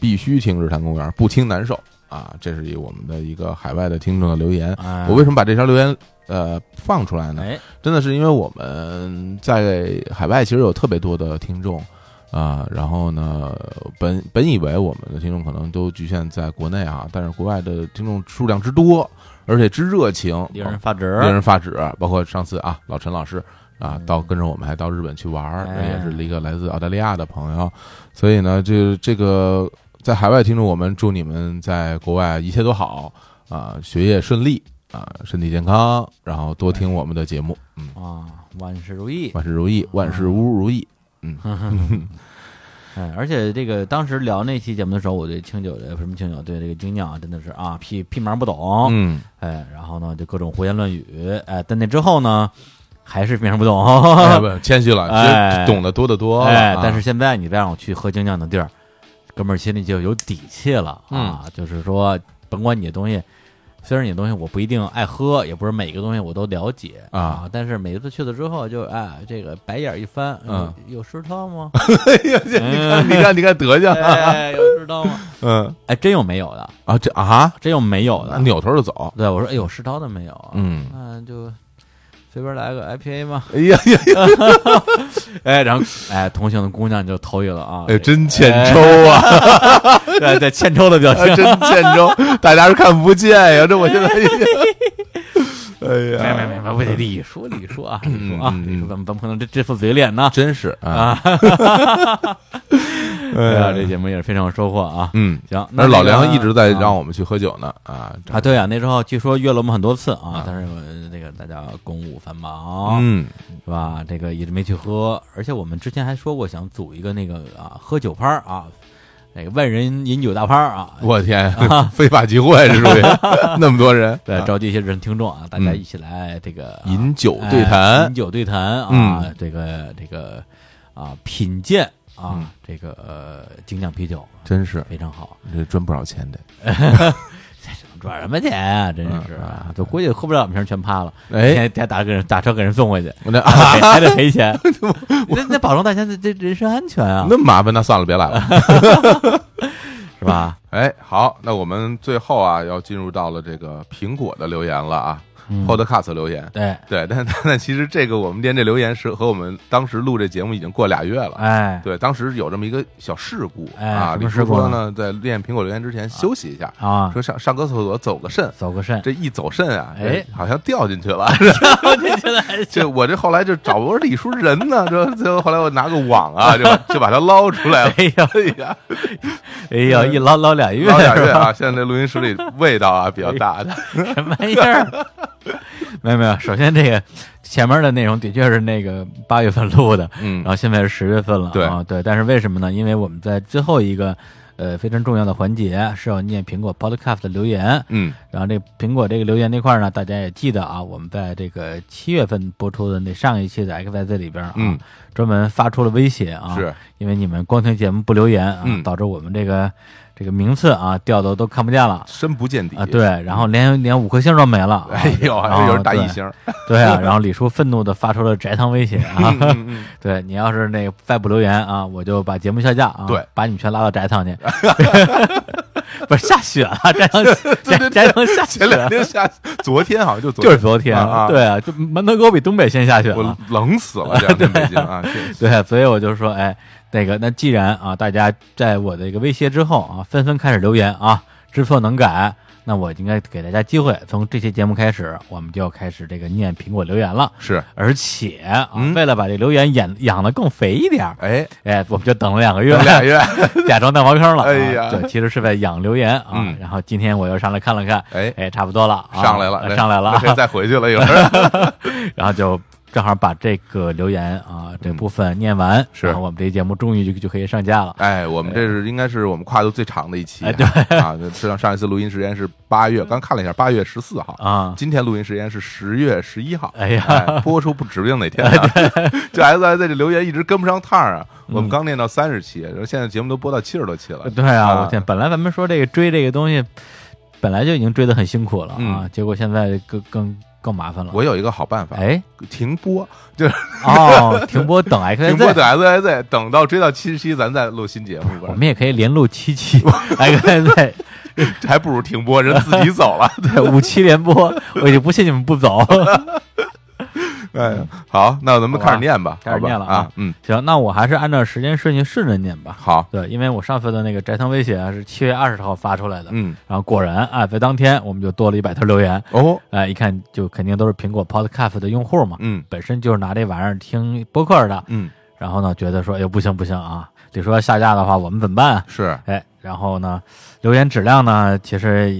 必须听日坛公园，不听难受啊！这是一我们的一个海外的听众的留言。
哎
我为什么把这条留言呃放出来呢？
哎
真的是因为我们在海外其实有特别多的听众啊、然后呢，本本以为我们的听众可能都局限在国内啊，但是国外的听众数量之多，而且之热情，
令人发指，
令人发指。包括上次啊，老陈老师啊，
嗯
到跟着我们还到日本去玩儿，
哎
也是一个来自澳大利亚的朋友。所以呢，这这个在海外听众，我们祝你们在国外一切都好啊，学业顺利啊，身体健康，然后多听我们的节目，嗯，
啊，万事如意。
万事如意，万
嗯
事屋如意。
哎，而且这个当时聊那期节目的时候，我对清酒的什么清酒，对这个精酿啊真的是啊屁屁毛不懂，
嗯，
哎，然后呢就各种胡言乱语，哎，但那之后呢还是非常不懂，
哎不谦虚了，其
哎
实懂得多得多了
哎
啊，
但是现在你再让我去喝精酿的地儿，哥们儿心里就有底气了啊。
嗯
就是说，甭管你的东西，虽然你的东西我不一定爱喝，也不是每个东西我都了解
啊
但是每次去了之后就，哎，这个白眼一翻，
嗯
有，有石头吗？
你看，你看，你看德行，
哎，有石头吗？
嗯
哎，真有没有的，
啊，这啊，
真有没有的。
扭头就走，
对，我说，哎，有石头的没有啊？
嗯，
那就随便来个 IPA 嘛。
哎呀呀，
哎，然后，哎，同行的姑娘就投以了啊，
哎，真欠抽啊！
对对，欠抽的表 情
啊，。真欠抽，大家是看不见呀，这我现在已经，哎
没
呀，
没没没，不得李叔李叔啊，李叔啊，
嗯嗯
李叔怎么怎么可能这这副嘴脸呢？
真是啊，
啊，
哎
对啊，
呀，
这节目也是非常有收获啊。
嗯，
行，那
那老梁
个
一直在让
啊
我们去喝酒呢啊，
啊，对啊，那时候据说约了我们很多次啊
啊，
但是我这个大家公务繁忙
嗯，
是吧？这个一直没去喝，而且我们之前还说过想组一个那个啊喝酒趴儿啊，那个万人饮酒大趴啊，
我天， 非法集会这属 于那么多人，
对，
啊
召集一些人听众啊，大家
嗯
一起来这个啊
饮酒
哎
对谈
饮，酒对谈啊，这个这个啊，品鉴
嗯
啊，这个呃精酿啤酒
真是
非常好，
这赚不少钱的。
赚什么钱啊？真是啊，就估计喝不了两瓶全趴了，
哎
天天打给人打车给人送回 去，
我那
还得赔还得赔 钱，那那保证大家的这人身安全啊，
那么麻烦，那算了，别来 了。
是吧？
哎，好，那我们最后啊，要进入到了这个苹果的留言了啊
嗯
，Podcast 留言。
对，
对，但但但其实这个我们店这留言是和我们当时录这节目已经过俩月了。
哎，
对，当时有这么一个小事故
哎
啊，
什
李
么
叔
事故
说
呢
呢，在练苹果留言之前休息一下，
啊，
说上上个厕所走个肾，
走个肾，
这一走肾啊，
哎
这好像掉进去 了。
我 这现在还
这我这后来就找不着李叔人呢，这最后后来我拿个网啊，就把就把它捞出来了。
哎呀
哎呀，
哎呀，哎一捞捞俩月，
捞点
是
月
吧
啊！现在这录音室里味道啊比较大的，
什么玩意儿？ 没有没有，首先这个前面的内容的确是那个八月份录的，
嗯
然后现在是十月份了
对
啊，对，但是为什么呢？因为我们在最后一个呃非常重要的环节是要念苹果 Podcast 的留言，
嗯，
然后这个苹果这个留言那块儿呢，大家也记得啊，我们在这个七月份播出的那上一期的 XYZ 里边啊，
嗯
专门发出了威胁啊，
是
因为你们光听节目不留言啊，
嗯
导致我们这个这个名次啊掉的都看不见了。
深不见底
啊，。对，然后连连五颗星都没了啊，
哎呦，
然后
还有人打一
对
星，
对啊，然后李叔愤怒的发出了宅堂威胁啊，
嗯嗯
对你要是那个再不留言啊，我就把节目下架啊，
对，
把你们全拉到宅堂 去， 不是下雪了，宅堂宅宅堂下雪
前两
了，
天下，昨天好 像就昨
啊就是昨天，
啊啊
对啊，就门头沟比东北先下雪
我
了，
冷死了，这两天北京啊，这
啊 对，所以我就说，哎，那个那既然啊，大家在我的一个威胁之后啊，纷纷开始留言啊，知错能改。那我应该给大家机会，从这期节目开始，我们就要开始这个念苹果留言了。
是
而且啊，
嗯
为了把这留言养养的更肥一点儿，
哎，
哎，我们就等了两个月
等，俩 月，
假装蛋黄坑了。
哎呀
啊对，其实是在养留言啊。
嗯
然后今天我又上来看了看，
哎
哎，差不多了，啊、
上来了，
呃上来了
那可以
啊，
再回去了，一会 儿
然后就正好把这个留言啊这部分念完，
嗯是
然后我们这节目终于就就可以上架了。
哎，我们这是应该是我们跨度最长的一期，
哎对
啊，上上一次录音时间是八月，刚看了一下，八月十四号
啊
今天录音时间是十月十一号，
哎呀哎
播出不指定哪天啊， 这 S I 在这留言一直跟不上趟儿啊，我们刚念到三十期，然后现在节目都播到七十多期了，
嗯对啊，我天，本来咱们说这个追这个东西，本来就已经追得很辛苦了啊，
嗯
结果现在更更更麻烦了。
我有一个好办法，
哎
停播，就是
哦，停播等 X
停播等 S I Z，等到追到七十期，咱再录新节目
我
吧，
们也可以连录七期 ，X
这 还不如停播，人自己 走了。
Z 五期连播，我就不信你们不 走。
哎， 好，那咱们开始念吧，
好吧开始念了
好吧
啊
啊，嗯，
行，那我还是按照时间顺序顺着念吧。
好，
对，因为我上次的那个斋堂威胁啊是七月二十号发出来的，
嗯，
然后果然啊，在当天我们就多了一百条留言，
哦，
哎，一看就肯定都是苹果 Podcast 的用户嘛，
嗯
本身就是拿这玩意儿听播客的，
嗯，
然后呢觉得说，哎呦不行不行啊，你说要下架的话我们怎么办、啊？，
是
哎，然后呢，留言质量呢其实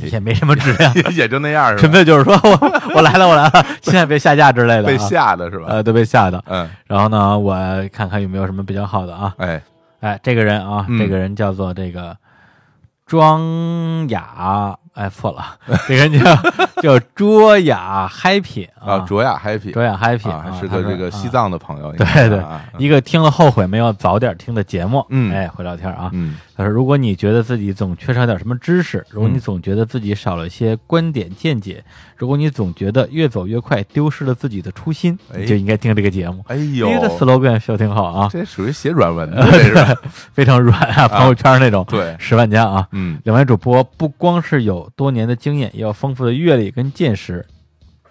也也没什么质 量，
也也就那样是
纯
吧？
粹就是说我我来了我来了，现在别下架之类的、啊，
被吓的是吧？
呃都被吓的。
嗯，
然后呢，我看看有没有什么比较好的啊，
哎，
哎，这个人啊，
嗯
这个人叫做这个庄雅，哎，错了， 这个人 叫叫卓雅 happy
啊，
啊，
卓雅 happy，
卓雅 happy
啊，还是
他
个
说
这个
啊
西藏的朋友，应
对
该是
对
啊
一个听了后悔没有早点听的节目，
嗯
哎，会聊天啊。
嗯
他说，如果你觉得自己总缺少点什么知识，如果你
嗯
总觉得自己少了一些观点见解，如果你总觉得越走越快，丢失了自己的初心，
哎
你就应该听这个节目。
哎
这
呦，
个 slogan 说挺好啊，
这属于写软文 的，这是
非常软啊，朋友圈那种，
对，
十万加啊。
嗯
两位主播不光是有多年的经验，也有丰富的阅历跟见识，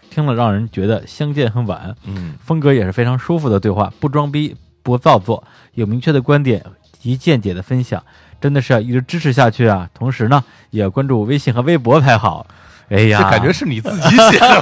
听了让人觉得相见恨晚。
嗯，
风格也是非常舒服的对话，不装逼，不造作，有明确的观点及见解的分享，真的是要一直支持下去啊！同时呢，也要关注微信和微博才好。哎
这
呀，
感觉是你自己写 的，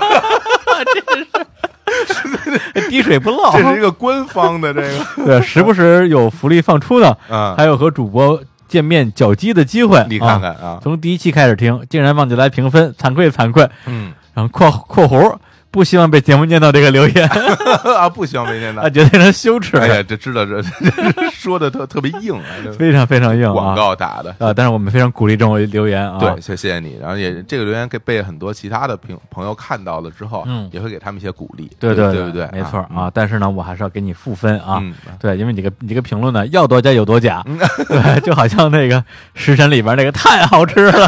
滴水不漏，
这是一个官方的这 个，
对，时不时有福利放出呢，
啊，
还有和主播见面搅基的机会。
你看
啊，
看啊，
从第一期开始听，竟然忘记来评分，惭愧惭愧。
嗯，
然后括括弧不希望被节目念到这个留言
啊，不希望被念到
啊，。觉得非常羞耻，
哎呀，这知道这 这说的特特别硬啊，这
非常非常硬
广
啊
告打的。
啊！但是我们非常鼓励这种留言啊，
对，谢谢谢你。然后也这个留言给被很多其他的朋朋友看到了之后，
嗯
也会给他们一些鼓励。
对
对
对
不对？
没错啊。但是呢，我还是要给你负分啊。
嗯
对，因为你这个你这个评论呢，要多加有多假，对，就好像那个《食神》里边那个太好吃了，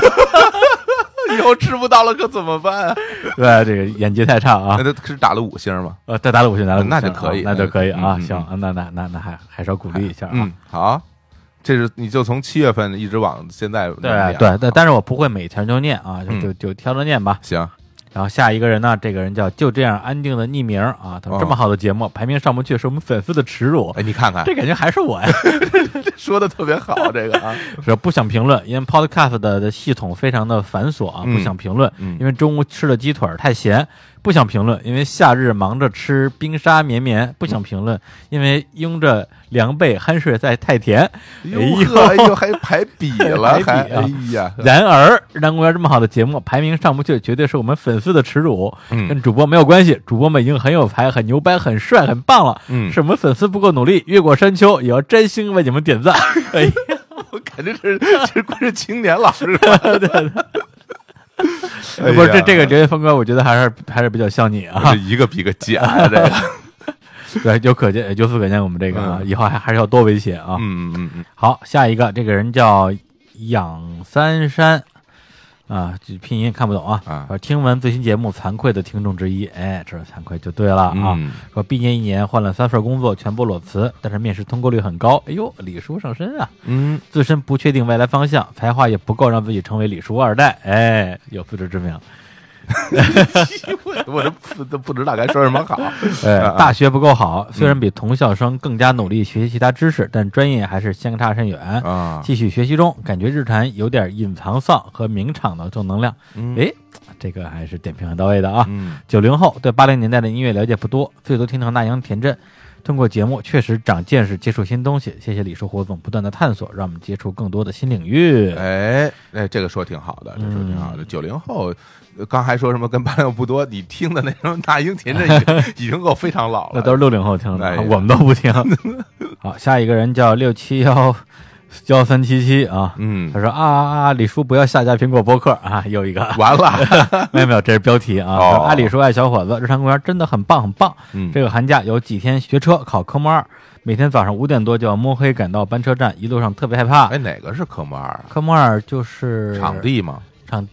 以后吃不到了可怎么办啊？
对，这个演技太差啊
那。他是打了五星吗？
呃，再打了五星，打了五星
嗯那就可以
啊那就可以啊。
嗯嗯
行，那那那那还还是要鼓励一下啊。
嗯，好，这是你就从七月份一直往现在
对
那样
对对，但是我不会每条就念啊，就
嗯
就就挑着念吧。
行，
然后下一个人呢，这个人叫就这样安定的匿名啊，他说
哦
这么好的节目排名上不去，是我们粉丝的耻辱
哎，，你看看
这感觉还是 我呀。
说的特别好，这个啊，
说不想评论，因为 Podcast 的的系统非常的繁琐啊，
嗯
不想评论，
嗯
因为中午吃了鸡腿儿太咸，不想评论，因为夏日忙着吃冰沙绵绵，不想评论，因为拥着凉被酣睡在太甜。
哟
哎呦
呵，哎呦，还排比了，还
排比啊
哎呀，
然而，日坛公园这么好的节目排名上不去，绝对是我们粉丝的耻辱，
嗯
跟主播没有关系，主播们已经很有才、很牛掰、很帅、很棒了。
嗯，
是我们粉丝不够努力，越过山丘也要真心为你们 点赞。哎呀，
我感觉这是 这是不是青年老师吧？哎呀
不是这这个职业风格，我觉得还是还是比较像你 啊。
这一个比一个假啊，这个，
对，就可见，由此可见，我们这个啊，
嗯
以后还还是要多威胁啊。
嗯嗯嗯
好，下一个，这个人叫仰三山啊，这拼音看不懂啊。
啊
说听完最新节目，惭愧的听众之一，哎，这惭愧就对了啊。
嗯
说毕业一年换了三份工作，全部裸辞，但是面试通过率很高。哎呦，李叔上身啊！
嗯，
自身不确定未来方向，才华也不够让自己成为李叔二代。哎，有自知之明。
我我都不都不知道该说什么好，
呃
啊，嗯
大学不够好，虽然比同校生更加努力学习其他知识，但专业还是相差甚远。
啊，
继续学习中，感觉日坛有点隐藏丧和明场的正能量。
嗯
诶，这个还是点评很到位的啊。
嗯
九零后对八零年代的音乐了解不多，最多听到那英、田震。通过节目确实长见识，接触新东西。谢谢李叔胡总不断的探索，让我们接触更多的新领域。
哎哎，这个说挺好的，这说挺
嗯
好的。九零后，呃刚还说什么跟八零后不多，你听的那什么大英田震已经已经够非常老
那
了，
都是六零后听的，
哎呀
我们都不 听。好，下一个人叫六七幺幺三七七啊，
嗯
他，说啊啊啊，李叔不要下架苹果播客啊，又一个，
完了，
没有没有，这是标题啊。
哦
说阿里说爱小伙子，日常公园真的很棒很棒。
嗯
这个寒假有几天学车考科目二，每天早上五点多就要摸黑赶到班车站，一路上特别害怕
哎，。哪个是科目二啊？
科目二就是
场地吗？
场，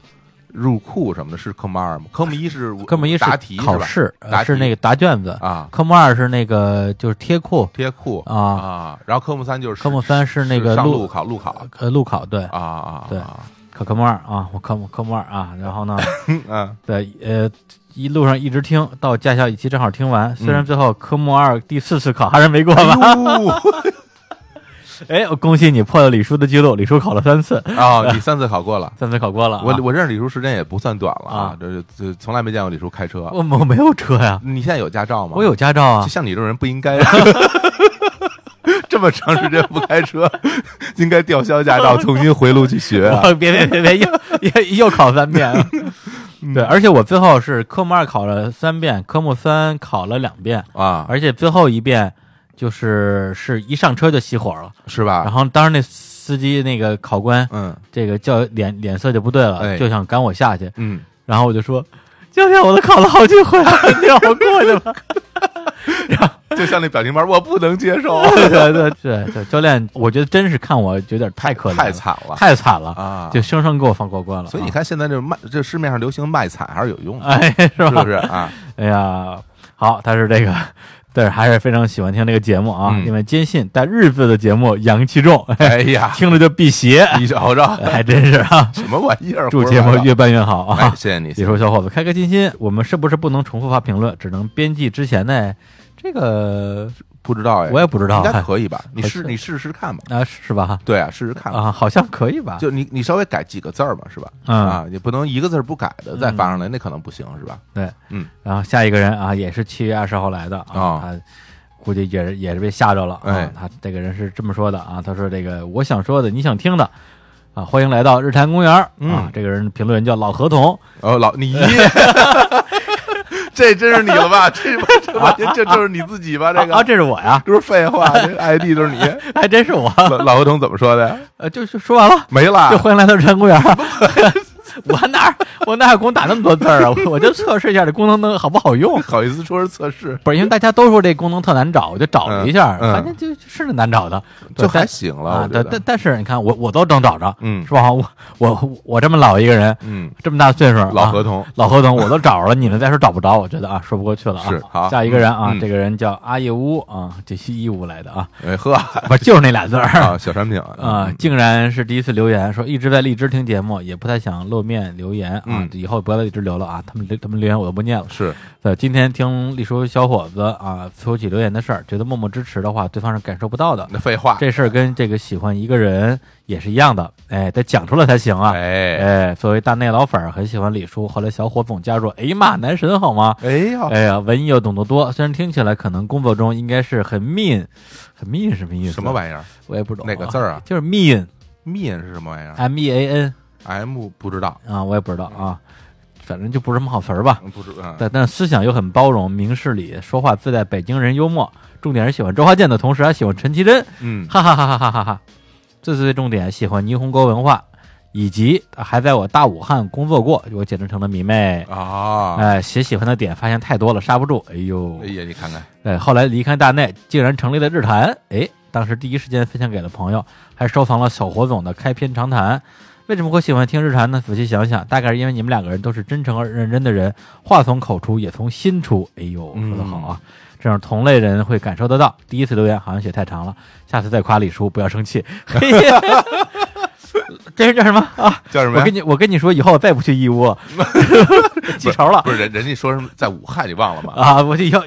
入库什么的，是科目二吗？科目一是
科目一是
答题
考
是吧
试，呃
答
是
题
那个答卷子。
啊，
科目二是那个就是贴库，
贴库
啊
啊，然后科目三就是
科目三是那个
上
路
路考路考啊
呃路考对。
啊啊，
对
啊
考科目二啊，我科目科目二啊，然后呢，
嗯啊
对，呃，一路上一直听到驾校一期，正好听完，虽然
嗯
最后科目二第四次考还是没过吧，
哟
哎，我恭喜你破了李叔的记录，李叔考了三次，
啊，你三次考过了。
三次考过了啊、
我我认识李叔时间也不算短了
啊
这这从来没见过李叔开车。
我我没有车呀，
你现在有驾照吗？
我有，驾照啊
就，像你这种人不应该， 这么长时间不开车，应该吊销驾照，重新回路去学啊。
我别别别别，又又又考三遍 了。
嗯
对，而且我最后是科目二考了三遍，科目三考了两遍，
啊，
而且最后一遍就是是一上车就熄火了，
是吧
然？后当时那司机那个考官
嗯
这个叫脸脸色就不对了，
哎
就想赶我下去，
嗯，
然后我就说：“教练，我都考了好几回了，你让我过去吧。，
就像那表情包，我不能接受
对”对对对对，教练，我觉得真是看我有点太可怜了，
太惨了
太惨了，
啊！
就生生给我放过关了。
所以你
啊，
看，现在这卖这市面上流行卖惨还是有用的，
哎，是吧？
是不是 啊？
哎呀，好，他是这个。 但是还是非常喜欢听这个节目啊，
嗯
因为坚信带日字的节目阳气重，
哎呀， 哎
听着就辟邪，
你瞅瞅，
还真是啊！
什么玩意儿？
祝
胡
节
说八
目
道
越办越好啊！
哎，谢谢你，
李叔小伙子，开开心心，我们是不是不能重复发评论，只能编辑之前呢？这个
不知道哎，
我也不知道
应该可以吧？你
还
试
是
你试试看吧。
啊，是吧？
对啊，试试看吧。
啊，好像可以吧？
就你你稍微改几个字儿嘛，是吧？
嗯
啊，你不能一个字儿不改的再发上来，那可能不行，是吧？
对，
嗯。
然后下一个人啊，也是七月二十号来的
啊
啊，他估计也是也是被吓着了啊。
哎
他这个人是这么说的啊，他说这个我想说的，你想听的。啊，欢迎来到日坛公园儿啊！
嗯哦
这个人评论人叫老合同，
哦，老你 这真是你了吧？这这完全这就是你自己吧？这
啊，
个
这是我 呀，
这不是废话，这个 ID 就是 你。
还真是我，
老老何总怎么说的？
呃，就就说完了，
没了
就，欢迎来到日坛公园。 我哪儿我哪有功打那么多字儿啊？我我就测试一下这功能能好不好用。
好意思说是测试，
不是因为大家都说这功能特难找，我就找了一下，
嗯嗯
发现就是难找的，
就还
但
行了。
啊
我，觉
但
得
但但是你看我我都能找着，
嗯
是吧？我我我这么老一个人，
嗯，
这么大岁数，
老
啊
合同
老合同我都找着了，你们再说找不着，我觉得啊说不过去了啊。
是好
下一个人啊，
嗯
这个人叫阿叶乌啊，这是义乌来的啊，
哎呵啊，
不是就是那俩字儿。
小产品
啊，
嗯
竟然是第一次留言，说一直在荔枝听节目，也不太想露面留言啊，
嗯
以后不要在荔枝留了啊，他们留他们留言我都不念了。
是
对，今天听丽叔小伙子啊说起留言的事儿，觉得默默支持的话，对方是感受不到的。
那废话，
这事儿跟这个喜欢一个人也是一样的，哎，得讲出来才行啊。
哎
哎，作为大内老粉儿，很喜欢李叔，后来小伙总加入，哎呀妈，男神好吗？
哎呀，
哎呀，文艺又懂得多，虽然听起来可能工作中应该是很 mean，很 mean 什么意思？
什么
意
玩意儿？
我也不懂、
哪个字儿啊
就是 mean，m
mean 是什么玩意儿
e a n
？m 不知道，
啊，我也不知道啊，反正就不是什么好词儿吧。
嗯不知嗯
但但思想又很包容，明事理，说话自带北京人幽默。重点是喜欢周华健的同时还喜欢陈绮贞，
嗯，
哈哈哈哈哈哈哈！最最最重点，喜欢霓虹沟文化，以及还在我大武汉工作过，我简直成了迷 妹。
啊，
哎，写喜欢的点发现太多了，刹不住。哎呦
哎，呀，你看看，
哎，后来离开大内，竟然成立了日坛。哎，当时第一时间分享给了朋友，还收藏了小火总的开篇长谈。为什么会喜欢听日坛呢？仔细想想，大概是因为你们两个人都是真诚而认真的人，话从口出也从心出。哎呦，
嗯
说得好啊！这样同类人会感受得到。第一次留言好像写太长了，下次再夸李叔，不要生 气。嘿这是叫什么啊？
叫什么
我
呀
跟？你我跟你说，以后我再不去义乌 了，记仇了
不是人，人家说什么在武汉，你忘了吗？
啊！我就要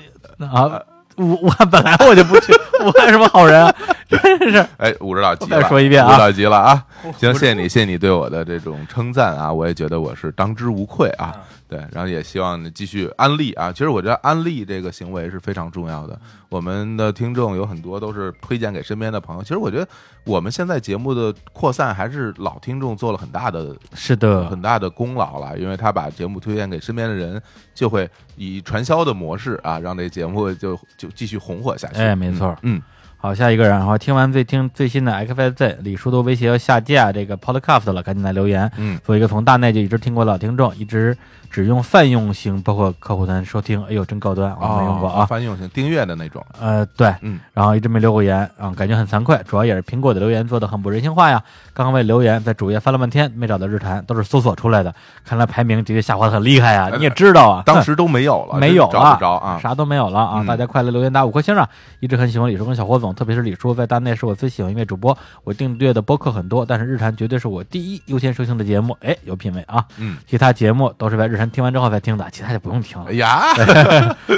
啊，武武汉本来我就不去，武汉什么好人啊？ 真是
哎，武指导急
我
了，
再说一遍啊
武指导急了啊！行，谢谢你，谢谢你对我的这种称赞啊，我也觉得我是当之无愧啊。对，然后也希望你继续安利啊。其实我觉得安利这个行为是非常重要的。我们的听众有很多都是推荐给身边的朋友。其实我觉得我们现在节目的扩散还是老听众做了很大的
是的，
很大的功劳了，因为他把节目推荐给身边的人，就会以传销的模式啊，让这节目就就继续红火下去。
哎没错
嗯，
好，下一个人，然后听完最听最新的 XYZ，李叔都威胁要下架这个 Podcast 了，赶紧来留言。
嗯
作为一个从大内就一直听过的老听众，一直只用泛用型包括客户端收听，哎呦，真高端，
嗯，
我没用过
哦
啊。
翻译用型订阅的那种，
呃，对，
嗯，
然后一直没留过言，啊，感觉很惭愧，主要也是苹果的留言做的很不人性化呀。刚刚为留言在主页翻了半天，没找到日坛，都是搜索出来的，看来排名的确下滑的很厉害啊。你也知道啊，
当时都没有了，
没有了，
找不着啊。
啥都没有了啊！
嗯
大家快来留言打五颗星啊！一直很喜欢李叔跟小霍总，特别是李叔在大内是我最喜欢一位主播，我订阅的播客很多，但是日坛绝对是我第一优先收听的节目，哎，有品位啊！
嗯，
其他节目都是在日坛听完之后才听的，其他就不用听了
哎。 呀，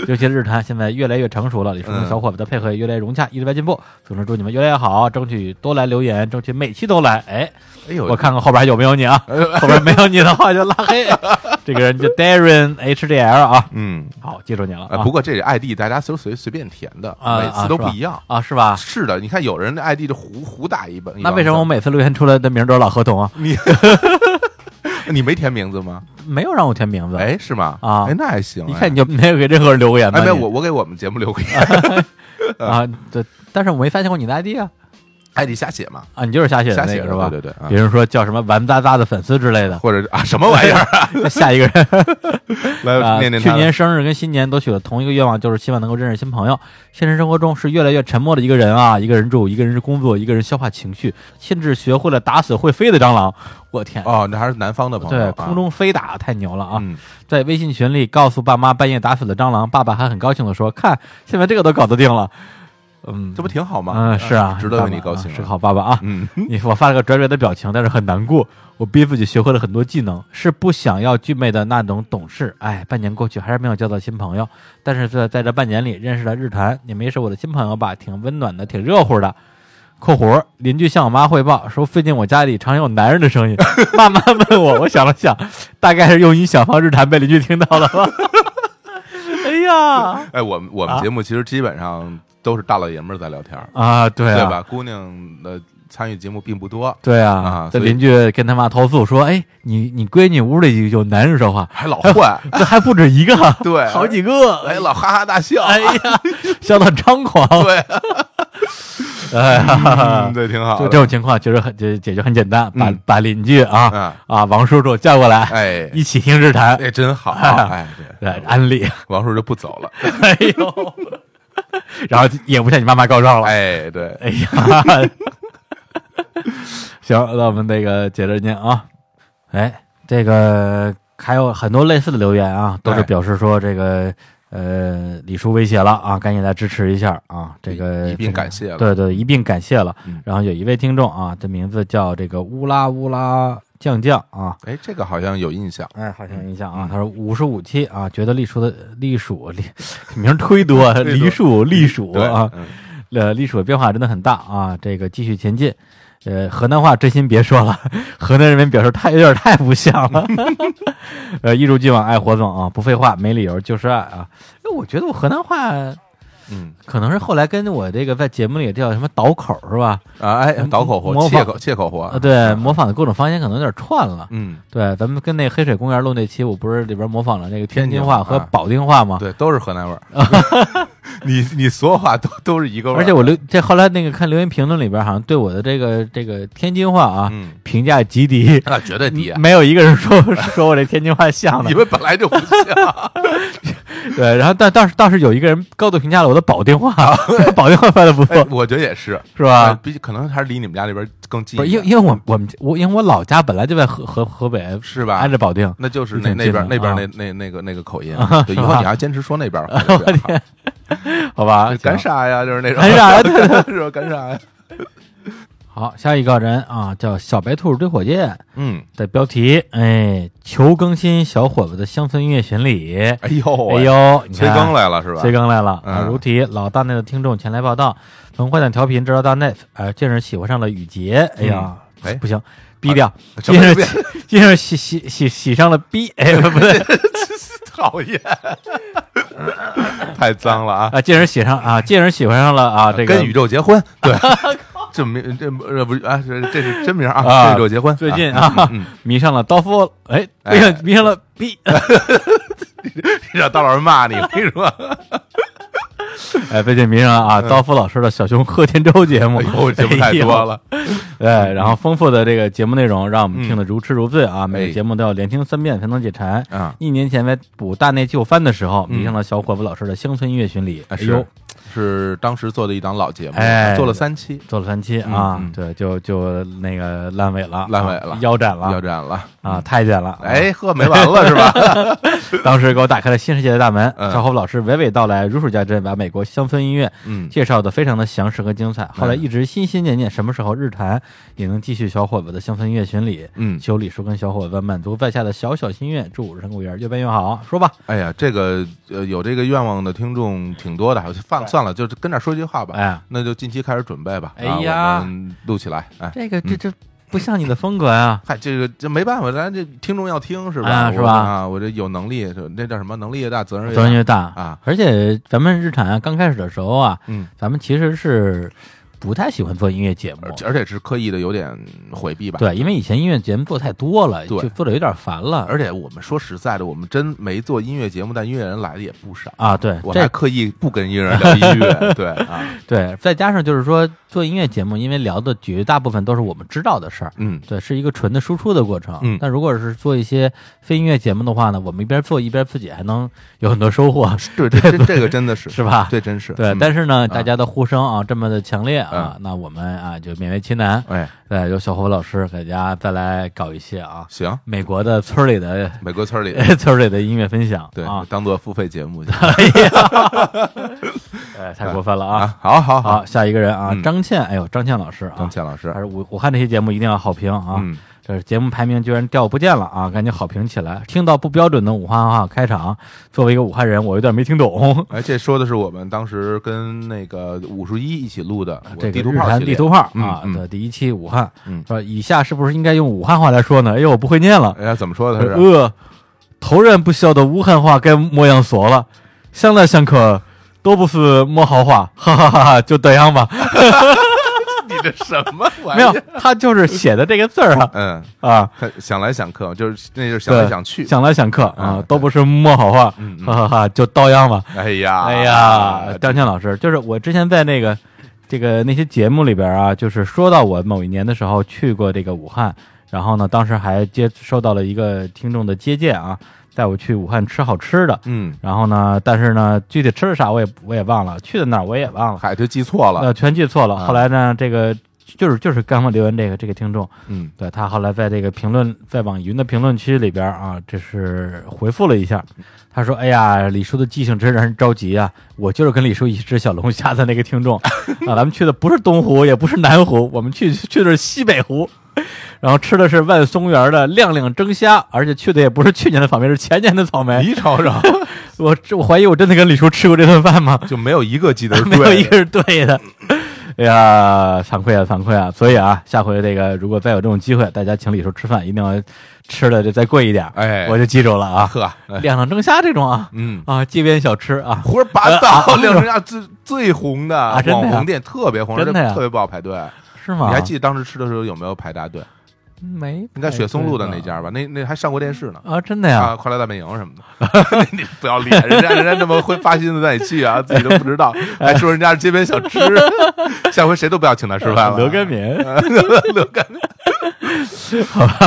尤其是日坛现在越来越成熟了，李叔跟小伙子的配合也越来越融洽，一直在进步。总之祝你们越来越好，争取多来留言，争取每期都来。哎，
哎呦，
我看看后边还有没有你啊？后边没有你的话就拉 黑。这个人叫 Darren HDL 啊，
嗯，
好，记住你了
哎
啊。
不过这个 ID 大家随随随便填的，
啊
每次都不一样。
啊，是吧？
是的，你看有人的 ID 就胡胡打一本，一
那
帮
为什么我
字
每次留言出来的名都是老合同啊？
你没填名字吗？
没有让我填名字，
哎，是吗？
啊
哎，那还行。
一看你就没有给任何人留过言吧？
哎，哎没有，呃
你
我我给我们节 目留个言
啊，对，但是我没发现过你的 ID 啊
，ID 瞎写嘛，
啊，你就是瞎写的
瞎
那
写
个
的
是吧？
对对对啊
别人说叫什么完渣渣的粉丝之类 的，
或者是啊什么 玩意儿？
那下一个人
来
啊，
念念
去
他的
年生日跟新年都许了同一个愿望，就是希望能够认识新朋友。现实生活中是越来越沉默的一个人啊，一个人住，一个人是工作，一个人消化情绪，甚至学会了打死会飞的蟑螂。我天！
哦，那还是南方的朋友
对，
啊，
空中飞打太牛了啊！
嗯，
在微信群里告诉爸妈半夜打死了蟑螂，爸爸还很高兴的说：“看，现在这个都搞得定了。”嗯，
这不挺好吗？
嗯是啊，
值得为你
爸爸
高兴
啊
啊，
是个好爸爸啊。
嗯，
你我发了个拽拽的表情，但是很难过。我逼自己学会了很多技能，是不想要聚妹的那种懂事。哎，半年过去还是没有交到新朋友，但是在在这半年里认识了日坛，你们也是我的新朋友吧，挺温暖的，挺热乎的。 （括弧邻居向我妈汇报说，最近我家里常有男人的声音。妈妈问我，我想了想，大概是用音响放日坛被邻居听到了 吧。哎呀，
哎，我们我们
啊
节目其实基本上都是大老爷们儿在聊天儿，
啊，对啊，
对吧？姑娘的参与节目并不多，
对
啊
啊，这
所以
邻居跟他妈投诉说，哎，你你闺女屋里有男人说话，
还老 换，
这还不止一个，
对
好几个，
哎，老哈哈大笑，
哎呀，笑到张狂，
对，
哎
嗯
呀，
对，挺好
就
的，
这种情况其实很解解决很简单，把
嗯
把邻居啊
啊，
啊王叔叔叫过来，
哎，
一起听日谈，
哎，真好，哎，
对
对，
安利，
王叔就不走了，
哎呦， 然后也不向你妈妈告状了，
哎，对，
哎呀， 行，那我们那个接着念啊。哎，这个还有很多类似的留言啊，都是
哎
表示说这个呃李叔威胁了啊，赶紧来支持一下啊，这个
一并感谢了，
对对，一并感谢了。
嗯
然后有一位听众啊，这名字叫这个乌拉乌拉酱酱啊，
哎，这个好像有印象，
哎，好像有印象
嗯
啊。他说五十五期啊，觉得栗叔的栗鼠栗名儿忒多 啊，
忒多
栗鼠栗鼠
对
啊，，
嗯
呃，历史的变化真的很大啊！这个继续前进。呃，河南话真心别说了， 河南人民表示太有点太不像了。 呃，一如既往爱火总啊，不废话，没理由就是爱啊。因为我觉得我河南话
嗯
可能是后来跟我这个在节目里叫什么倒口是吧？
啊，哎，倒口
嗯模仿
活，切口切口活
啊，，对，模仿的各种方言可能有点串了。
嗯，
对，咱们跟那黑水公园录那期，我不是里边模仿了那个天
天津
津话
话
和
啊
保定话吗？
对，都是河南味儿， 你你所有话都都是一个味儿，
啊而且我留这后来那个看留言评论里边，好像对我的这个这个天津话啊、
嗯，
评价极低。
那绝对低 啊，
没有一个人说说我这天津话像
你
的，
们本来就不像，
对。然后但倒是倒是有一个人高度评价了我的保定话， 说保定话翻的不
哎
错，
我觉得也是，
是吧？
比可能还是离你们家那边更近
不是
一
因
点，
为因为我我们我因为我老家本来就在河河河北，
是吧
挨？着保定，
那就是
你
那
挺近的
那边那边
啊
那那那个那 个口音
啊，
对，以
是
后
吧
你要坚持说那边话就 比较好，
好吧？
啊哎干
行
啥呀？就是那种
干啥呀？对对
是吧？干啥呀？
好，下一个人啊，叫小白兔追火箭
嗯，
的标题，哎，求更新小伙子的乡村音乐巡礼，
哎呦
哎
喂，
呦，你
催
看
更来了是吧？
催更来了啊！
嗯
如题，老大内的听众前来报道，从坏蛋调频知道大内，呃，竟然喜欢上了雨杰，哎呀，
嗯哎啊
不行，逼掉，
什
竟
么
然
都变
竟然喜喜喜喜上了逼，哎，不不对
讨厌， 太脏了 啊！
啊，竟然喜上啊，竟然喜欢上了啊，这个
跟宇宙结婚， 对，这名这这不是啊，这这是真名啊，
啊
跟宇宙结婚。
最近
啊，
啊
嗯嗯
迷上了刀锋，哎，
哎
对呀，迷上了 逼，
让大老师骂你，我跟你 说，
哎，最近迷上了啊刀锋老师的小熊贺天周节目
嗯哎，呦，节目太多了，嗯
对，然后丰富的这个节目内容让我们听得如痴如醉啊，每
哎
个节目都要连听三遍才能解馋。
啊，
一年前在补大内旧番的时候，
嗯
迷上了小伙子老师的乡村音乐巡礼，
啊
哎
是
呦，
是当时做的一档老节目
哎，
做了三期，
做了三期啊，
嗯嗯
对，就就那个烂尾了，
烂尾
啊
了
腰斩了，
要战了，
啊，太监了，
哎呵，没 完了是吧？
当时给我打开了新世界的大门。
嗯
小伙子老师娓娓道来，如数家珍，把美国乡村音乐
嗯，
介绍的非常的详实和精彩。后来一直心心念念，什么时候日坛也能继续小伙子的乡村音乐巡礼？
嗯
求李叔跟小伙子满足在下的小小心愿，祝五人公园越办越好。说吧，
哎呀，这个呃有这个愿望的听众挺多的，放算了，就跟这儿说句话吧。
哎，
那就近期开始准备吧。
哎呀
啊我们录起来，哎。
这个这这不像你的风格啊。
嗨，这个这没办法，咱这听众要听是吧？
啊
我
是吧
啊，我这有能力，这那叫什么？能力越大，责任越
责任越大
啊！
而且咱们日产啊，刚开始的时候啊，
嗯，
咱们其实是不太喜欢做音乐节目
而，且而且是刻意的有点回避吧。，
对，因为以前音乐节目做太多了，
对
就做的有点烦了
而且我们说实在的，我们真没做音乐节目，但音乐人来的也不少。
啊。对，
我还
这
刻意不跟音乐人聊 音乐，对啊，
对，再加上就是说做音乐节目，因为聊的绝大部分都是我们知道的事儿。
嗯，
对，是一个纯的输出的过程。
嗯
但如果是做一些非音乐节目的话呢，我们一边做一边自己还能有很多收 获，
对，这这这个真的 是
是吧？
这真是
对，
嗯
但是呢，大家的呼声啊这么的强烈啊
嗯，
那我们啊就勉为其难，
哎，
对，由小侯老师给大家再来搞一些啊，
行，
美国的村儿里的
美国村儿里
村儿里的音乐分享，
对
啊，，
当做付费节目去
哎，太过分了
啊
啊！，
好好
好，
好，
下一个人啊
嗯，
张倩，哎呦，张倩老师啊，
张倩老师
还，是我我看这期节目一定要好评啊，
嗯，
这节目排名居然掉不见了啊，赶紧好评起来！听到不标准的武汉话开场，作为一个武汉人，我有点没听懂。
哎，这说的是我们当时跟那个五十一一起录的我
啊 这个
地图
日
炮
坛
系
地
列
图炮
嗯
啊
嗯
的第一期武汉，
嗯
说以下是不是应该用武汉话来说呢？哎呦，我不会念了。
哎呀，怎么 说的？他是
呃，头人不晓得武汉话该么样说了，想来想去都不是么好话，哈哈哈哈，就这样吧。
你这什 么玩
没
意
有
儿？，
他就是写的这个字儿 啊
嗯，
啊，
他想来想去，就是那就是想来
对
想去。
想来想去啊
嗯，
都不是墨好话，哈哈哈，就刀秧吧。
哎呀，
哎呀，张倩老师，就是我之前在那个这个那些节目里边啊，就是说到我某一年的时候去过这个武汉，然后呢，当时还接受到了一个听众的接见啊，带我去武汉吃好吃的，
嗯，
然后呢，但是呢，具体吃的啥我也我也忘了，去的哪儿我也忘了，
海就记错了。
呃，全记错了。
啊
后来呢，这个就是就是刚刚留言这个这个听众，
嗯
对他后来在这个评论，在网易云的评论区里边啊，这是回复了一下，他说：“哎呀，李叔的记性真让人着急啊！我就是跟李叔一起吃小龙虾的那个 听众啊，咱们去的不是东湖，也不是南湖，我们去去的是西北湖，然后吃的是万松园的亮亮蒸虾，而且去的也不是去年的草莓，是前年的草莓。
你 瞅瞅，
我这我怀疑我真的跟李叔吃过这顿饭吗？
就没有一个记得是
没有
对
一
的。
个是对的。 哎呀，惭愧啊，惭愧啊！所以啊，下回这个如果再有这种机会，大家请李叔吃饭，一定要吃的这再贵一点儿，
哎
我就记住了啊。
呵，哎
两两蒸虾这种啊
嗯，
啊，街边小吃啊，
胡说八 道，两城家最最红的
啊真的呀
网红店特别红，而且
真的呀啊
特别不好排队。
是吗？嗯
你还记得当时吃的时候有没有排大队？
没？
应该雪松路的那家吧？那那还上过电视呢。
啊，真的
啊，
呀？
快乐大本营什么的， 你不要脸，人家人家那么会发心的带你去啊，自己都不知道，
哎
还说人家是街边小吃， 下回谁都不要请他吃饭了。
啊
啊
刘根敏，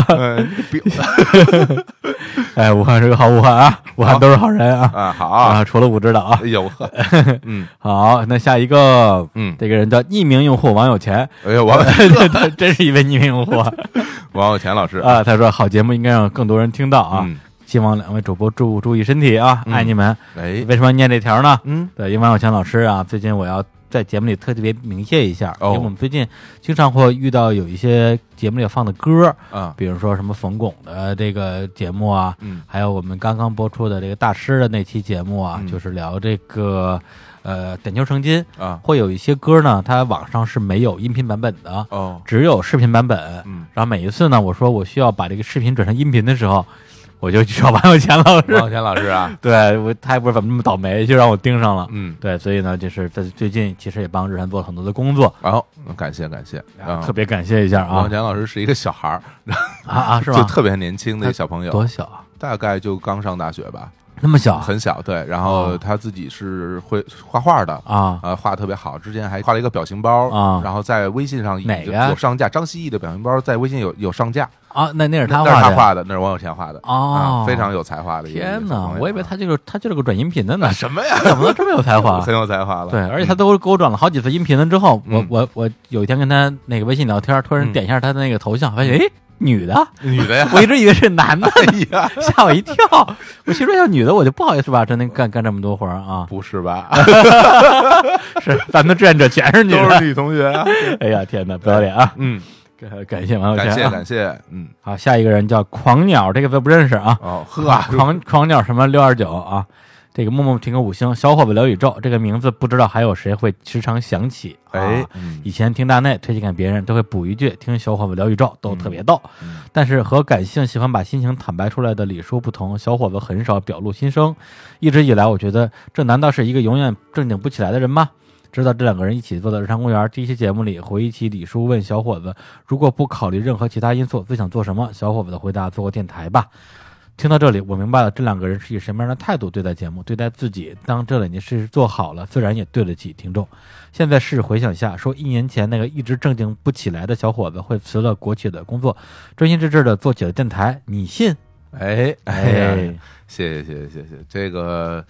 嗯，比
哎，武汉是个好武汉啊，武汉
好
都是好人啊
啊好啊，，
除了武指导啊。
哎呦呵，嗯
好，那下一个，
嗯，
这个人叫匿名用户王有 钱，
哎 呦王
真是一位匿名用户啊。
王有钱老师，
啊，他说好节目应该让更多人听到啊，
嗯
希望两位主播注注意身体啊，
嗯
爱你们。
哎
为什么念这条呢？
嗯
对，因为王小强老师啊，最近我要在节目里特别明谢一下，
哦
因为我们最近经常会遇到有一些节目里放的歌，
啊
比如说什么冯巩的这个节目啊，
嗯
还有我们刚刚播出的这个大师的那期节目啊，
嗯
就是聊这个呃点球成金，
啊
会有一些歌呢，它网上是没有音频版本的，
哦
只有视频版本。
嗯，
然后每一次呢，我说我需要把这个视频转成音频的时候，我就去找王小强老
王
师。
有钱老师啊，
对我，他也不知道怎么那么倒霉，就让我盯上了。
嗯，
对，所以呢，就是在最近其实也帮日坛做了很多的工作，
然后感谢感谢啊
特。别感谢一下
王有
啊
钱老师是一个小孩儿，
啊啊，是
就
吧？
特别年轻的一个小朋友，
多小啊，
大概就刚上大学吧，
那么小啊
很小，对。然后
哦
他自己是会画画的，
啊？
啊，画得特别好，之前还画了一个表情包
啊
然后在微信上已
哪
经
个呀
有上架，张希毅的表情包在微信有有上架，
啊，那那是
那
他
是他
的呀。
画的，那是王有钱画的，
哦
啊，非常有才华的一个。
天
哪
哪，，我以为他就是他就是个转音频的呢
啊，什么呀，
怎么能这么有才华？
很有才华了，
对，而且他都给我转了好几次音频了之后，我
嗯
我我有一天跟他那个微信聊天，突然
嗯
点一下他的那个头像，发现哎，女的，
女的呀，
我一直以为是男的呢。
哎呀，
吓我一跳！我心说要女的，我就不好意思吧，真的干干这么多活儿啊！
不是吧，
是，咱们志愿者全 是女
都是
的。
女同学啊，
哎呀，天哪，不要脸啊！
嗯，
感感谢王小
感谢
泉啊！
感谢，嗯，
好，下一个人叫狂鸟，这个字不认识啊。
哦，呵，
狂狂鸟什么六二九啊？这个默默评个五星，小伙子聊宇宙这个名字，不知道还有谁会时常想起、啊。
哎，嗯
以前听大内推荐给别人，都会补一句“听小伙子聊宇宙”，都特别逗。
嗯
但是和感性喜欢把心情坦白出来的李叔不同，小伙子很少表露心声。一直以来，我觉得这难道是一个永远正经不起来的人吗？直到这两个人一起做的《日常公园》第一期节目里，回忆起李叔问小伙子，如果不考虑任何其他因素，最想做什么？小伙子的回答：做个电台吧。听到这里，我明白了这两个人是以什么样的态度对待节目、对待自己。当这两件事做好了，自然也对得起听众。现在试回想一下，说一年前那个一直正经不起来的小伙子，会辞了国企的工作，专心致志的做起了电台，你信？
哎，哎呀
哎，，
谢谢谢谢谢谢，这个，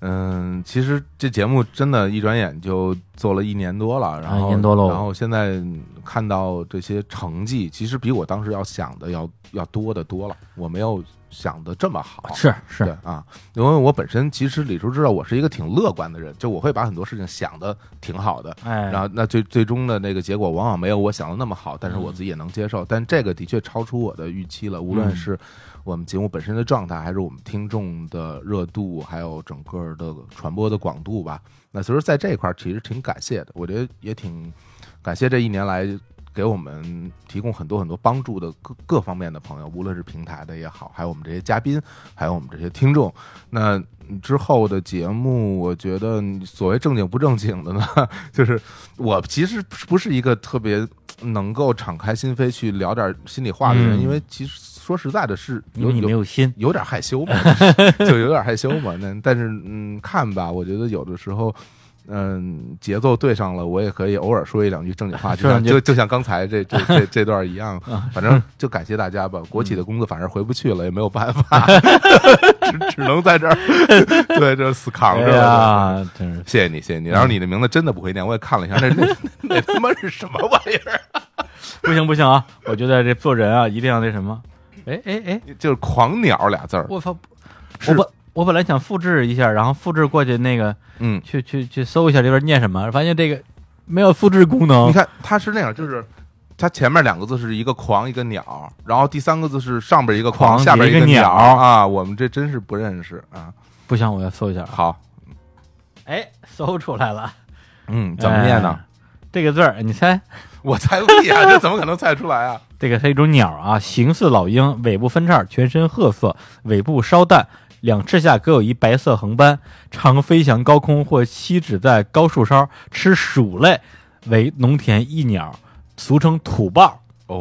嗯，其实这节目真的，一转眼就做了一年多了，然后、
啊一年多喽
然后现在看到这些成绩，其实比我当时要想的要要多得多了，我没有想的这么好。
哦是
对
是，
啊，因为我本身其实李叔知道我是一个挺乐观的人，就我会把很多事情想的挺好的，
哎，
然后那最最终的那个结果往往没有我想的那么好，但是我自己也能接受。但这个的确超出我的预期了，无论
嗯
是我们节目本身的状态，还是我们听众的热度，还有整个的传播的广度吧。那所以说在这一块儿其实挺感谢的，我觉得也挺感谢这一年来。给我们提供很多很多帮助的各各方面的朋友，无论是平台的也好，还有我们这些嘉宾，还有我们这些听众，那之后的节目，我觉得你所谓正经不正经的呢， 就是我其实不是一个特别能够敞开心扉去聊点心里话的人，
嗯
因为其实说实在的是
因为
有
你没
有
有心，
有点害 羞嘛，就有点害羞嘛。那但是嗯，看吧，我觉得有的时候。嗯，节奏对上了，我也可以偶尔说一两句啊正经话，就
说两
像
句
就就像刚才 这这这这段一样，反 正就感谢大家吧。国企的工作反正回不去了，也没有办 法，只只能在这儿， 对，这死扛着了。
哎呀，真是。
谢谢你，谢谢你。然后你的名字真的不会念，我也看了一下，那那那那他妈是什么玩意儿？
不行不行啊！我觉得这做人啊，一定要那什么。哎哎哎，
就是“狂鸟”俩字儿，
我操！
是
我本我本来想复制一下，然后复制过去那个
嗯，
去去去搜一下这边念什么，发现这个没有复制功能。
你看它是那样，就是它前面两个字是一个狂一个鸟，然后第三个字是上边一个
狂
下边
底一个
个
鸟
啊，我们这真是不认识啊。
不行，我要搜一下啊。
好，
哎，搜出来了，
嗯，怎么念呢？
哎这个字儿，你猜？
我猜个屁啊，这怎么可能猜出来啊？
这个是一种鸟啊，形似老鹰，尾部分叉，全身褐色，尾部稍淡，两翅下各有一白色横斑，常飞翔高空或栖止在高树梢，吃鼠类，为农田益鸟，俗称土豹。哎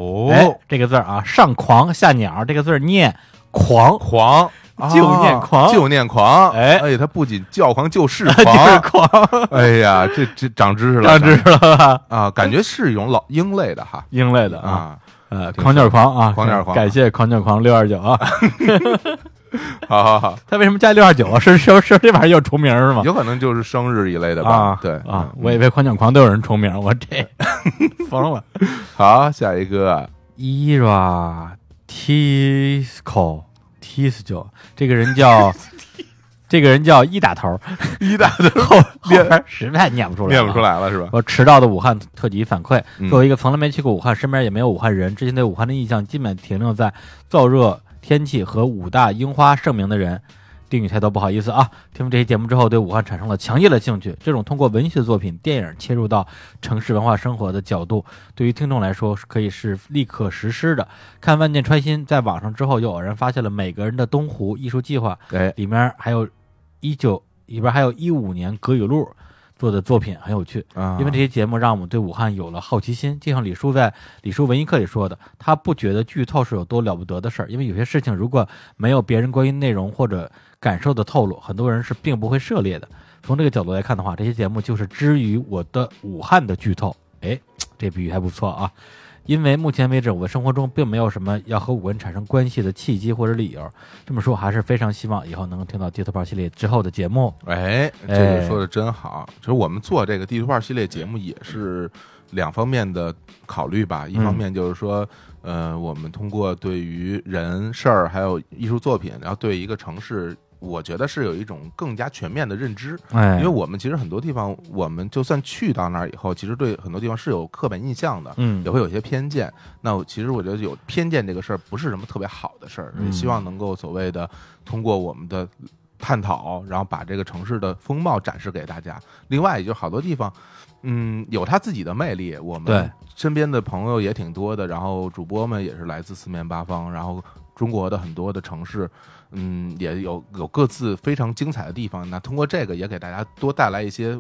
哦，，
这个字儿啊，上狂下鸟，这个字儿念狂，
狂。啊
就念狂
就念狂，
哎
哎，他不仅叫狂，就是
就是
狂，
狂，
哎呀，这这长知识了，
长知识了吧？
啊，感觉是一种老鹰类的哈，
鹰类的，
啊，
呃，
挺
狂鸟狂啊，
狂鸟狂
感谢狂鸟狂六二九啊。
好好好，
他为什么加六二九啊？是是是这玩意儿有重名是吗？
有可能就是生日一类的吧
啊，，
对
啊，我以为狂犬狂都有人重名，我 这疯了。
好，下一个
Era Tisco Tisco，这个人 叫这个人叫 一打头，
一大堆
后后边实在念不出来，
念不出。来了是吧？
我迟到的武汉特辑反馈
嗯，
作为一个从来没去过武汉，身边也没有武汉人，之前对武汉的呃印象基本停留在燥热天气和五大樱花盛名的人。定语太多，不好意思啊！听完这期节目之后，对武汉产生了强烈的兴趣。这种通过文学作品、电影切入到城市文化生活的角度，对于听众来说是可以是立刻实施的。看《万箭穿心》在网上之后，又偶然发现了每个人的东湖艺术计划，
哎，
里面还有一九里边还有一五年葛雨露做的作品，很有趣。
啊
因为这些节目让我们对武汉有了好奇心，就像李叔在《李叔文艺课》里说的，他不觉得剧透是有多了不得的事儿，因为有些事情如果没有别人关于内容或者感受的透露，很多人是并不会涉猎的。从这个角度来看的话，这些节目就是之于我的武汉的剧透。哎，这比喻还不错啊。因为目前为止，我生活中并没有什么要和武汉产生关系的契机或者理由。这么说，还是非常希望以后能够听到《地头炮》系列之后的节目。
哎，这个
哎
说的真好。其实我们做这个地图炮系列节目也是两方面的考虑吧，一
嗯
方面就是说，呃，我们通过对于人事儿还有艺术作品，然后对一个城市。我觉得是有一种更加全面的认知，
哎，
因为我们其实很多地方，我们就算去到那儿以后，其实对很多地方是有刻板印象的，
嗯
也会有一些偏见。那我其实我觉得有偏见这个事儿不是什么特别好的事儿，
嗯
也希望能够所谓的通过我们的探讨，然后把这个城市的风貌展示给大家。另外，也就是好多地方，嗯，有它自己的魅力。我
对
们身边的朋友也挺多的，然后主播们也是来自四面八方，然后中国的很多的城市，嗯，也有有各自非常精彩的地方。那通过这个也给大家多带来一些。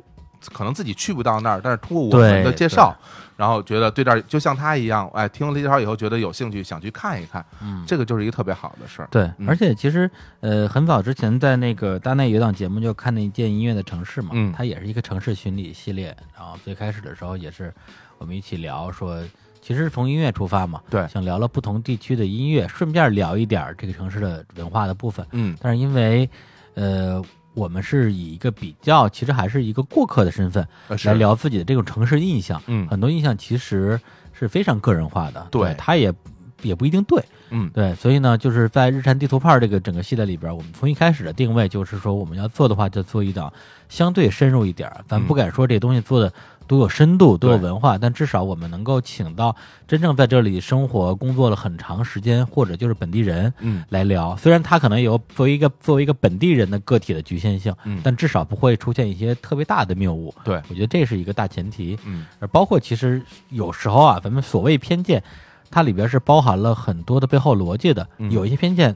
可能自己去不到那儿，但是通过我们的
对
介绍，然后觉得对这儿就像他一样，哎，听了这介绍以后觉得有兴趣，想去看一看，
嗯
这个就是一个特别好的事儿。
对，
嗯
而且其实呃，很早之前在那个大内有一档节目就看那件音乐的城市嘛，
嗯
它也是一个城市巡礼系列。然后最开始的时候也是我们一起聊说，其实从音乐出发嘛，
对
想聊聊不同地区的音乐，顺便聊一点儿这个城市的文化的部分。
嗯，
但是因为呃，我们是以一个比较，其实还是一个过客的身份
呃是
来聊自己的这种城市印象。
嗯
很多印象其实是非常个人化的，
对
它也也不一定对。
嗯
对，所以呢，就是在日产地图炮这个整个系列里边，我们从一开始的定位就是说，我们要做的话，就做一档相对深入一点儿。咱不敢说这东西做的多有深度、多有
对
文化，但至少我们能够请到真正在这里生活、工作了很长时间，或者就是本地人
嗯
来聊。虽然他可能有作为一个作为一个本地人的个体的局限性，
嗯
但至少不会出现一些特别大的谬误。
对
我觉得这是一个大前提。
嗯
而呃包括其实有时候啊，咱们所谓偏见，它里边是包含了很多的背后逻辑的
嗯。
有一些偏见，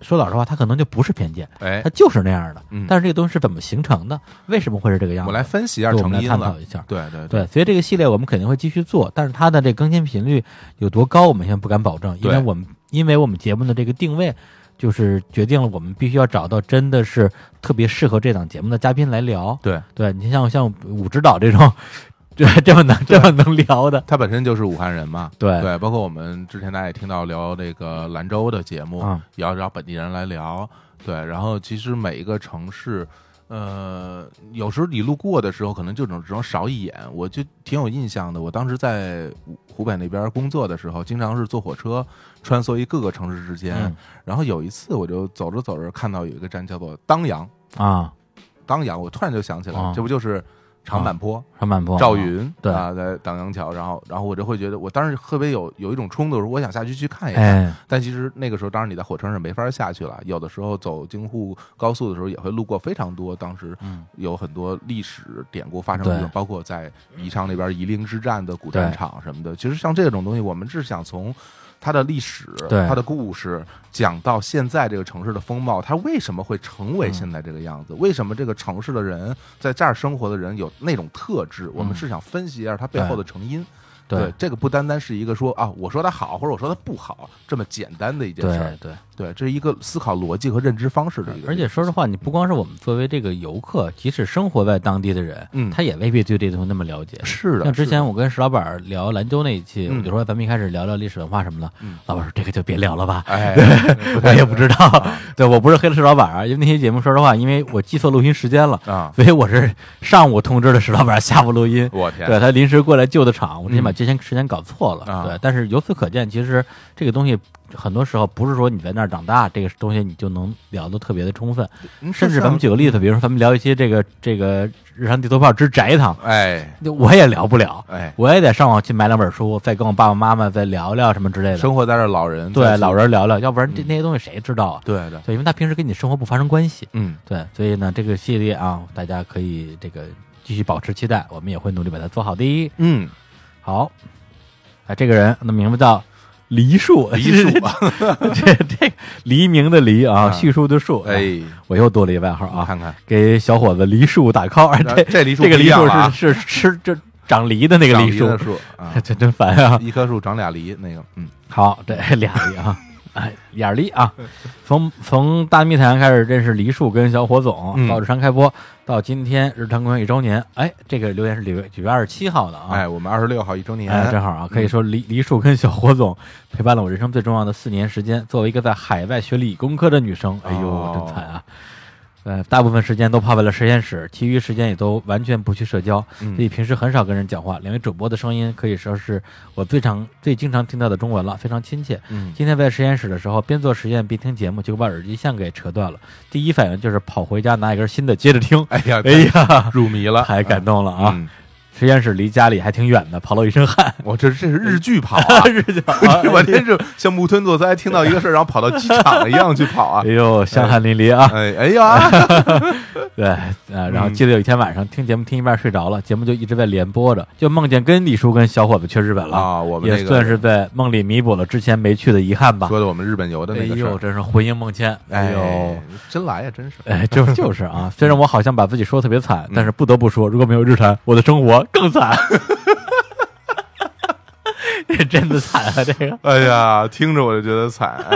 说老实话，它可能就不是偏见，
哎
它，就是那样的。
嗯
但是这个东西是怎么形成的？为什么会是这个样
我
子？
来分析一
对我们
下成
来
因
探讨
了。
一下。
对对
对，所以这个系列我们肯定会继续做，但是它的这更新频率有多高，我们现在不敢保证，因为
对
我们因为我们节目的这个定位，就是决定了我们必须要找到真的是特别适合这档节目的嘉宾来聊。
对，
对你像像武指导这种， 这这么能这么能聊的，
他本身就是武汉人嘛。
对
对，包括我们之前大家也听到聊这个兰州的节目，
啊
也要找本地人来聊。对，然后其实每一个城市，呃，有时候你路过的时候，可能就只能只能扫一眼，我就挺有印象的。我当时在湖北那边工作的时候，经常是坐火车穿梭于各个城市之间。
嗯
然后有一次，我就走着走着看到有一个站叫做当阳，
啊，
当阳，我突然就想起来，
哦
这不就是长坂坡？
上半坡
赵云
对
啊，在党阳桥，然后然后我就会觉得，我当时特别有有一种冲动，我想下去去看一看。
哎，
但其实那个时候，当然你在火车上是没法下去了，有的时候走京沪高速的时候也会路过非常多，当时
嗯
有很多历史典故发生的
对
地方，包括在宜昌那边夷陵之战的古战场什么的。其实像这种东西，我们是想从。它的历史，
对
它的故事，讲到现在这个城市的风貌，它为什么会成
嗯
为现在这个样子？为什么这个城市的人在这儿生活的人有那种特质？
嗯
我们是想分析一下它背后的成因。
对
这个不单单是一个说啊，我说它好或者我说它不好这么简单的一件事儿
对。对。
对，这是一个思考逻辑和认知方式的一个。
而且说实话，你不光是我们作为这个游客，即使生活在当地的人，
嗯
他也未必对这东西那么了解。
是的，
像之
是的
前我跟石老板聊兰州那一期，
嗯
我就说咱们一开始聊聊历史文化什么的，
嗯
老板说这个就别聊了 吧，
哎，
我也不知道。
啊
对我不是黑了石老板啊，因为那期节目说实话，因为我记错录音时间了，
啊，
所以我是上午通知的石老板，下午录音。
我天，
对他临时过来救的场，我之前把
嗯
这些时间搞错了。
啊
对，但是由此可见，其实这个东西很多时候不是说你在那儿长大，这个东西你就能聊得特别的充分。
嗯
甚至咱们，举个例子，比如说咱们聊一些这个这个日常地图炮之宅堂，
哎
就我也聊不了，
哎，
我也得上网去买两本书，再跟我爸爸妈妈再聊聊什么之类的。
生活在这儿老人
对，
再去
老，人聊聊，要不然这那些东西谁知道啊？
对的，
对，因为他平时跟你生活不发生关系。
嗯，
对，所以呢，这个系列啊，大家可以这个继续保持期待，我们也会努力把它做好的。
嗯，
好，啊，这个人那名字叫黎树，
梨树，
这这黎明的黎啊，
啊
叙述的述，
哎，
我又多了一个外号啊，
看看
给小伙子梨树打 call，哎这
这梨树
这个
不一
梨
样
树
了啊
是是吃这长梨的那个
长
梨
梨
树 ，
的，树啊
这真烦啊！
一棵树长俩梨，那个，嗯，
好，这俩梨啊，哎，俩梨啊，从从大密谈开始认识梨树跟小火总，
嗯
到日常开播，到今天日常公园一周年，哎，这个留言是九月九月二十七号的啊，
哎，我们二十六号一周年，
哎，正好啊，可以说梨梨树跟小火总陪伴了我人生最重要的四年时间。作为一个在海外学理工科的女生，哎呦
哦，
真惨啊！呃，大部分时间都泡在了实验室，其余时间也都完全不去社交，
嗯
所以平时很少跟人讲话。两位主播的声音可以说是我最常、最经常听到的中文了，非常亲切。
嗯，
今天在实验室的时候，边做实验边听节目，结果把耳机线给扯断了。第一反应就是跑回家拿一根新的接着听。
哎呀，
哎呀，
入迷了，
太感动了啊！
嗯，
实验室离家里还挺远的，跑了我一身汗。 。
我这这是日剧跑啊
日剧 啊
我真是像木村拓哉听到一个事儿，然后跑到机场一样去跑啊
哎！呦，香汗淋漓啊！
哎哎呀，
对，呃，
嗯
然后记得有一天晚上听节目听一半睡着了，节目就一直在连播着，就梦见跟李叔跟小伙子去日本了
啊我们那
也
个
算是在梦里弥补了之前没去的遗憾吧。
说的我们日本游的
哎
那个事
呦，
儿，
真是回应梦牵，哎呦。，
真来呀，真是。
哎，就就是 啊，虽然我好像把自己说得特别
嗯
惨，但是不得不说，如果没有日坛，我的生活更惨。 这真的惨啊，这个
哎呀，听着我就觉得惨。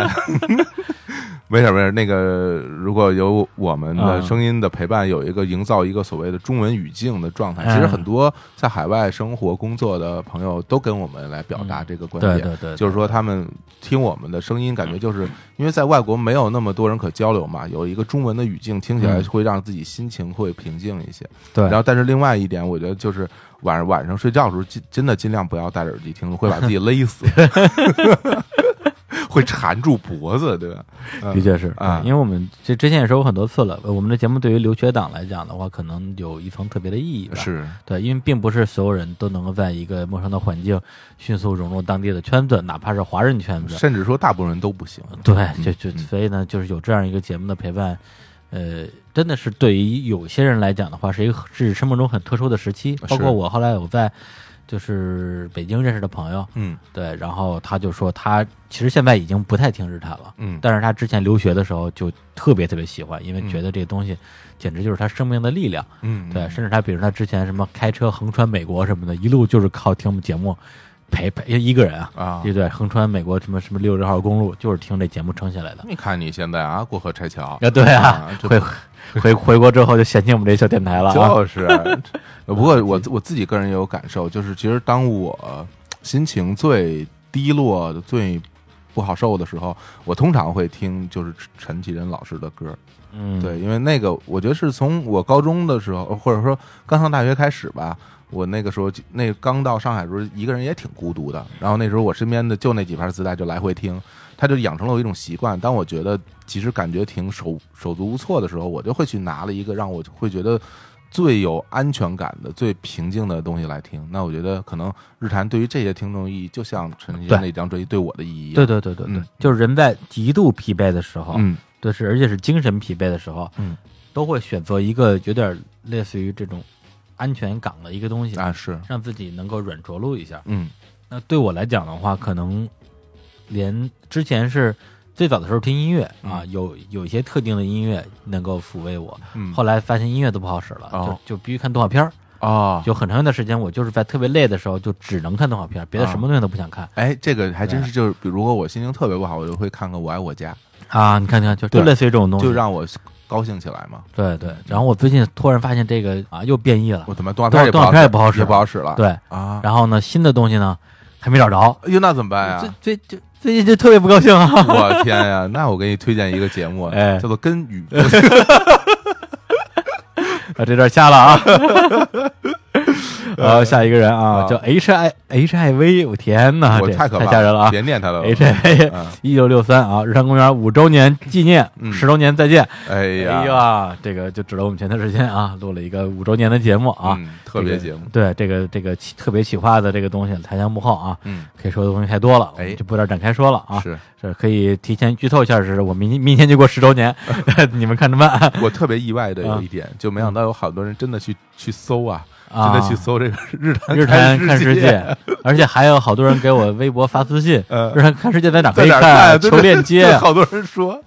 没事儿没事儿，那个如果有我们的
嗯
声音的陪伴，有一个营造一个所谓的中文语境的状态。其实
嗯
很多在海外生活工作的朋友都跟我们来表达这个
嗯
观
对
点，
对对，
就是说他们听我们的声音，感觉就是因为在外国没有那么多人可交流嘛，有一个中文的语境，听起来
嗯
会让自己心情会平静一些。
对，
然后，但是另外一点，我觉得就是晚上晚上睡觉的时候，尽真的尽量不要戴着耳机听，会把自己勒 死， 会缠住脖子，对吧？嗯
的确是
啊
对因为我们这之前也说过很多次了，呃我们的节目对于留学党来讲的话，可能有一层特别的意义吧。
是，
对，因为并不是所有人都能够在一个陌生的环境迅速融入当地的圈子，哪怕是华人圈子。
甚至说大部分人都不行。
对，就就
嗯
所以呢，就是有这样一个节目的陪伴，呃，真的是对于有些人来讲的话，是一个是生命中很特殊的时期。包括
是
我后来有在。就是北京认识的朋友，
嗯
对，然后他就说他其实现在已经不太听日产了，
嗯，
但是他之前留学的时候就特别特别喜欢，因为
嗯
觉得这东西简直就是他生命的力量。
嗯
对，甚至他比如他之前什么开车横穿美国什么的，一路就是靠听我们节目陪陪一个人啊，
啊，
对对，横穿美国什么什么六十号公路，就是听这节目撑下来的。
你看你现在啊，过河拆桥，
啊，对啊
啊，这
回回回国之后就嫌弃我们这小电台了啊。
就是。 不过我我自己个人也有感受，就是其实当我心情最低落、最不好受的时候，我通常会听就是陈绮贞老师的歌。
嗯，
对，因为那个我觉得是从我高中的时候，或者说刚上大学开始吧。我那个时候就，那刚到上海的时候，一个人也挺孤独的。然后那时候我身边的就那几盘磁带，就来回听，他就养成了我一种习惯。当我觉得其实感觉挺手手足无措的时候，我就会去拿了一个让我会觉得最有安全感的、最平静的东西来听。那我觉得可能日坛对于这些听众意义，就像陈奕迅
对
那张专辑对我的意义一样。
对对对对对
嗯，
就是人在极度疲惫的时候，
嗯
对是，而且是精神疲惫的时候，
嗯
都会选择一个有点类似于这种安全港的一个东西，
啊是
让自己能够软着陆一下。
嗯
那对我来讲的话，可能连之前是最早的时候听音乐啊，有有一些特定的音乐能够抚慰我，
嗯
后来发现音乐都不好使了，
哦
就就必须看动画片儿。
哦，
有很长一段时间，我就是在特别累的时候，就只能看动画片儿，别的
啊
什么东西都不想看
哎，这个还真
对
是，就是比如果我心情特别不好，我就会看看《我爱我家
啊。你看看，就就
对
类似于这种东》，西，
就让我高兴起来嘛。
对对。然后我最近突然发现这个啊，又变异了
我，怎么动画片也
动画片也不好
好
使
也不好使了。
对。
啊，
然后呢，新的东西呢还没找着，
哎呦，那怎么办
最 最
呀？
就最近就特别不高兴 啊。
我天呀！那我给你推荐一个节目，
哎
叫做《跟 宇宙》
啊，这段下了 啊。 呃，下一个人啊，
啊
叫 H I H I V，我天哪，
我
这
太可怕了，
吓人了啊
别念他了。
！H I
嗯
一九六三啊，日坛公园五周年纪念，
嗯
十周年再见。
哎
哎
呀，
呀，这个就指着我们前段时间啊，录了一个五周年的节目啊，
嗯，特别节目，
这个对这个这个企特别企划的这个东西，台前幕后啊，
嗯，
可以说的东西太多了，我们
哎
就不在这儿展开说了啊。
是
这可以提前剧透一下，是我明明天就过十周 年，你们看着办啊
我特别意外的有一点，就没想到有好多人真的去去搜啊，真
啊。
的去搜这个日 坛
日坛看
看
世
界，，
界，而且还有好多人给我微博发私信
呃
日坛看世界在哪可
在
以
哪儿
啊
看？对
求链 接
对
啊。
好多人说，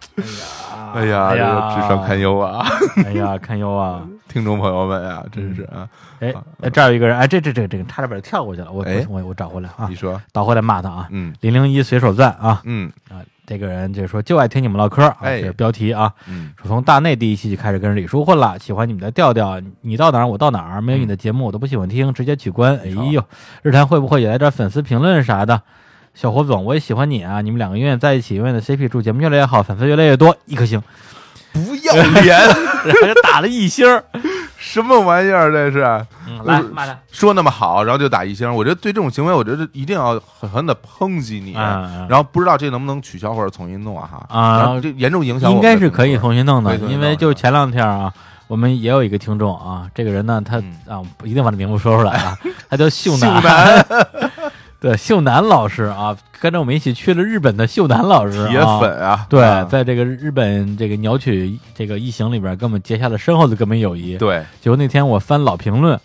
哎呀，
哎
这
呀
个智商堪忧啊！
哎呀，堪忧 啊！
听众朋友们啊，真是啊！
哎，哎这儿有一个人，哎，这这这这个差点把他跳过去了，我
哎
我我找回来啊
你，说，
倒回来骂他啊。
嗯
零零一随手赞啊
嗯
啊！这个人就说就爱听你们唠嗑啊，
哎
这是标题啊。
嗯，
说从大内第一期就开始跟李叔混了，喜欢你们的调调，你到哪儿我到哪儿，没有你的节目我都不喜欢听，直接取关。哎
好
呦，日坛会不会也来点粉丝评论啥的？小火总，我也喜欢你啊！你们两个永远在一起，永远的 CP，祝节目越来越好，粉丝越来越多，一颗星，
不要脸，
然后就打了一星儿。
什么玩意儿这是？
嗯，来骂他，
说那么好，然后就打一星，我觉得对这种行为，我觉得一定要狠狠的抨击你。啊
嗯嗯
然后不知道这能不能取消或者重新弄啊？哈
啊
然后这严重影响我
应
们的
该
评
是
论，
可以重新弄的
可以，重新
因
弄
为就是
吧
前两天啊，我们也有一个听众啊，这个人呢，他
嗯
啊不一定把这名字说出来啊，他叫秀
性
男，
男
对，秀男老师啊，跟着我们一起去了日本的秀男老师、啊，
铁粉啊，
对，
啊
在这个日本这个鸟取这个一行里边，跟我们结下了深厚的革命友谊。，
对，
结果那天我翻老评论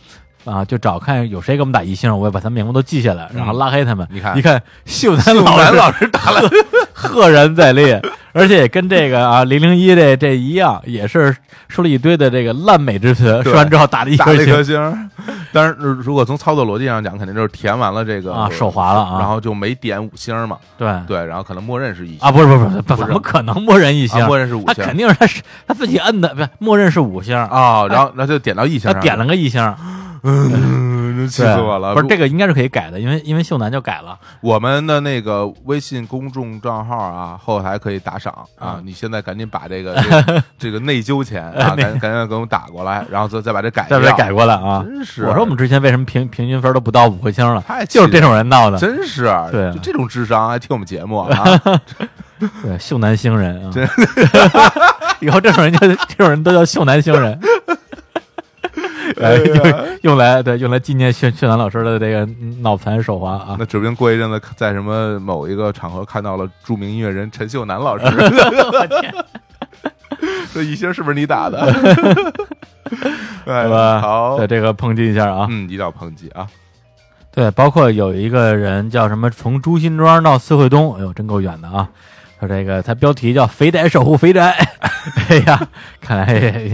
啊，就找看有谁给我们打一星，我也把他们名字都记下来，然后拉黑他们。
嗯你看
一看秀男
秀男
老
老
师
师打了，
赫然在列， 而且也跟这个啊零零一这这一样，也是说了一堆的这个烂美之词，说完之后打了一
打了
颗
一颗
星
星。当然，如果从操作逻辑上讲，肯定就是填完了这个
啊，手滑了啊。
然后就没点五星嘛。
对
对，然后可能默认是一星
啊，不是不是不是，
不是
怎么可能默认一星？
啊默认是五
他
星
肯定是他是他自己摁的，不是默认是五星啊，
啊，然后然后就点到一星啊
他
上，
点了个一星。
嗯，气
对啊
死我了！
不是这
个，
个应该是可以改的，因为因为秀男就改了，
我们的那个微信公众账号啊，后台可以打赏啊
嗯。
你现在赶紧把 这个这个这个内疚钱啊，赶紧赶紧给我们打过来，然后再再把这改
再
掉。
被改过来啊！
哎真是
我说我们之前为什么平平均分都不到五颗星了，
太气
就是这种人闹的，
真是
对啊
就这种智商还听我们节目 啊？
对，秀男星人啊！ 以后这种人叫这种人都叫秀男星 人。
哎
呃， 用用来对用来纪念秀秀男老师的这个脑残手滑啊！
那指不定过一阵子在什么某一个场合看到了著名音乐人陈秀 楠老师， 这一星是不是你打 的？哎
对吧？
好
对，这个抨击一下啊！
嗯，一定要抨击啊！
对，包括有一个人叫什么，从朱辛庄到四惠东，哎呦，真够远的啊！说这个，他标题叫“肥宅守护肥宅”，哎呀，看来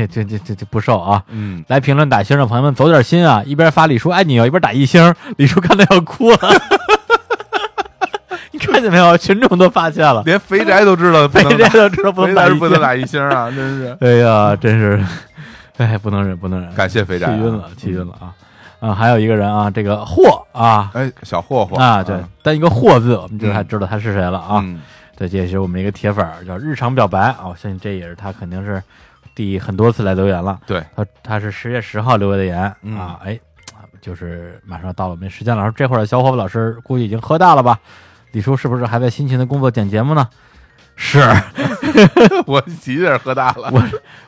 这这这这不瘦啊！
嗯，
来评论打星的朋友们走点心啊！一边发李叔爱你哦，一边打一星，李叔看到要哭了。 你看见没有？群众都发现了，
连肥宅都知道 不
肥
能
宅
打，
都知道不能
肥
打
宅
一
不能
星。
打一星 啊，真是
哎呀，真是，哎，不能忍，不能忍，
感谢肥
气
宅啊，
晕了，气晕了啊！啊，还有一个人啊，这个霍啊，
哎，小霍霍
啊，对，单一个“霍”字，我们就
嗯
还知道他是谁了啊。
嗯
对，这也是我们一个铁粉儿，叫日常表白啊。我相信这也是他肯定是第很多次来留言了。
对，
他他是十月十号留的言
嗯
啊，哎，就是马上到了我们时间了。这会儿小伙子老师估计已经喝大了吧？李叔是不是还在辛勤的工作剪节目呢？是
我急着喝大了。
我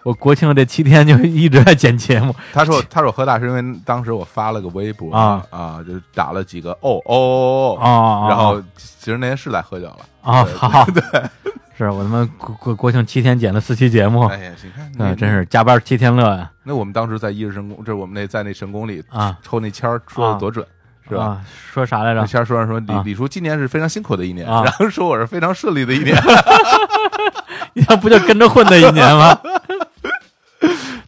我国庆这七天就一直在剪节目，
他说他说喝大是因为当时我发了个微博
啊
啊，就是打了几个哦哦哦
哦，
哦哦，然后其实那天是在喝酒了。
啊，好， 对，是我他妈国国国庆七天剪了四期节目，
哎呀，你看，
啊那
你
真是加班七天乐呀
那我们当时在一日神宫，这我们那在那神宫里
啊，
抽那签儿说
啊
的多准，是吧？
啊说啥来
那
着？
签儿说上说
啊
李李叔今年是非常辛苦的一年，
啊
然后说我是非常顺利的一年，
你这不就跟着混的一年 吗？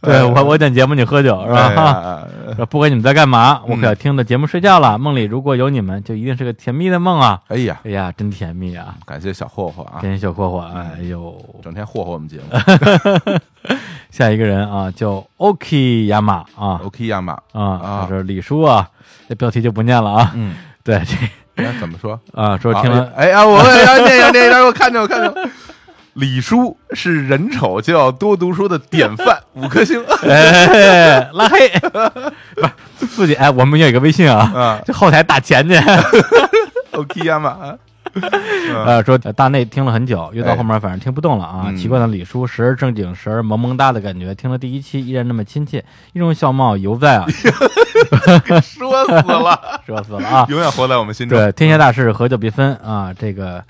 对我，我点节目你喝酒是吧？
哎呀
说不管你们在干嘛，我
嗯
可要听着节目睡觉了。梦里如果有你们，就一定是个甜蜜的梦啊！
哎呀，
哎呀，真甜蜜啊！
感谢小霍霍啊，
甜心小霍霍，哎呦，
整天霍霍我们节 目。
下一个人啊，叫 OK 亚马啊
OK 亚马，
啊，
啊
说李叔啊，这标题就不念了啊。
嗯，
对，这
那怎么说？
啊，说听
啊
了
哎呀，我要那样那样，我看见我看见了。 李叔是人丑就要多读书的 典范，五颗星
哎，拉黑， 不是自己哎，我们也有一个微信啊，
啊
这后台打钱去。
！OK 亚马，
呃，说大内听了很久，越到后面反正听不动了啊。
嗯
奇怪的李叔，时而正经，时而萌萌哒的感觉。听了第一期依然那么亲切，一种笑貌犹在啊，
说死 了，
热死了啊！
永远活在我们心中。
对，天下大事合久必分啊，这个。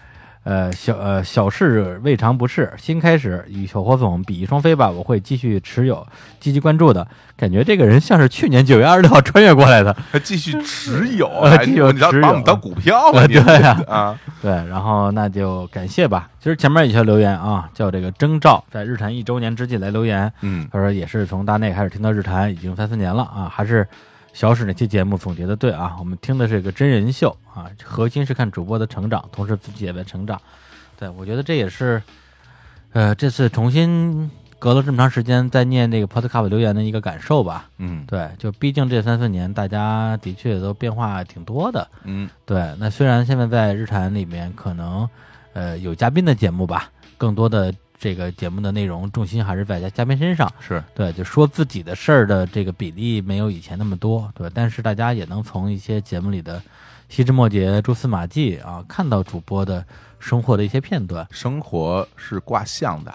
呃，小呃小事未尝不是，新开始与小火总比翼双飞吧，我会继续持有，积极关注的。感觉这个人像是去年九月二十六号穿越过来的，
还继续持有，
呃
还
继续
你要
持有
把我们当股票了，
呃
你
对啊
啊，
对，然后那就感谢吧。其实前面有一条留言啊，叫这个征兆，在日坛一周年之际来留言，
嗯，
他说也是从大内开始听到日坛，已经三四年了啊，还是小史那期节目总结的对啊，我们听的是一个真人秀啊，核心是看主播的成长，同时自己也在成长。对，我觉得这也是，呃，这次重新隔了这么长时间再念这个 Podcast 留言的一个感受吧。
嗯
对，就毕竟这三四年大家的确都变化挺多的。
嗯，
对，那虽然现在在日坛里面可能呃有嘉宾的节目吧，更多的这个节目的内容重心还是在嘉宾身上。
是
对，就说自己的事儿的这个比例没有以前那么多，对，但是大家也能从一些节目里的细枝末节、蛛丝马迹啊，看到主播的生活的一些片段。
生活是卦象的，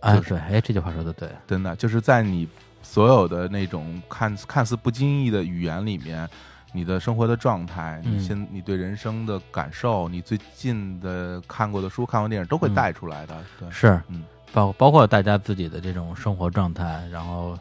啊，
就是
对，哎，这句话说的对，
真的就是在你所有的那种看看似不经意的语言里面，你的生活的状态，
嗯
你现你对人生的感受，你最近的看过的书、看过电影都会
嗯
带出来的。对，
是
嗯，
包包括大家自己的这种生活状态，然后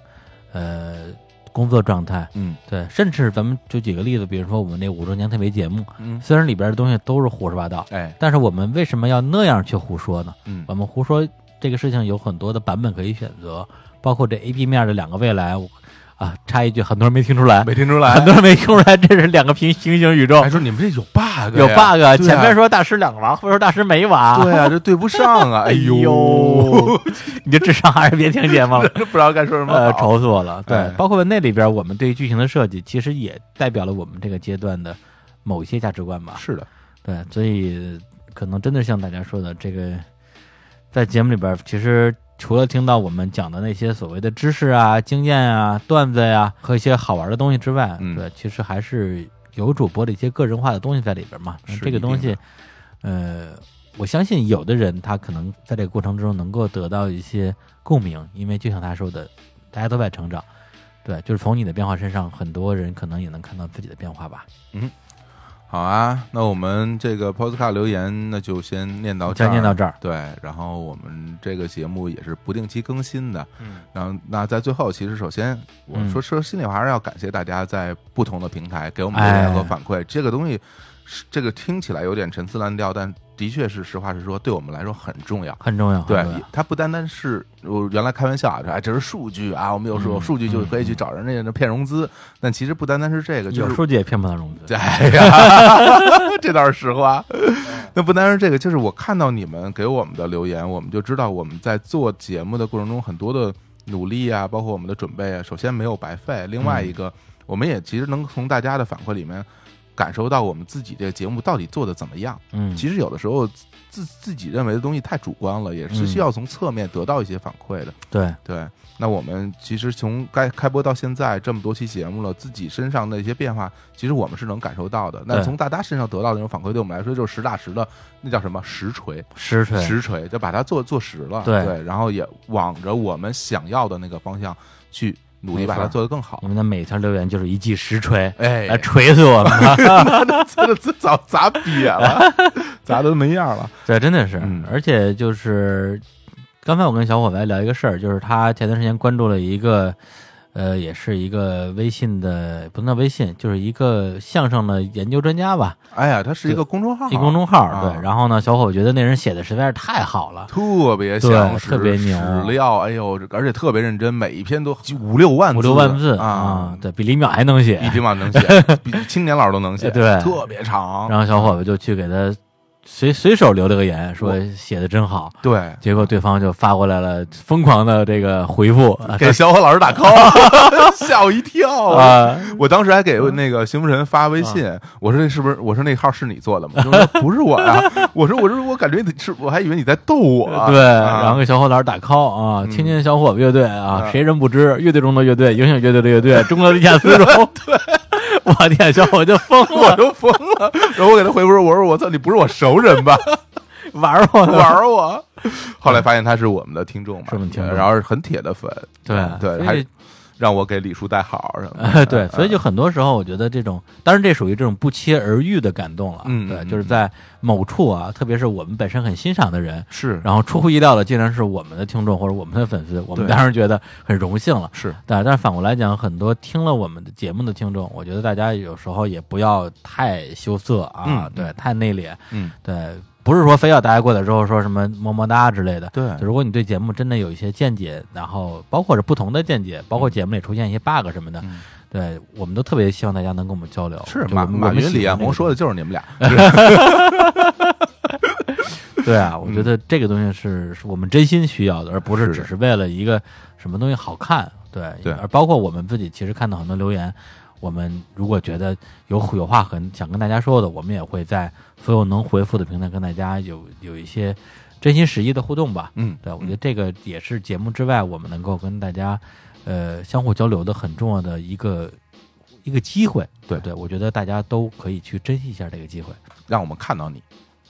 呃工作状态，
嗯
对，甚至咱们就举个例子，比如说我们那五周年特别节目，
嗯，
虽然里边的东西都是胡说八道，
哎，
但是我们为什么要那样去胡说呢？
嗯
我们胡说这个事情有很多的版本可以选择，包括这 A、B 面的两个未来，我啊，插一句，很多人没听出来，
没听出
很
来。哎
多人没听出来，这是两个平行星宇宙
还，说你们这有 bug，
有
呀
bug 啊。
对啊
前面说大师两个娃，后面说大师没娃，
对啊，这对不上啊！哎
哎
呦，。
呦，你这智商还是别听节目了
不知道该 说什么
呃，
好。
愁死我了。对
哎，
包括那里边我们对于剧情的设计，其实也代表了我们这个阶段的某一些价值观吧。
是的，
对，所以可能真的像大家说的，这个在节目里边儿，其实除了听到我们讲的那些所谓的知识啊、经验啊、段子呀、和一些好玩的东西之外，
嗯
对，其实还是有主播的一些个人化的东西在里边嘛。那
是
这个
一定
东西
的，
呃，我相信有的人他可能在这个过程之中能够得到一些共鸣，因为就像他说的，大家都在成长。对，就是从你的变化身上，很多人可能也能看到自己的变化吧。
好啊，那我们这个 Podcast 留言那就先念哦到这儿，
先念到这儿。
对，然后我们这个节目也是不定期更新的。
嗯，
然后那在最后，其实首先我
嗯
说说心里话，还是要感谢大家在不同的平台给我们留
哎
言和反馈。这个东西是这个听起来有点陈词滥调，但的确是实话实说，对我们来说很重要。
很重要。
对
很重要，
它不单单是我原来开玩笑啊，说哎，这是数据啊，我们有时候有
嗯
数据就可以去找人家那骗融资，但其实不单单是这个，就
有
是
数据也骗不到融 资。
哎呀，这倒是实话。那不单是这个，就是我看到你们给我们的留言，我们就知道我们在做节目的过程中很多的努力啊，包括我们的准备啊，首先没有白费，另外一个，我们也其实能从大家的反馈里面感受到我们自己这个节目到底做的怎么样。
嗯，
其实有的时候自自自己认为的东西太主观了，也是需要从侧面得到一些反馈的。
对，
对，那我们其实从该开播到现在这么多期节目了，自己身上的一些变化，其实我们是能感受到的。那
对
从大家身上得到的那种反馈，对我们来说就是实打实的，那叫什么实锤，
实锤。
实锤就把它做做实了。
对
然后也往着我们想要的那个方向去努力，
没
把
错嗯
它做得更好
你。们的每条留言就是一记实锤，
哎，
来锤死我们。
这 这早砸瘪 了，砸的没样了。
对，真的是
嗯，
而且就是刚才我跟小伙伴聊一个事儿，就是他前段时间关注了一个，呃，也是一个微信的，不能叫微信，就是一个相声的研究专家吧，
哎呀，它是一个公众号，
一公众号。
啊
对，然后呢，小伙觉得那人写的实在是太好了，
特别
对
详实，
特别牛
史料，哎呦，而且特别认真，每一篇都五六万字，
五六万字
啊，
对比李淼还能写
比。丁满能写， 比青年老师都能写，
对
特别长。
然后小伙子就去给他随随手留了个言，说写的真好。
对，
结果对方就发过来了疯狂的这个回复，啊
给小伙老师打 call，吓 我一跳！
啊，
我当时还给那个邢福臣发微信，我说这是不是？我说那号是你做的吗？他说不是 我呀，我说我说我感觉你是，我还以为你在逗我。嗯
对，
啊
然后给小伙老师打 call 啊，青年小伙子乐队啊，
嗯
谁人不知？乐队中的乐队，影响乐队的乐队，中国的地下丝绒。 对，我天，小伙就疯
我
了，
都疯了，然后我给他回复说：“我说我操，你不是我熟人吧？”
玩我呢。
玩我。 后来发现他是我们的听众嘛，
是我们听众
然后是很铁的粉，对，
对，所
还
以
让我给李叔带好什么的
呃， 对，所以就很多时候，我觉得这种，当然这属于这种不期而遇的感动了。
嗯
对，
嗯
就是
嗯
在某处啊，特别是我们本身很欣赏的人，
是
然后出乎意料的竟然是我们的听众或者我们的粉丝，我们
对
当然觉得很荣幸了。
是，
对，但是反过来讲，很多听了我们的节目的听众，我觉得大家有时候也不要太羞涩啊，
嗯
对，太内敛，
嗯，
对，不是说非要大家过来之后说什么么么哒之类的。
对
就如果你对节目真的有一些见解，然后包括是不同的见解，包括节目里出现一些 bug 什么的，
嗯
对我们都特别希望大家能跟我们交流。
是
就
马
我们
马
我们
云、
喜
李
欢
彦
这
宏
个
说的就是你们俩，
对啊，我觉得这个东西是是我们真心需要的，而不是
嗯是
只是为了一个什么东西好看。对，
对
而包括我们自己，其实看到很多留言，我们如果觉得有有话很想跟大家说的，我们也会在所有能回复的平台跟大家有有一些真心实意的互动吧。
嗯，
对，我觉得这个也是节目之外，我们能够跟大家呃相互交流的很重要的一个一个机会。
对
对，我觉得大家都可以去珍惜一下这个机会。
让我们看到你，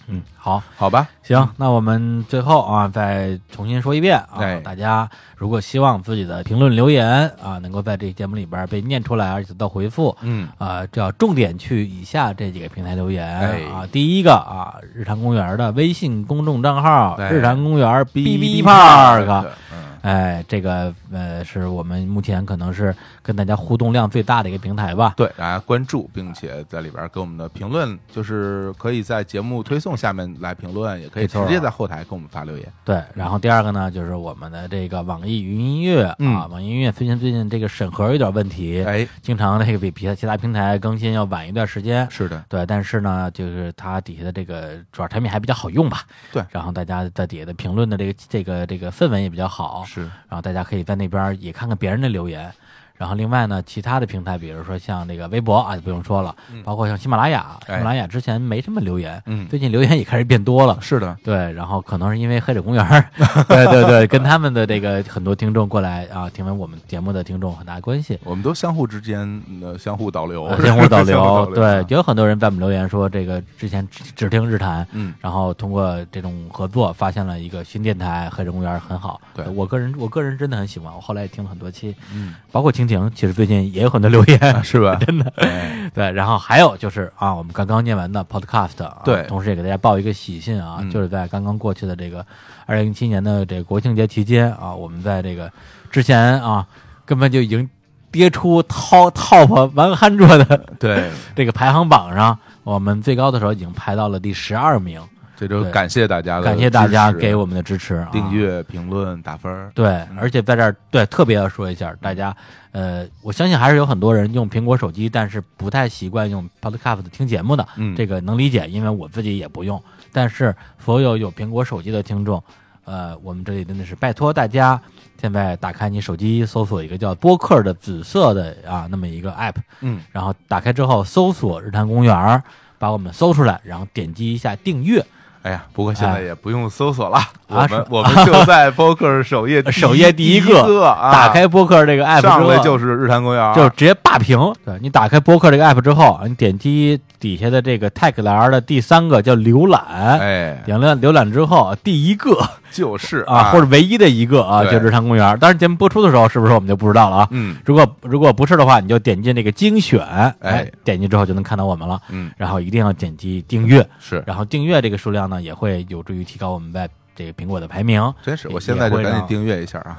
嗯，好。
好吧？
行，那我们最后啊，再重新说一遍啊，
哎
大家如果希望自己的评论留言啊，能够在这个节目里边被念出来，而且得到回复。
嗯，
啊，这要重点去以下这几个平台留言、
哎
啊。第一个啊，日坛公园的微信公众账号“
对
日坛公园 B
哔
B
哔
Park”，
对嗯，
哎，这个呃是我们目前可能是跟大家互动量最大的一个平台吧。
对，大家关注，并且在里边给我们的评论，就是可以在节目推送下面来评论，也可以
没错
直接在后台给我们发留言。
对，然后第二个呢，就是我们的这个网易云音乐、啊，
嗯
网易云音乐最近最近这个审核有点问题，
哎，
经常那个比比其他平台更新要晚一段时间。
是的，
对，但是呢，就是它底下的这个主要产品还比较好用吧。
对
然后大家在底下的评论的这个这个这个氛围也比较好，
是，
然后大家可以在那边也看看别人的留言。然后另外呢，其他的平台，比如说像那个微博啊，就不用说了，包括像喜马拉雅，喜
嗯哎
马拉雅之前没什么留言，
嗯
最近留言也开始变多了。
是的，
对，然后可能是因为黑水公园 儿，对对对，跟他们的这个很多听众过来啊，听完我们节目的听众很大关系。
我们都相互之间呃相互导流
呃，相互导流，对
啊，
有很多人在我们留言说，这个之前只只听日谈，
嗯，
然后通过这种合作，发现了一个新电台《黑人公园》很好。
对
我个人，我个人真的很喜欢，我后来也听了很多期，
嗯，
包括蜻蜻蜓，其实最近也有很多留 言，
是吧？
真的。 对，然后还有就是啊，我们刚刚念完的 Podcast，、啊、
对
同时也给大家报一个喜讯啊，
嗯
就是在刚刚过去的这个二零一七年的这个国庆节期间啊，我们在这个之前啊，根本就已经跌出 top top 完憨卓的
对，
这个排行榜上，我们最高的时候已经排到了第十二名，
这就
对
感谢大家的支持，
感谢大家给我们的支持、啊，
订阅、评论、打分儿。
对，而且在这儿对特别要说一下，大家呃，我相信还是有很多人用苹果手机，但是不太习惯用 Podcast 听节目的，
嗯
这个能理解，因为我自己也不用。但是所有有苹果手机的听众，呃，我们这里真的是拜托大家，现在打开你手机，搜索一个叫播客的紫色的啊那么一个 app，
嗯，
然后打开之后搜索日坛公园儿，把我们搜出来，然后点击一下订阅，
哎呀，不过现在
哎
也不用搜索了，我
啊
们
是
我们就在播客首页
首页
第
第
一
一
个
个
啊
打开播客这个 app 之
上
后啊
来就是日坛公园，
就直接霸屏。啊对你打开播客这个 app 之后，你点击底下的这个 tag 栏儿的第三个叫浏览，
哎，
点了浏览之后，第一个
就是
啊，或者唯一的一个啊，
对
就是日坛公园。当然节目播出的时候是不是我们就不知道了啊？
嗯
如果如果不是的话，你就点进这个精选，
哎
哎，点进之后就能看到我们了。
嗯
然后一定要点击订阅，
是，
然后订阅这个数量呢，也会有助于提高我们在这个苹果的排名，
真是，
也
我现在就
也会
赶紧
让
订阅一 下啊！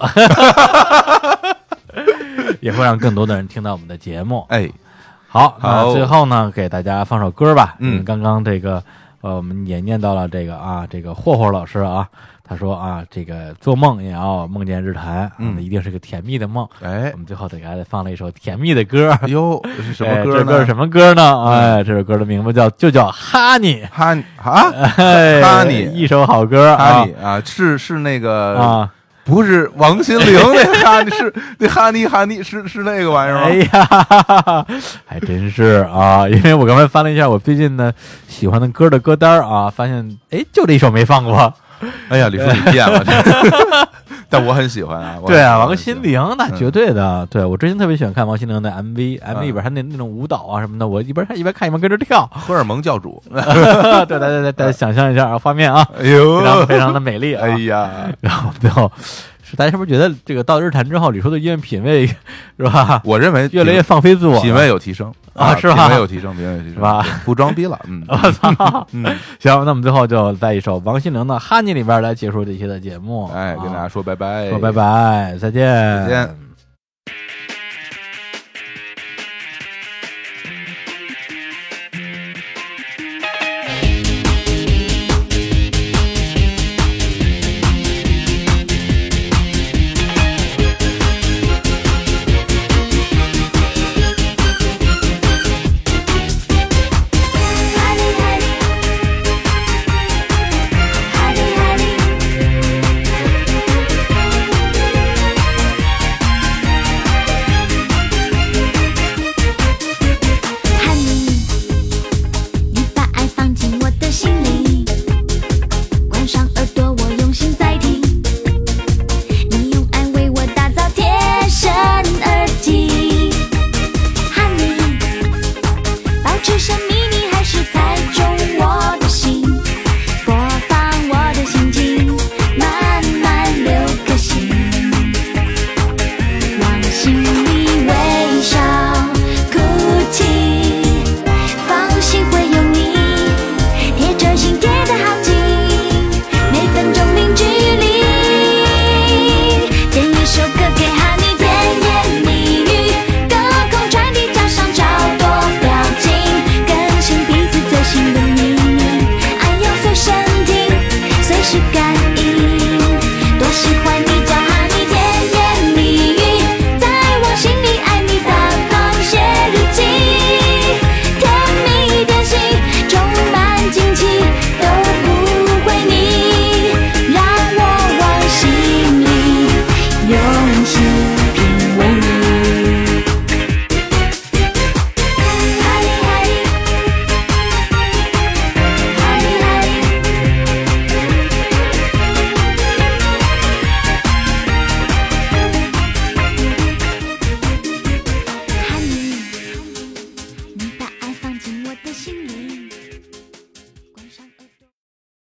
也会让更多的人听到我们的节目。
哎，
好，
好
那最后呢，给大家放首歌吧。
嗯
因为刚刚这个呃，我们也念到了这个啊，这个霍霍老师啊，他说啊，这个做梦也要梦见日坛，啊
嗯
那一定是个甜蜜的梦。
哎
我，们最后给大家放了一首甜蜜的歌，
哟，是什么
哎
歌
这歌
呢？
是什么歌呢？
嗯
哎，这首歌的名字叫就叫哈尼，
哈啊
哎
哈尼
一首好歌
哈
啊
尼啊，是是那个，
啊！
不是王心凌那哈尼，是那哈尼哈尼是是那个玩意
哎
儿吗？
呀，哈哈哈还真是啊！因为我刚才翻了一下我最近呢喜欢的歌的歌单啊，发现哎就这一首没放过。
哎呀，李叔你变了， 但我很喜欢啊。我
对啊，
很
王
喜欢
心凌那
嗯
绝对的。对我之前特别喜欢看王心凌的 MV，MV
嗯
里边她那那种舞蹈啊什么的，我一边看一边看一边跟着 跳。
荷尔蒙教主，
对，大家大家想象一下啊，画面啊，
哎
非常
呦，
非常的美丽啊
哎。呀，
然后最后是大家是不是觉得这个到日坛之后，李叔的音乐品味是吧
我认为
越来越放飞自我了？
品味有提升
啊是吧
品味有提升，品味有提升，
是吧
对？不装逼了， 嗯，
我操！
嗯，
行，那我们最后就在一首王心凌的《哈尼》里边来结束这期的节目。
哎，跟大家
啊
说拜拜，
说拜，拜，再见，
再见。